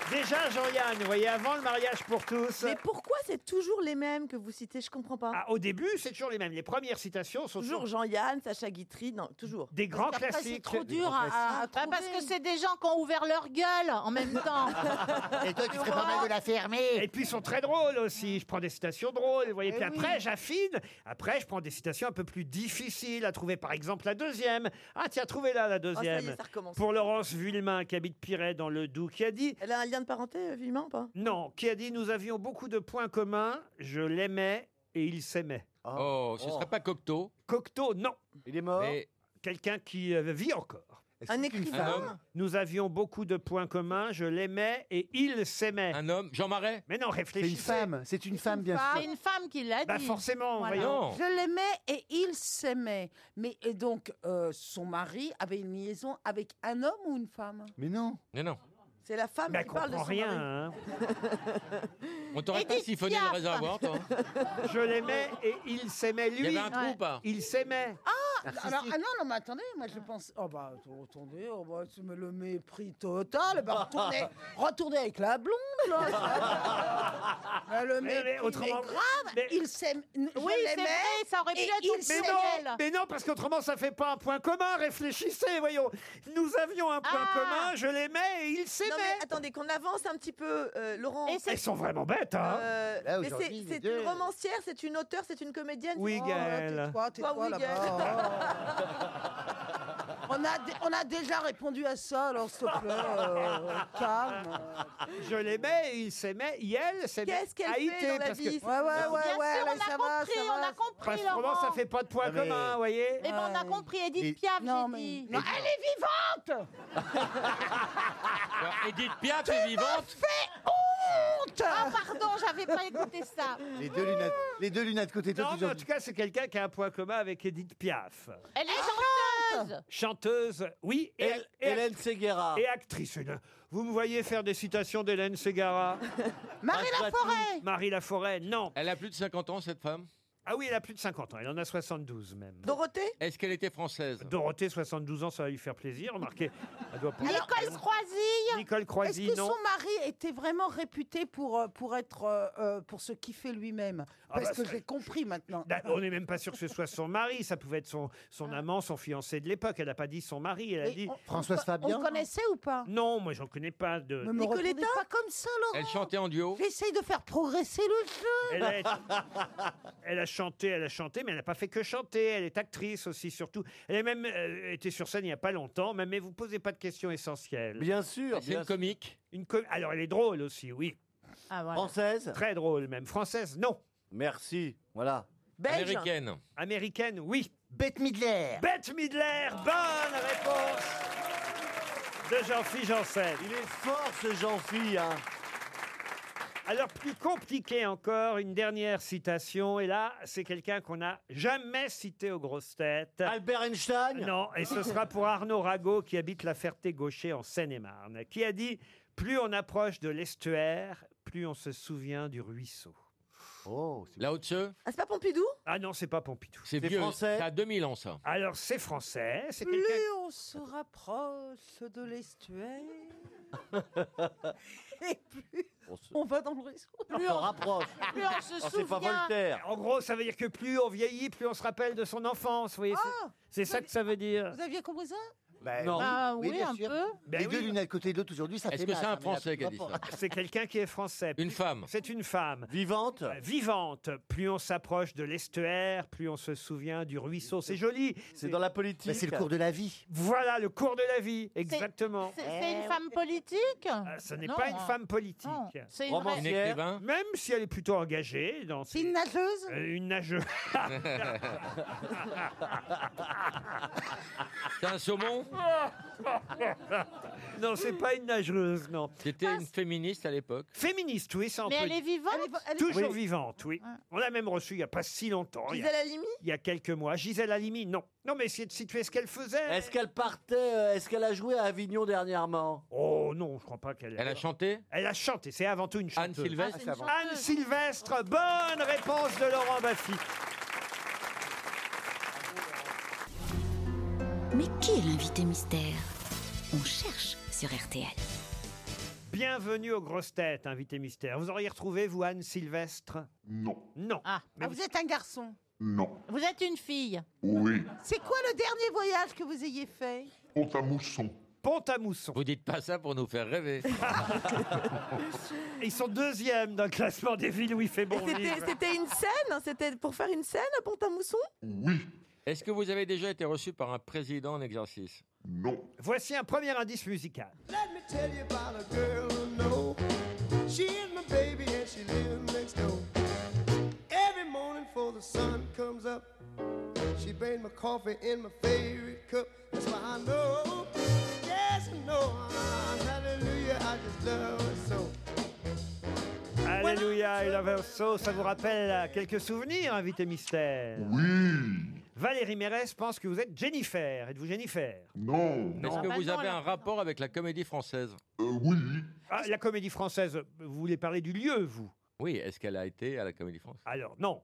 Speaker 4: Déjà, Jean-Yann, vous voyez, avant le mariage pour tous. Ah,
Speaker 6: Mais pourquoi c'est toujours les mêmes que vous citez Je comprends pas.
Speaker 4: Au début, c'est toujours les mêmes. Les premières citations sont
Speaker 6: toujours Jean-Yann, Sacha Guitry, non, toujours.
Speaker 4: Des grands
Speaker 7: Après, C'est
Speaker 4: classiques.
Speaker 7: trop
Speaker 4: Des
Speaker 7: dur
Speaker 4: grands
Speaker 7: à, à-
Speaker 4: classiques.
Speaker 7: bah, parce que c'est des gens qui ont ouvert leur gueule en même temps.
Speaker 4: Ah Et toi, tu
Speaker 7: ferais pas mal de
Speaker 4: la fermer. Et puis, ils sont très drôles aussi. Je prends des citations drôles, vous voyez. Puis
Speaker 10: Eh oui.
Speaker 4: après, j'affine. Après, je prends des citations un peu plus difficiles à trouver. Par exemple, la deuxième. Ah, tiens, trouvez-la, la
Speaker 6: Oh, ça y est,
Speaker 4: deuxième.
Speaker 6: ça recommence.
Speaker 4: Pour Laurence Vuillemin, qui habite Piret dans le Doubs, qui a dit...
Speaker 6: Elle a un lien de parenté, vivement ou pas
Speaker 4: Non, qui a dit « Nous avions beaucoup de points communs. Je l'aimais et il s'aimait. »
Speaker 9: Oh, ce serait pas Cocteau
Speaker 4: Cocteau, non.
Speaker 8: Il est mort
Speaker 4: Quelqu'un qui euh, vit encore.
Speaker 6: Un écrivain
Speaker 4: Nous avions beaucoup de points communs. Je l'aimais et il s'aimait. Un
Speaker 9: homme Jean Marais
Speaker 4: Mais non, réfléchissez.
Speaker 8: C'est une femme,
Speaker 4: C'est une femme,
Speaker 7: C'est une femme qui l'a dit.
Speaker 4: Bah, forcément, voyons.
Speaker 11: Je l'aimais et il s'aimait. Mais et donc, euh, son mari avait une liaison avec un homme ou une femme
Speaker 8: Mais non.
Speaker 9: Mais non.
Speaker 6: C'est la femme
Speaker 4: Mais elle
Speaker 6: qui parle de
Speaker 4: comprend
Speaker 6: son
Speaker 4: rien.
Speaker 6: mari.
Speaker 4: hein.
Speaker 9: On t'aurait pas
Speaker 4: Édith
Speaker 9: siphonné le
Speaker 4: Piaf.
Speaker 9: réservoir, toi
Speaker 4: Je l'aimais et il s'aimait lui.
Speaker 9: Il y avait un trou ou pas
Speaker 4: Il s'aimait.
Speaker 11: Ah, alors, ah non, non, mais attendez, moi je pense. Oh bah, attendez, oh bah, c'est le mépris total. Bah, retournez, retournez avec la blonde, là. Mais le
Speaker 4: Mais- mais
Speaker 11: mépris, mais
Speaker 4: autrement-
Speaker 11: grave,
Speaker 4: mais-
Speaker 11: il s'aime. Oui,
Speaker 7: Oui, c'est vrai, ça aurait pu être
Speaker 11: il
Speaker 7: son
Speaker 4: Mais
Speaker 11: s'aimait.
Speaker 4: non, mais non, parce qu'autrement ça fait pas un point commun. Réfléchissez, voyons. Nous avions un
Speaker 7: Ah.
Speaker 4: point commun. Je l'aimais et il
Speaker 6: Ah. Non,
Speaker 4: s'aimait.
Speaker 6: mais attendez, qu'on avance un petit peu, euh, Laurent.
Speaker 4: Elles sont vraiment bêtes, hein.
Speaker 6: Euh,
Speaker 4: Là,
Speaker 6: mais
Speaker 4: aujourd'hui,
Speaker 6: c'est-
Speaker 4: les
Speaker 6: c'est
Speaker 4: deux. euh,
Speaker 6: une romancière, c'est une auteure, c'est une comédienne.
Speaker 4: Oui,
Speaker 6: c'est-
Speaker 4: Gaëlle.
Speaker 11: oh, Tais-toi, tais-toi,
Speaker 6: Toi, oui,
Speaker 11: là-bas. Oh. on, a dé- on a déjà répondu à ça, alors s'il te plaît, euh, calme.
Speaker 4: Je l'aimais et il s'aimait. Et elle s'aimait.
Speaker 11: Qu'est-ce qu'elle
Speaker 4: Haïti,
Speaker 11: fait dans la
Speaker 4: parce que-
Speaker 11: vie, cette Ouais, ouais, femme ouais,
Speaker 7: Bien sûr, on a compris, on a
Speaker 4: Parce
Speaker 7: compris,
Speaker 4: que vraiment,
Speaker 7: Laurent.
Speaker 4: ça fait pas de point
Speaker 10: Non, mais-
Speaker 4: commun, vous voyez.
Speaker 7: Eh ben, on a compris, Edith Piaf, j'ai dit.
Speaker 11: Non, elle est vivante
Speaker 9: Alors, Edith Piaf est vivante
Speaker 11: Honte
Speaker 7: Ah, pardon, j'avais pas écouté ça.
Speaker 8: Les deux lunettes, les deux lunettes côté toi,
Speaker 4: Non,
Speaker 8: tu
Speaker 4: mais
Speaker 8: dois-
Speaker 4: en tout cas, c'est quelqu'un qui a un point commun avec Edith Piaf.
Speaker 7: Elle est chanteuse.
Speaker 4: Chanteuse, oui. Et, Hélène Segara. Et actrice. Une- Vous me voyez faire des citations d'Hélène Segara
Speaker 11: Marie Laforêt
Speaker 4: Marie Laforêt, non.
Speaker 9: Elle a plus de 50 ans, cette femme
Speaker 4: Ah oui, elle a plus de 50 ans. Elle en a 72 même.
Speaker 6: Dorothée
Speaker 9: Est-ce qu'elle était française
Speaker 4: Dorothée, 72 ans, ça va lui faire plaisir. Remarquez, elle doit pas-
Speaker 11: Nicole Croisille
Speaker 4: Nicole Croisille,
Speaker 11: Est-ce que
Speaker 4: non.
Speaker 11: son mari était vraiment réputé pour, euh, pour, être, euh, euh, pour se kiffer lui-même Parce
Speaker 4: bah,
Speaker 11: que
Speaker 4: ça-
Speaker 11: j'ai compris maintenant.
Speaker 4: Bah, On n'est même pas sûr que ce soit son mari. Ça pouvait être son, son amant, son fiancé de l'époque. Elle n'a pas dit son mari. Elle a
Speaker 11: Et
Speaker 4: dit.
Speaker 11: Ah. on- on- on- On connaissait ou pas
Speaker 4: Non, moi, j'en connais pas de.
Speaker 11: Ne me répondez pas comme ça, Laurent
Speaker 9: Elle chantait en duo
Speaker 11: J'essaye de faire progresser le
Speaker 4: Elle
Speaker 11: jeu
Speaker 4: a, elle a chanté, elle a chanté, mais elle n'a pas fait que chanter. Elle est actrice aussi, surtout. Elle a même euh, été sur scène il n'y a pas longtemps. Mais, mais vous posez pas de questions essentielles. Bien sûr.
Speaker 9: Ah, C'est bien une sûr. comique.
Speaker 4: Une com- Alors, elle est drôle aussi, oui.
Speaker 7: Ah, voilà.
Speaker 4: Française Très drôle même. Française, non. Merci. Voilà.
Speaker 9: Belge Américaine.
Speaker 4: Américaine, oui.
Speaker 8: Bette Midler.
Speaker 4: Bette Midler, bonne réponse de Jean-Philippe Janssen. Il est fort ce Jean-Philippe. hein. Alors plus compliqué encore, une dernière citation. Et là, c'est quelqu'un qu'on n'a jamais cité aux grosses têtes. Albert Einstein Non, et ce sera pour Arnaud Rago qui habite la Ferté-Gaucher en Seine-et-Marne, qui a dit « Plus on approche de l'estuaire, plus on se souvient du ruisseau. » Oh,
Speaker 9: La Haute-Seu
Speaker 6: Ah, c'est pas Pompidou
Speaker 4: Ah non, c'est pas Pompidou. Ah,
Speaker 9: C'est vieux. Ça a 2000 ans, ça.
Speaker 4: Alors, c'est français. C'est
Speaker 11: Plus
Speaker 4: quelqu'un...
Speaker 11: on se rapproche de l'estuaire, on va dans le réseau.
Speaker 4: Plus on rapproche.
Speaker 11: plus on se Oh, c'est pas souvient. Voltaire.
Speaker 4: En gros, ça veut dire que plus on vieillit, plus on se rappelle de son enfance. Vous voyez, c'est-
Speaker 11: Ah,
Speaker 4: c'est ça que ça veut dire.
Speaker 11: Vous aviez compris ça
Speaker 4: Non. Ben
Speaker 7: Bah
Speaker 8: Ben oui,
Speaker 7: oui,
Speaker 8: bien
Speaker 7: un
Speaker 8: sûr.
Speaker 7: peu.
Speaker 8: Les deux l'une à côté de l'autre aujourd'hui, ça fait
Speaker 9: Est-ce que
Speaker 8: mal,
Speaker 9: c'est un
Speaker 8: ça, mais là,
Speaker 9: Français qui a dit
Speaker 8: rapport.
Speaker 9: ça
Speaker 4: C'est quelqu'un qui est français. Une femme. C'est une femme. Vivante Vivante. Plus on s'approche de l'estuaire, plus on se souvient du ruisseau. C'est joli. C'est dans la politique.
Speaker 8: Mais c'est le cours de la vie.
Speaker 4: Voilà, le cours de la vie,
Speaker 7: C'est-
Speaker 4: exactement. Eh Ah,
Speaker 7: C'est c'est une femme politique
Speaker 4: Ce n'est pas une femme politique.
Speaker 7: C'est une Romancière. vraie- Une écrivain
Speaker 4: Même si elle est plutôt engagée dans ses-
Speaker 7: une nageuse
Speaker 4: Euh, Une nageuse.
Speaker 9: C'est un saumon
Speaker 4: Non, c'est pas une nageuse, non.
Speaker 9: C'était une féministe à l'époque.
Speaker 4: Féministe, oui, sans
Speaker 7: Ah, Mais elle est vivante
Speaker 4: Toujours vivante, oui. On l'a même reçue il n'y a pas si longtemps. il y a-
Speaker 6: Gisèle Halimi
Speaker 4: Il y a quelques mois. Gisèle Halimi, non. Non, mais essayez de situer ce qu'elle faisait.
Speaker 10: Est-ce qu'elle partait euh, Est-ce qu'elle a joué à Avignon dernièrement
Speaker 4: Oh non, je crois pas qu'elle.
Speaker 9: Elle a chanté
Speaker 4: Elle a chanté, c'est avant tout une chanteuse.
Speaker 9: Anne Sylvestre Ah, c'est une
Speaker 4: Anne Sylvestre, bonne réponse de Laurent Baffy.
Speaker 3: Mais qui est l'invité mystère On cherche sur RTL.
Speaker 4: Bienvenue aux grosses têtes, invité mystère. Vous auriez retrouvé, vous, Anne Sylvestre Non. Non. Mais
Speaker 11: Ah, vous êtes un garçon.
Speaker 16: Non.
Speaker 7: Vous êtes une fille.
Speaker 16: Oui.
Speaker 11: C'est quoi le dernier voyage que vous ayez fait
Speaker 16: Pont à mousson.
Speaker 4: Pont à mousson.
Speaker 9: Vous dites pas ça pour nous faire rêver.
Speaker 4: Ils sont deuxièmes dans le classement des villes où il fait bon
Speaker 6: C'était-
Speaker 4: vivre.
Speaker 6: C'était une scène hein, C'était pour faire une scène à Pont-à-Mousson
Speaker 9: Est-ce que vous avez déjà été reçu par un président en exercice
Speaker 4: Voici un premier indice musical.
Speaker 5: Let me tell you about a girl I know. She is my baby and she lives next door. Every morning before the sun comes up, she brings my coffee in my favorite cup. That's why I know, yes, I know, I'm hallelujah, I just love her so.
Speaker 4: Alléluia, I love her so. Ça vous rappelle euh, quelques souvenirs, invité mystère
Speaker 16: Oui.
Speaker 4: Valérie Mérès pense que vous êtes Jennifer. Êtes-vous Jennifer
Speaker 16: Non.
Speaker 9: Est-ce que
Speaker 4: Ah bah
Speaker 9: vous
Speaker 4: non,
Speaker 9: avez
Speaker 4: là.
Speaker 9: un rapport avec la comédie française
Speaker 16: Euh,
Speaker 4: Ah, La comédie française, vous voulez parler du lieu, vous
Speaker 9: Oui, est-ce qu'elle a été à la comédie française
Speaker 4: Alors, non.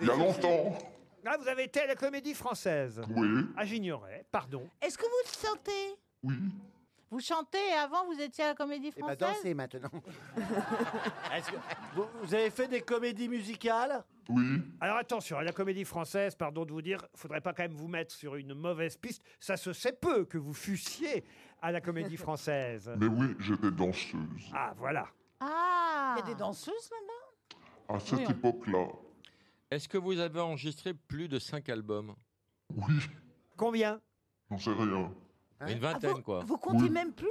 Speaker 16: Il y a longtemps.
Speaker 4: Ah, vous avez été à la comédie française
Speaker 16: Oui.
Speaker 4: Ah, j'ignorais, pardon.
Speaker 7: Est-ce que vous le chantez
Speaker 16: Oui.
Speaker 7: Vous chantez et avant vous étiez à la comédie
Speaker 8: Et bah
Speaker 7: française
Speaker 8: danser maintenant.
Speaker 10: Est-ce que vous, vous avez fait des comédies musicales
Speaker 16: Oui.
Speaker 4: Alors attention, à la comédie française, pardon de vous dire, faudrait pas quand même vous mettre sur une mauvaise piste. Ça se sait peu que vous fussiez à la comédie française.
Speaker 16: Mais oui, j'étais danseuse.
Speaker 4: Ah, voilà.
Speaker 7: Ah
Speaker 11: Il y a des danseuses maintenant
Speaker 16: À cette
Speaker 9: Oui, on-
Speaker 16: époque-là,
Speaker 9: Est-ce que vous avez enregistré plus de 5 albums
Speaker 4: Combien
Speaker 16: j'en sais rien.
Speaker 9: Une vingtaine, quoi.
Speaker 11: Vous comptez
Speaker 16: Oui.
Speaker 11: même plus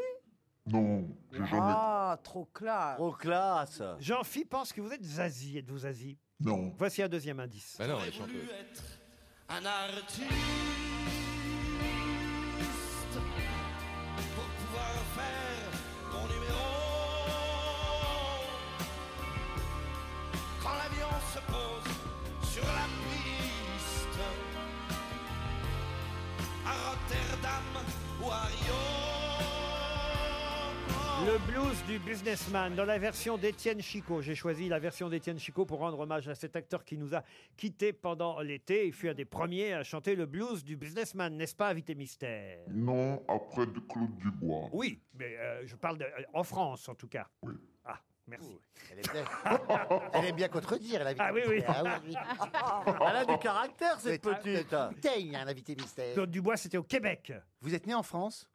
Speaker 16: Non, j'ai jamais.
Speaker 11: Ah, trop classe.
Speaker 10: Trop classe.
Speaker 4: Jean-Phi pense que vous êtes Zazie. Êtes-vous Zazie
Speaker 16: Non.
Speaker 4: Voici un deuxième indice.
Speaker 9: Ben non,
Speaker 4: elle
Speaker 9: elle est chanteuse.
Speaker 5: Un artiste pour pouvoir faire mon numéro. Quand l'avion se pose sur la piste, à Rotterdam ou à Rio.
Speaker 4: Le blues du businessman dans la version d'Étienne Chicot. J'ai choisi la version d'Étienne Chicot pour rendre hommage à cet acteur qui nous a quittés pendant l'été. Il fut un des premiers à chanter le blues du businessman, n'est-ce pas, Invité Mystère
Speaker 16: Non, après de Claude Dubois.
Speaker 4: Oui, mais euh, je parle de- euh, en France en tout cas. Ah, merci.
Speaker 8: Elle aime bien, elle aime bien contredire, la vie.
Speaker 4: Ah oui, oui.
Speaker 8: Elle a du caractère, cette petite. Teigne, un invité mystère.
Speaker 4: Claude Dubois, c'était au Québec.
Speaker 8: Vous êtes né en France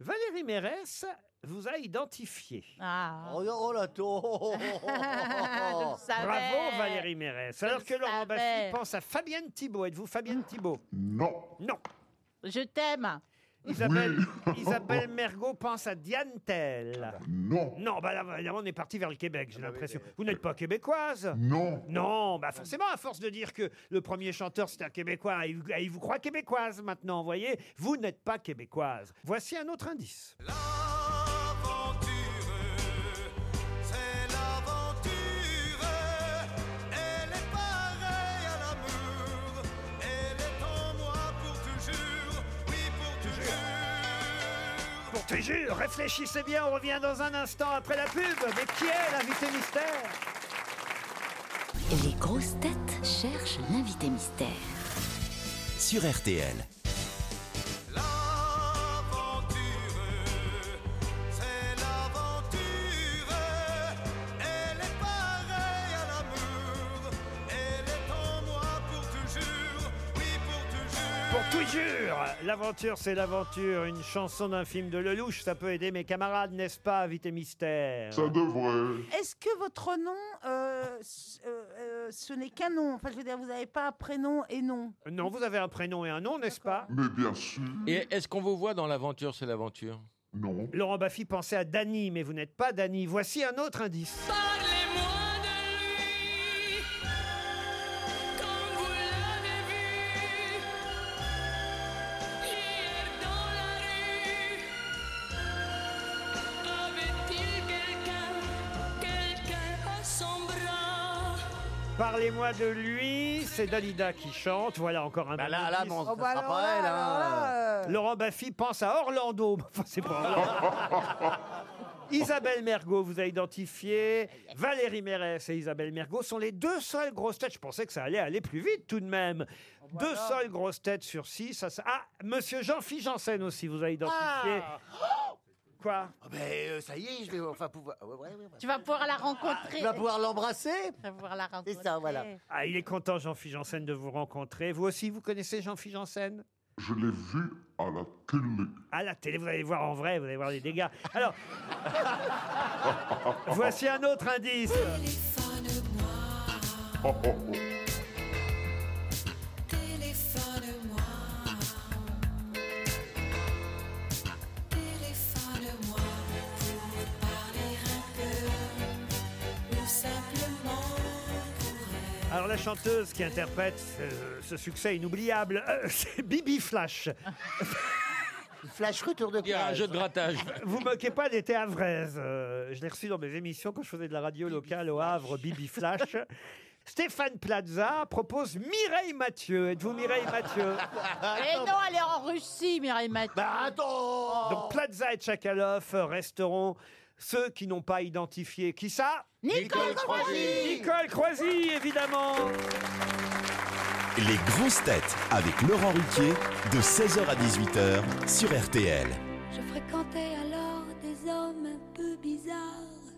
Speaker 4: Valérie Mérès vous a identifié.
Speaker 7: Ah.
Speaker 10: Oh, oh la
Speaker 7: Je le savais.
Speaker 4: Bravo Valérie Mérès. Alors que Laurent
Speaker 7: savais.
Speaker 4: Baffy pense à Fabienne Thibault. Êtes-vous Fabienne Thibault
Speaker 16: Non.
Speaker 4: Non.
Speaker 7: Je t'aime.
Speaker 4: Isabelle, Isabelle Mergot pense à Diane Tell.
Speaker 16: Non.
Speaker 4: Non, bah là, évidemment, on est parti vers le Québec,
Speaker 7: Ah bah
Speaker 4: j'ai l'impression. Vous n'êtes pas québécoise
Speaker 16: Non.
Speaker 4: Non, bah forcément, à force de dire que le premier chanteur c'était un Québécois, il, il vous croit québécoise maintenant, vous voyez Vous n'êtes pas québécoise. Voici un autre indice.
Speaker 5: L'aventure, c'est l'aventure. Elle est pareille à l'amour. Elle est en moi pour toujours. Oui, pour toujours.
Speaker 4: Pour te jure, réfléchissez bien, on revient dans un instant après la pub. Mais qui est l'invité mystère
Speaker 3: Les grosses têtes cherchent l'invité mystère.
Speaker 13: Sur RTL.
Speaker 5: L'aventure, c'est l'aventure. Elle est pareille à l'amour. Elle est en moi pour toujours.
Speaker 4: L'aventure L'aventure, c'est l'aventure. Une chanson d'un film de Lelouch, ça peut aider mes camarades, n'est-ce pas, Vite et Mystère
Speaker 16: Ça devrait.
Speaker 11: Est-ce que votre nom, euh, s- euh, euh, ce n'est qu'un nom Enfin, je veux dire, vous n'avez pas un prénom et nom.
Speaker 4: Non, vous avez un prénom et un nom, n'est-ce pas
Speaker 16: Mais bien sûr.
Speaker 9: Et est-ce qu'on vous voit dans l'aventure, c'est l'aventure
Speaker 16: Non.
Speaker 4: Laurent Baffy pensait à Dany, mais vous n'êtes pas Dany. Voici un autre indice.
Speaker 15: Avait-il quelqu'un, quelqu'un à son bras
Speaker 4: Parlez-moi de lui, c'est Dalida qui chante. Voilà encore un
Speaker 10: là, là,
Speaker 4: indice.
Speaker 10: bon, Oh, bah, ça sera alors pas là, elle, hein. alors là.
Speaker 4: Laurent Baffy pense à Orlando. Enfin, c'est pas vrai. Isabelle Mergot vous a identifié. Valérie Mérès et Isabelle Mergot sont les deux seules grosses têtes. Je pensais que ça allait aller plus vite tout de même.
Speaker 10: Oh, bah
Speaker 4: Deux seules grosses têtes sur six. ça, ça- Ah, monsieur Jean-Philippe Janssen aussi vous a identifié.
Speaker 10: Ah.
Speaker 7: Ah
Speaker 4: Quoi
Speaker 8: Ben euh, ça y est, je vais enfin pouvoir. ouais, ouais, ouais, ouais.
Speaker 7: Tu vas pouvoir la rencontrer.
Speaker 8: Tu vas pouvoir
Speaker 7: l'embrasser Tu vas pouvoir la rencontrer.
Speaker 8: C'est ça, voilà.
Speaker 4: Ah, il est content, Jean-Philippe Janssen, de vous rencontrer. Vous aussi, vous connaissez Jean-Philippe Janssen
Speaker 16: Je l'ai vu à la télé.
Speaker 4: À la télé, vous allez voir en vrai, vous allez voir les dégâts. Alors, voici un autre indice.
Speaker 15: Téléphone-moi. Téléphone-moi pour me parler un peu ou simplement
Speaker 4: Alors, la chanteuse qui interprète ce, ce succès inoubliable, euh, c'est Bibi Flash.
Speaker 8: Flash retour de
Speaker 9: Il y a un
Speaker 8: plage.
Speaker 9: jeu de grattage.
Speaker 4: Vous moquez pas des Havraise. Euh, je l'ai reçu dans mes émissions quand je faisais de la radio locale au Havre, Bibi Flash. Stéphane Plaza propose Mireille Mathieu. Êtes-vous Mireille Mathieu
Speaker 7: Eh non, elle est en Russie, Mireille Mathieu. Bah
Speaker 8: attends
Speaker 4: Donc Plaza et Tchakaloff resteront ceux qui n'ont pas identifié. Qui ça
Speaker 7: Nicole Croisi
Speaker 4: Nicole Croisi, évidemment
Speaker 13: Les grosses têtes avec Laurent Ruquier de 16h à 18h sur RTL.
Speaker 15: Je fréquentais alors des hommes un peu bizarres,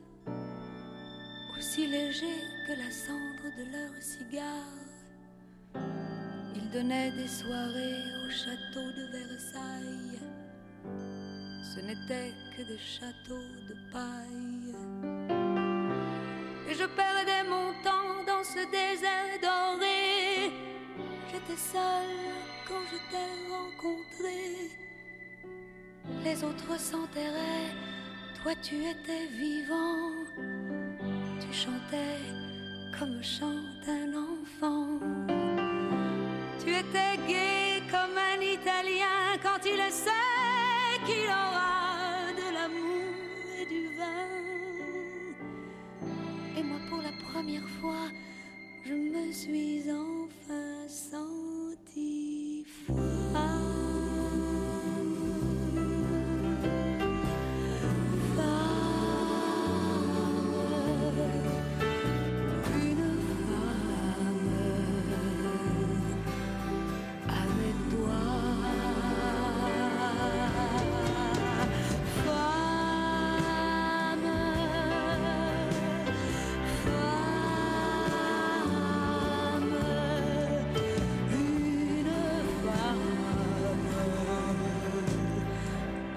Speaker 15: aussi légers que la cendre de leurs cigares. Ils donnaient des soirées au château de Versailles. Ce n'étaient que des châteaux de paille. Et je perdais mon temps dans ce désert doré. J'étais seule quand je t'ai rencontrée. Les autres s'enterraient, toi tu étais vivant. Tu chantais comme chante un enfant. Tu étais gai comme un Italien quand il sait qu'il aura de l'amour et du vin. Et moi pour la première fois, je me suis enfin sentie femme.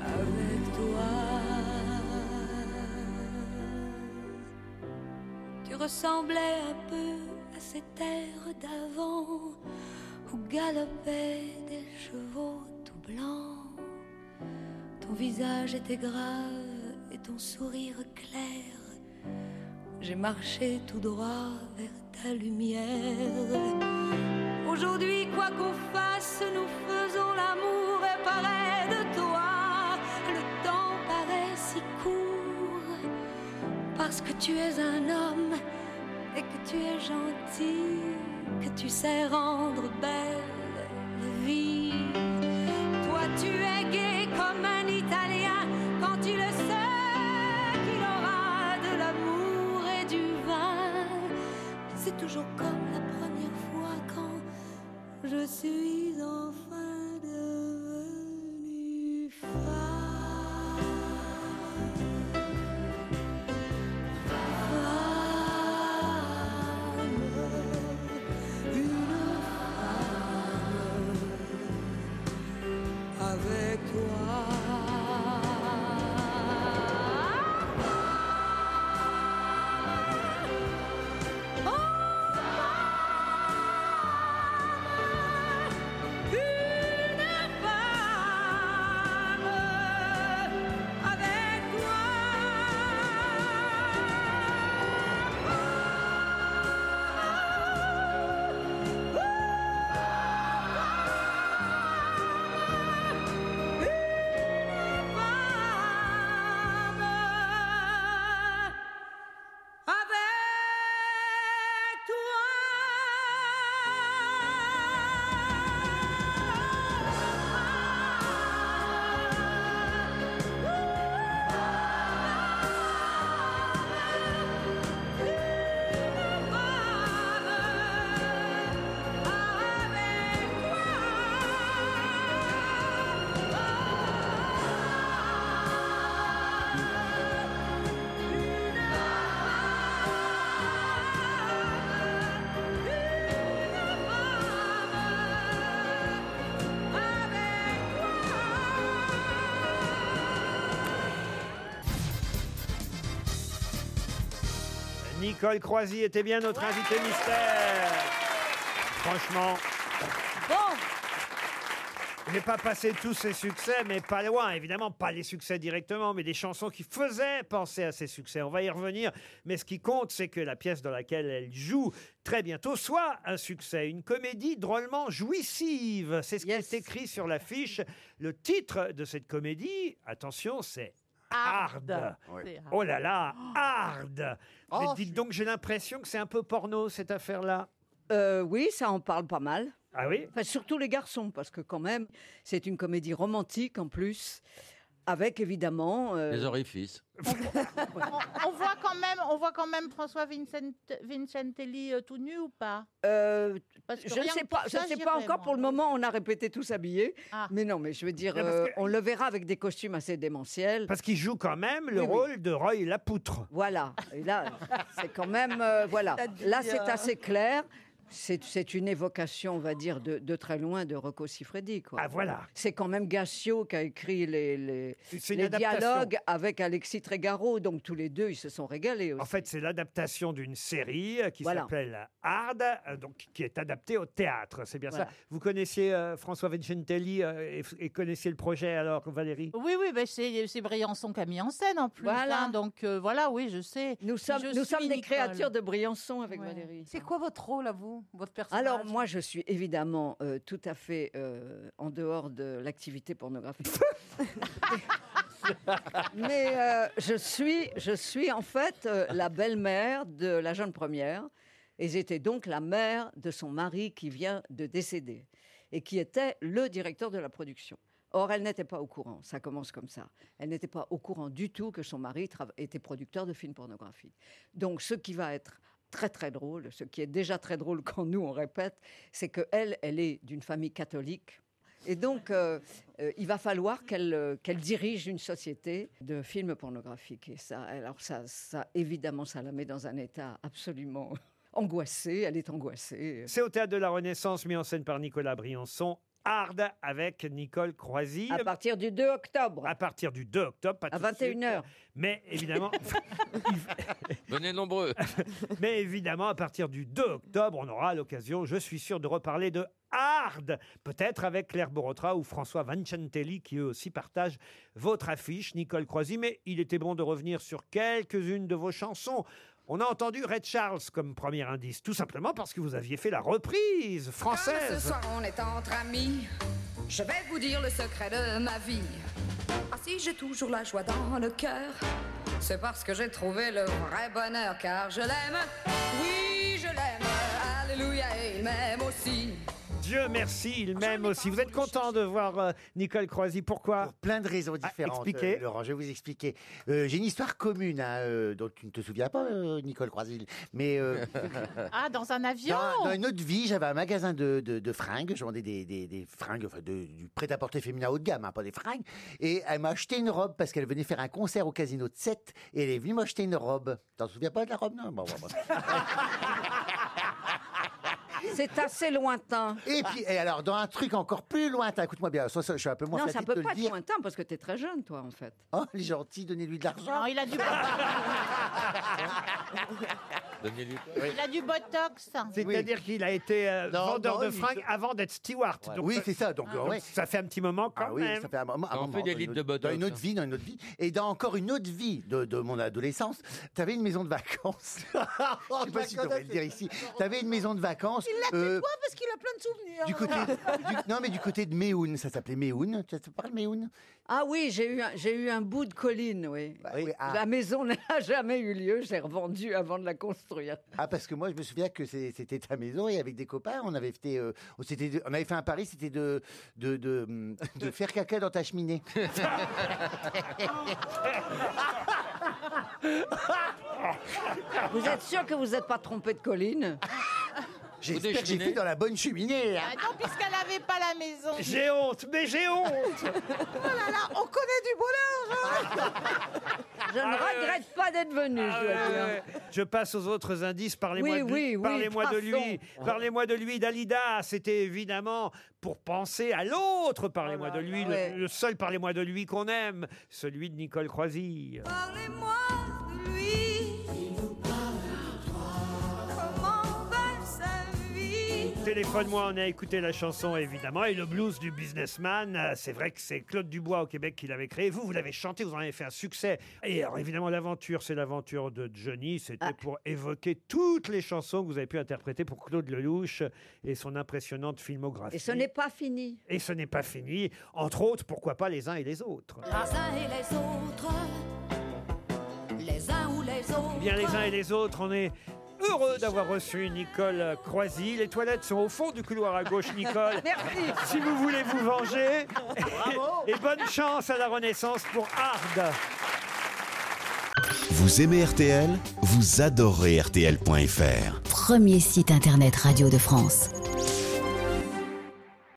Speaker 15: Avec toi, tu ressemblais un peu à ces terres d'avant où galopaient des chevaux tout blancs. Ton visage était grave et ton sourire clair. J'ai marché tout droit vers ta lumière. Aujourd'hui, quoi qu'on fasse, nous faisons l'amour et paraît de toi. Le temps paraît si court parce que tu es un homme et que tu es gentil, que tu sais rendre belle la vie. Toi, tu es gai comme un Italien quand il sait qu'il aura de l'amour et du vin. C'est toujours comme la première fois quand je suis enfin devenue femme. Femme, une femme.
Speaker 4: Nicole Croisy était bien notre invitée mystère. Franchement. J'ai pas passé tous ses succès, mais pas loin. Évidemment, pas les succès directement, mais des chansons qui faisaient penser à ses succès. On va y revenir. Mais ce qui compte, c'est que la pièce dans laquelle elle joue très bientôt soit un succès, une comédie drôlement jouissive. C'est ce qui est écrit sur l'affiche. Le titre de cette comédie, attention, c'est Hard.
Speaker 10: Oui.
Speaker 4: Oh là là, Hard.
Speaker 17: Oh,
Speaker 4: Mais dites donc, j'ai l'impression que c'est un peu porno cette affaire-là.
Speaker 17: Euh, oui, ça en parle pas mal.
Speaker 4: Ah oui
Speaker 17: Enfin, surtout les garçons, parce que quand même, c'est une comédie romantique en plus, avec évidemment... euh,
Speaker 9: Les orifices.
Speaker 7: On voit quand même, on voit quand même François Vincent, Vincentelli euh, tout nu ou pas
Speaker 17: euh,
Speaker 7: Parce que
Speaker 17: je ne
Speaker 7: rien
Speaker 17: sais
Speaker 7: que
Speaker 17: pas,
Speaker 7: pour
Speaker 17: je
Speaker 7: ça,
Speaker 17: sais
Speaker 7: j'irais,
Speaker 17: pas encore
Speaker 7: moi.
Speaker 17: pour le moment. On a répété tous habillés,
Speaker 7: Ah.
Speaker 17: mais non, mais je veux dire,
Speaker 4: Non, parce
Speaker 17: euh,
Speaker 4: que-
Speaker 17: on le verra avec des costumes assez démentiels.
Speaker 4: Parce qu'il joue quand même le
Speaker 17: Oui, oui.
Speaker 4: rôle de Roy Lapoutre.
Speaker 17: Voilà, et là, c'est quand même. euh, voilà,
Speaker 4: Ça devient-
Speaker 17: là, c'est assez clair. C'est c'est une évocation, on va dire, de, de très loin de Rocco Siffredi. Quoi.
Speaker 4: Ah, voilà.
Speaker 17: C'est quand même Gassio qui a écrit les, les,
Speaker 4: C'est une
Speaker 17: les
Speaker 4: adaptation.
Speaker 17: dialogues avec Alexis Trégaro. Donc tous les deux, ils se sont régalés aussi.
Speaker 4: En fait, c'est l'adaptation d'une série euh, qui
Speaker 17: Voilà.
Speaker 4: s'appelle Hard, euh, donc qui est adaptée au théâtre. C'est bien
Speaker 7: Voilà.
Speaker 4: ça. Vous connaissiez euh, François Vincentelli euh, et, et connaissiez le projet alors, Valérie
Speaker 7: Oui, oui, ben c'est c'est Briançon qui a mis en scène en plus.
Speaker 17: Voilà.
Speaker 7: hein, donc euh, voilà, oui, je sais.
Speaker 17: Nous sommes- nous sommes des créatures de Briançon avec Valérie.
Speaker 11: C'est quoi votre rôle à vous Votre personnage
Speaker 17: Alors moi, je suis évidemment euh, tout à fait euh, en dehors de l'activité pornographique. Mais euh, je, suis, je suis en fait euh, la belle-mère de la jeune première. Et j'étais donc la mère de son mari qui vient de décéder et qui était le directeur de la production. Or, elle n'était pas au courant, ça commence comme ça. Elle n'était pas au courant du tout que son mari trava- était producteur de films pornographiques. Donc, ce qui va être très très drôle, ce qui est déjà très drôle quand nous on répète, c'est que elle, elle est d'une famille catholique. Et donc, euh, euh, il va falloir qu'elle euh, qu'elle dirige une société de films pornographiques. Et ça, alors ça, ça, évidemment, ça la met dans un état absolument angoissé. Elle est angoissée.
Speaker 4: C'est au théâtre de la Renaissance, mis en scène par Nicolas Briançon. Hard avec Nicole Croisy.
Speaker 17: À partir du 2 octobre.
Speaker 4: À partir du 2 octobre, pas
Speaker 17: À
Speaker 4: tout de suite.
Speaker 17: 21h.
Speaker 4: Mais évidemment,
Speaker 9: Venez nombreux.
Speaker 4: Mais évidemment, à partir du 2 octobre, on aura l'occasion, je suis sûr, de reparler de Hard, peut-être avec Claire Borotra ou François Vancentelli, qui eux aussi partagent votre affiche, Nicole Croisy. Mais il était bon de revenir sur quelques-unes de vos chansons. On a entendu Red Charles comme premier indice, tout simplement parce que vous aviez fait la reprise
Speaker 18: Comme ce
Speaker 4: française.
Speaker 18: soir on est entre amis, je vais vous dire le secret de ma vie. Ah si j'ai toujours la joie dans le cœur, c'est parce que j'ai trouvé le vrai bonheur car je l'aime. Oui, je l'aime. Alléluia et il m'aime aussi.
Speaker 4: Dieu merci, il m'aime aussi. Vous êtes content de voir euh, Nicole Croisy, pourquoi Pour
Speaker 8: plein de raisons différentes,
Speaker 4: expliquez.
Speaker 8: euh, Laurent, je vais vous expliquer. Euh, J'ai une histoire commune hein, euh, dont tu ne te souviens pas, euh, Nicole Croisil, mais euh,
Speaker 7: Ah, dans un avion
Speaker 8: Dans, dans une autre vie, j'avais un magasin de, de- de fringues. Je vendais des, des- des fringues, enfin, de- du prêt-à-porter féminin haut de gamme, hein, pas des fringues. Et elle m'a acheté une robe parce qu'elle venait faire un concert au casino de 7 et elle est venue m'acheter une robe. T'en souviens pas de la robe Non, bon, bon, bon.
Speaker 17: C'est assez lointain.
Speaker 8: Et puis, et alors, dans un truc encore plus lointain, écoute-moi bien, ça, ça, je suis un peu moins
Speaker 17: non, ça
Speaker 8: flatté
Speaker 17: peut
Speaker 8: de te
Speaker 17: pas
Speaker 8: le
Speaker 17: être
Speaker 8: dire.
Speaker 17: lointain parce que t'es très jeune, toi, en fait.
Speaker 8: Oh, les gentils, donnez-lui de l'argent.
Speaker 7: Non, il a du
Speaker 8: Oui.
Speaker 7: Il a du botox.
Speaker 4: C'est-à-dire qu'il a été euh,
Speaker 8: Non,
Speaker 4: vendeur
Speaker 8: non,
Speaker 4: de
Speaker 8: il-
Speaker 4: fringues avant d'être steward. Donc,
Speaker 8: oui,
Speaker 4: euh,
Speaker 8: c'est ça. Donc, Ah,
Speaker 4: donc
Speaker 8: ouais.
Speaker 4: ça fait un petit moment quand
Speaker 8: Ah oui,
Speaker 4: même.
Speaker 8: ça fait un moment. un
Speaker 4: On
Speaker 8: moment,
Speaker 4: fait des
Speaker 8: dans
Speaker 4: litres
Speaker 8: une
Speaker 4: de
Speaker 8: autre- Dans
Speaker 4: Botox,
Speaker 8: une autre
Speaker 4: hein.
Speaker 8: vie, dans une autre vie. Et dans encore une autre vie de, de mon adolescence, t'avais une maison de vacances. Je sais pas si tu devrais le dire ici. T'avais une maison de vacances.
Speaker 11: Il l'a fait
Speaker 8: euh,
Speaker 11: toi parce qu'il a plein de souvenirs.
Speaker 8: du côté, du- non mais du côté de Méhoun, ça s'appelait Méhoun. Tu te parles Méhoun
Speaker 17: Ah oui, j'ai eu, un- j'ai eu un bout de colline, oui.
Speaker 8: Bah ah.
Speaker 17: La maison n'a jamais eu lieu, j'ai revendu avant de la construire.
Speaker 8: Ah parce que moi je me souviens que c'est- c'était ta maison et avec des copains on avait fait euh, on, s'était- on avait fait un pari c'était de de, de hum, de faire caca dans ta cheminée.
Speaker 17: Vous êtes sûr que vous n'êtes pas trompé de colline
Speaker 8: J'espère que j'ai fait dans la bonne cheminée. hein.
Speaker 7: Ah non, puisqu'elle n'avait pas la maison.
Speaker 4: J'ai honte, mais j'ai honte
Speaker 7: Oh là là, on connaît du bonheur.
Speaker 17: Je ne regrette pas d'être venu, je
Speaker 4: Ah
Speaker 17: dois dire.
Speaker 4: Euh, Je passe aux autres indices. Parlez-moi
Speaker 17: Oui,
Speaker 4: de, lui,
Speaker 17: oui, oui,
Speaker 4: parlez-moi de lui.
Speaker 17: passons.
Speaker 4: Parlez-moi de lui. Dalida, c'était évidemment pour penser à l'autre. Parlez-moi
Speaker 17: Oh
Speaker 4: de lui. le-
Speaker 15: Ouais.
Speaker 4: Le, seul parlez-moi de lui qu'on aime, celui de Nicole Croisille.
Speaker 15: Parlez-moi de lui. Il nous parle de toi. Comment va sa vie
Speaker 4: Téléphone-moi, on a écouté la chanson évidemment et le blues du businessman. euh, C'est vrai que c'est Claude Dubois au Québec qui l'avait créé. Vous, vous l'avez chanté, vous en avez fait un succès. Et alors évidemment, l'aventure, c'est l'aventure de Johnny. C'était
Speaker 17: Ah.
Speaker 4: pour évoquer toutes les chansons que vous avez pu interpréter pour Claude Lelouch et son impressionnante filmographie.
Speaker 17: Et ce n'est pas fini.
Speaker 4: Et ce n'est pas fini. Entre autres, pourquoi pas les uns et les autres
Speaker 15: Les uns et les autres. Les uns ou les autres.
Speaker 4: Eh bien, les uns et les autres, on est heureux d'avoir reçu Nicole Croisy. Les toilettes sont au fond du couloir à gauche, Nicole.
Speaker 15: Merci.
Speaker 4: Si vous voulez vous venger. Et bonne chance à la Renaissance pour Hard.
Speaker 13: Vous aimez RTL Vous adorez RTL.fr.
Speaker 3: Premier site internet radio de France.